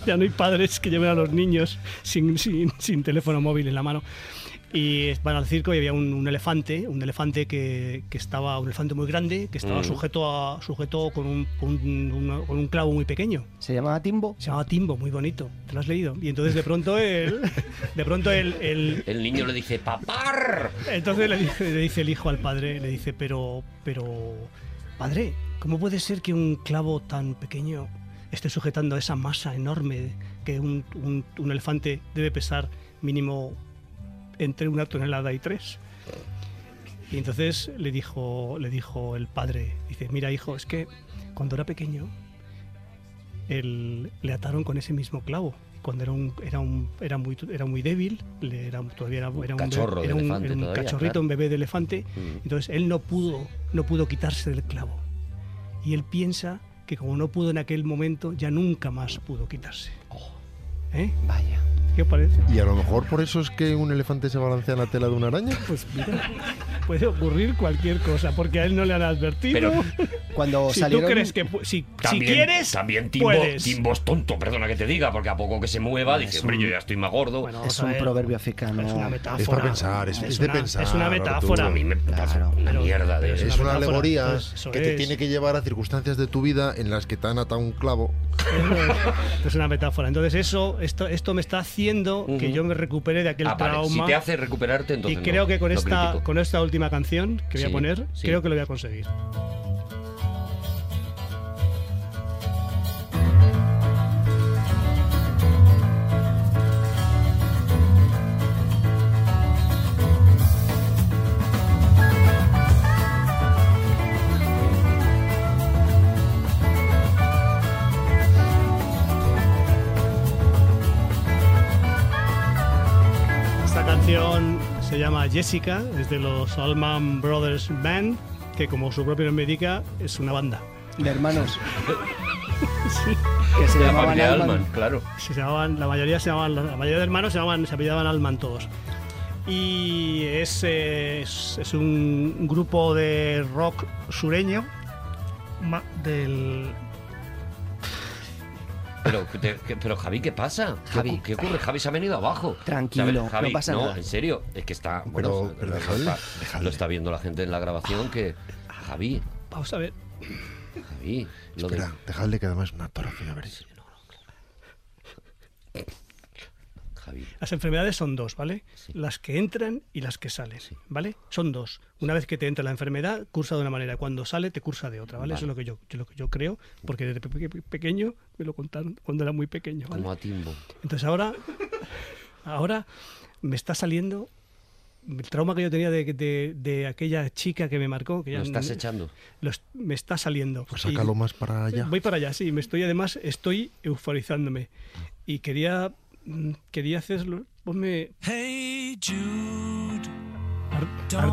Speaker 2: ya no hay padres que lleven a los niños sin, sin- sin teléfono móvil en la mano. Y van al circo y había un, un elefante, un elefante que, que estaba, un elefante muy grande, que estaba
Speaker 5: Mm.
Speaker 2: sujeto a, sujeto con un, con un- una- con un clavo muy pequeño.
Speaker 5: ¿Se llamaba Timbo?
Speaker 2: Se llamaba Timbo, muy bonito. ¿Te lo has leído? Y entonces de pronto el, (laughs) de pronto el- el,
Speaker 3: El niño le dice, papá.
Speaker 2: entonces le dice, le dice el hijo al padre, le dice, pero, pero, padre, ¿cómo puede ser que un clavo tan pequeño esté sujetando a esa masa enorme que un, un- un elefante debe pesar mínimo entre una tonelada y tres? Y entonces le dijo, le dijo el padre, dice, mira hijo, es que cuando era pequeño el- le ataron con ese mismo clavo. Cuando era un, era un- era muy era muy débil, le era todavía era, era un,
Speaker 3: cachorro de
Speaker 2: era un-
Speaker 3: elefante
Speaker 2: era un
Speaker 3: todavía,
Speaker 2: cachorrito,
Speaker 3: claro.
Speaker 2: un bebé de elefante.
Speaker 3: Mm.
Speaker 2: Entonces él no pudo, no pudo quitarse del clavo. Y él piensa que como no pudo en aquel momento, ya nunca más pudo quitarse.
Speaker 3: Oh.
Speaker 2: ¿Eh? Vaya. ¿Qué os parece?
Speaker 6: Y a lo mejor por eso es que un elefante se balancea en la tela de una araña.
Speaker 2: Pues mira, (laughs) puede ocurrir cualquier cosa, porque a él no le han advertido. (laughs)
Speaker 5: cuando
Speaker 2: si
Speaker 3: salieron-
Speaker 2: tú crees que pu- si, si
Speaker 3: También,
Speaker 2: quieres,
Speaker 3: también Timbo,
Speaker 2: puedes.
Speaker 3: Timbo es tonto, perdona que te diga, porque a poco que se mueva,
Speaker 5: Es
Speaker 3: dice, hombre, yo ya estoy más gordo.
Speaker 5: es un proverbio africano.
Speaker 2: Es una
Speaker 6: Es
Speaker 2: metáfora.
Speaker 6: para pensar, es,
Speaker 2: Es
Speaker 6: es de
Speaker 2: una-
Speaker 6: pensar.
Speaker 2: es una metáfora.
Speaker 6: Arturo.
Speaker 2: A mí me
Speaker 3: parece una mierda de
Speaker 6: Es,
Speaker 3: eso.
Speaker 6: una
Speaker 2: metáfora,
Speaker 6: alegoría
Speaker 2: pues, eso
Speaker 6: que te
Speaker 2: es.
Speaker 6: tiene que llevar a circunstancias de tu vida en las que te han atado un clavo.
Speaker 2: (laughs) Es una metáfora. Entonces eso, esto, esto me está haciendo que
Speaker 3: Ujú.
Speaker 2: yo me recupere de aquel
Speaker 3: Ah, vale,
Speaker 2: trauma.
Speaker 3: Si te hace recuperarte,
Speaker 2: y
Speaker 3: entonces no,
Speaker 2: creo que con
Speaker 3: no
Speaker 2: esta,
Speaker 3: critico.
Speaker 2: con esta última canción que voy
Speaker 3: Sí,
Speaker 2: a poner,
Speaker 3: sí.
Speaker 2: creo que lo voy a conseguir. Esta canción se llama Jessica, es de los Allman Brothers Band, que como su propio nombre indica, es una banda.
Speaker 5: De hermanos.
Speaker 2: (laughs) Sí.
Speaker 5: Que se
Speaker 3: De la
Speaker 5: llamaban
Speaker 3: familia
Speaker 5: Alman.
Speaker 3: Alman, claro.
Speaker 2: Se llamaban, la mayoría se llamaban, la mayoría de hermanos se llamaban, se apellidaban Alman todos. Y es, eh, es, es un grupo de rock sureño ma- del
Speaker 3: Pero, te- que- pero, Javi, ¿qué pasa? ¿Qué
Speaker 5: Javi.
Speaker 3: ocu- ¿Qué, ocurre? Javi se ha venido abajo.
Speaker 5: Tranquilo,
Speaker 3: ¿Sabes, Javi?
Speaker 5: no pasa nada.
Speaker 3: en serio, es que está. Bueno, lo, está, lo está viendo la gente en la grabación que. Javi,
Speaker 2: vamos a ver.
Speaker 3: Javi. Lo de-
Speaker 6: Espera, dejadle que además es una torre, a ver.
Speaker 3: Javi.
Speaker 2: Las enfermedades son dos, ¿vale? Las que entran y las que salen, ¿vale? Son dos. Una vez que te entra la enfermedad, cursa de una manera. Cuando sale, te cursa de otra, ¿vale? Eso es
Speaker 3: Vale.
Speaker 2: lo que yo, yo- lo que yo creo, porque desde pe- pe- pequeño me lo contaron cuando era muy pequeño, ¿vale?
Speaker 3: Como a Timbo.
Speaker 2: Entonces ahora, ahora me está saliendo el trauma que yo tenía de, de- de aquella chica que me marcó. Que ya
Speaker 3: Lo estás
Speaker 2: n-
Speaker 3: echando.
Speaker 2: lo est- me está saliendo.
Speaker 6: Pues
Speaker 2: Y-
Speaker 6: sácalo más para allá.
Speaker 2: Voy para allá, sí. Me estoy, además, estoy euforizándome. Y quería, mm, quería hacerlo. Ponme. Ar- Ar-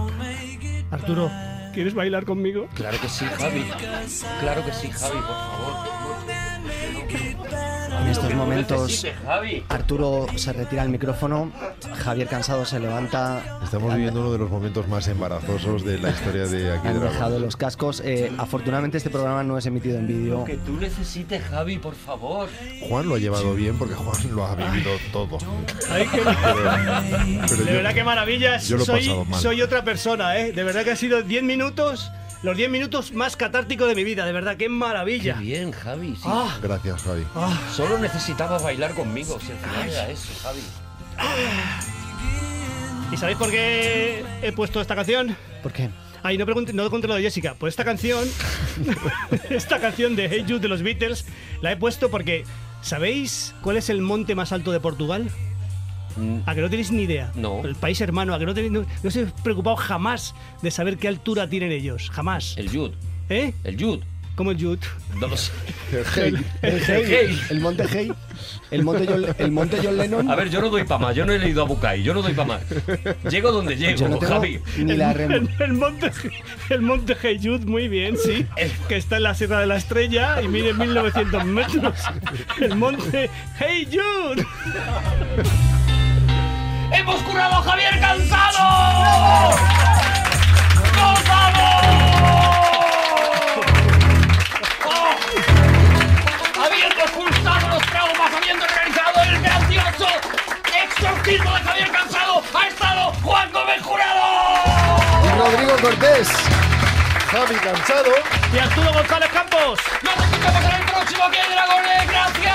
Speaker 2: Arturo, ¿quieres bailar conmigo?
Speaker 3: Claro que sí, Javi. Claro que sí, Javi, por favor.
Speaker 5: En estos momentos, Arturo se retira el micrófono, Javier cansado se levanta.
Speaker 2: (laughs)
Speaker 6: Estamos viviendo uno de los momentos más embarazosos de la historia de aquí.
Speaker 5: Han
Speaker 6: de la-
Speaker 5: dejado los cascos. Eh, afortunadamente este programa no es emitido en vídeo.
Speaker 3: Que tú necesites, Javi, por favor.
Speaker 6: Juan lo ha llevado bien porque Juan lo ha vivido todo. Pero
Speaker 2: de
Speaker 6: yo-
Speaker 2: verdad que maravilla.
Speaker 6: yo lo he
Speaker 2: soy,
Speaker 6: pasado mal.
Speaker 2: soy otra persona, ¿eh? De verdad que ha sido 10 minutos, los 10 minutos más catárticos de mi vida. De verdad, qué maravilla.
Speaker 3: bien, Javi. sí.
Speaker 2: Ah.
Speaker 6: Gracias, Javi.
Speaker 3: Solo necesitabas bailar conmigo, si al final era eso, Javi.
Speaker 2: ¿Y sabéis por qué he puesto esta canción?
Speaker 5: ¿Por qué?
Speaker 2: Ay, no, pregunte, no conté lo de Jessica. Pues esta
Speaker 3: (laughs)
Speaker 2: canción, esta canción de Hey Jude de los Beatles, la he puesto porque, ¿sabéis cuál es el monte más alto de Portugal? A que no tenéis ni idea.
Speaker 3: Mm. No.
Speaker 2: El país hermano, a que no tenéis. No, no os he preocupado jamás de saber qué altura tienen ellos. Jamás.
Speaker 3: El Jude.
Speaker 2: ¿Eh?
Speaker 3: El Jude.
Speaker 2: ¿Cómo el Jude?
Speaker 3: No lo sé.
Speaker 5: El, Hey, el Monte Hey, el Monte John, el Monte John Lennon.
Speaker 3: A ver, yo no doy pa' más, yo no he leído a Bucay, yo no doy pa' más. Llego donde llego,
Speaker 5: Yo no tengo
Speaker 3: Javi.
Speaker 5: ni la rem-
Speaker 2: El, el monte, el monte Heyud, muy bien, sí. Que está en la Sierra de la Estrella y mide 1900 metros.
Speaker 3: (laughs)
Speaker 2: El monte Heyud.
Speaker 1: ¡Hemos curado a Javier Cansado! ¡Nos vamos! ¡Oh! Habiendo expulsado los traumas, habiendo realizado el grandioso exorcismo de Javier Cansado, ha estado Juan Gómez Jurado.
Speaker 4: Y Rodrigo Cortés, Javi Cansado.
Speaker 2: Y Arturo González Campos.
Speaker 1: Nos escuchamos en el próximo que hay dragones. ¡Gracias!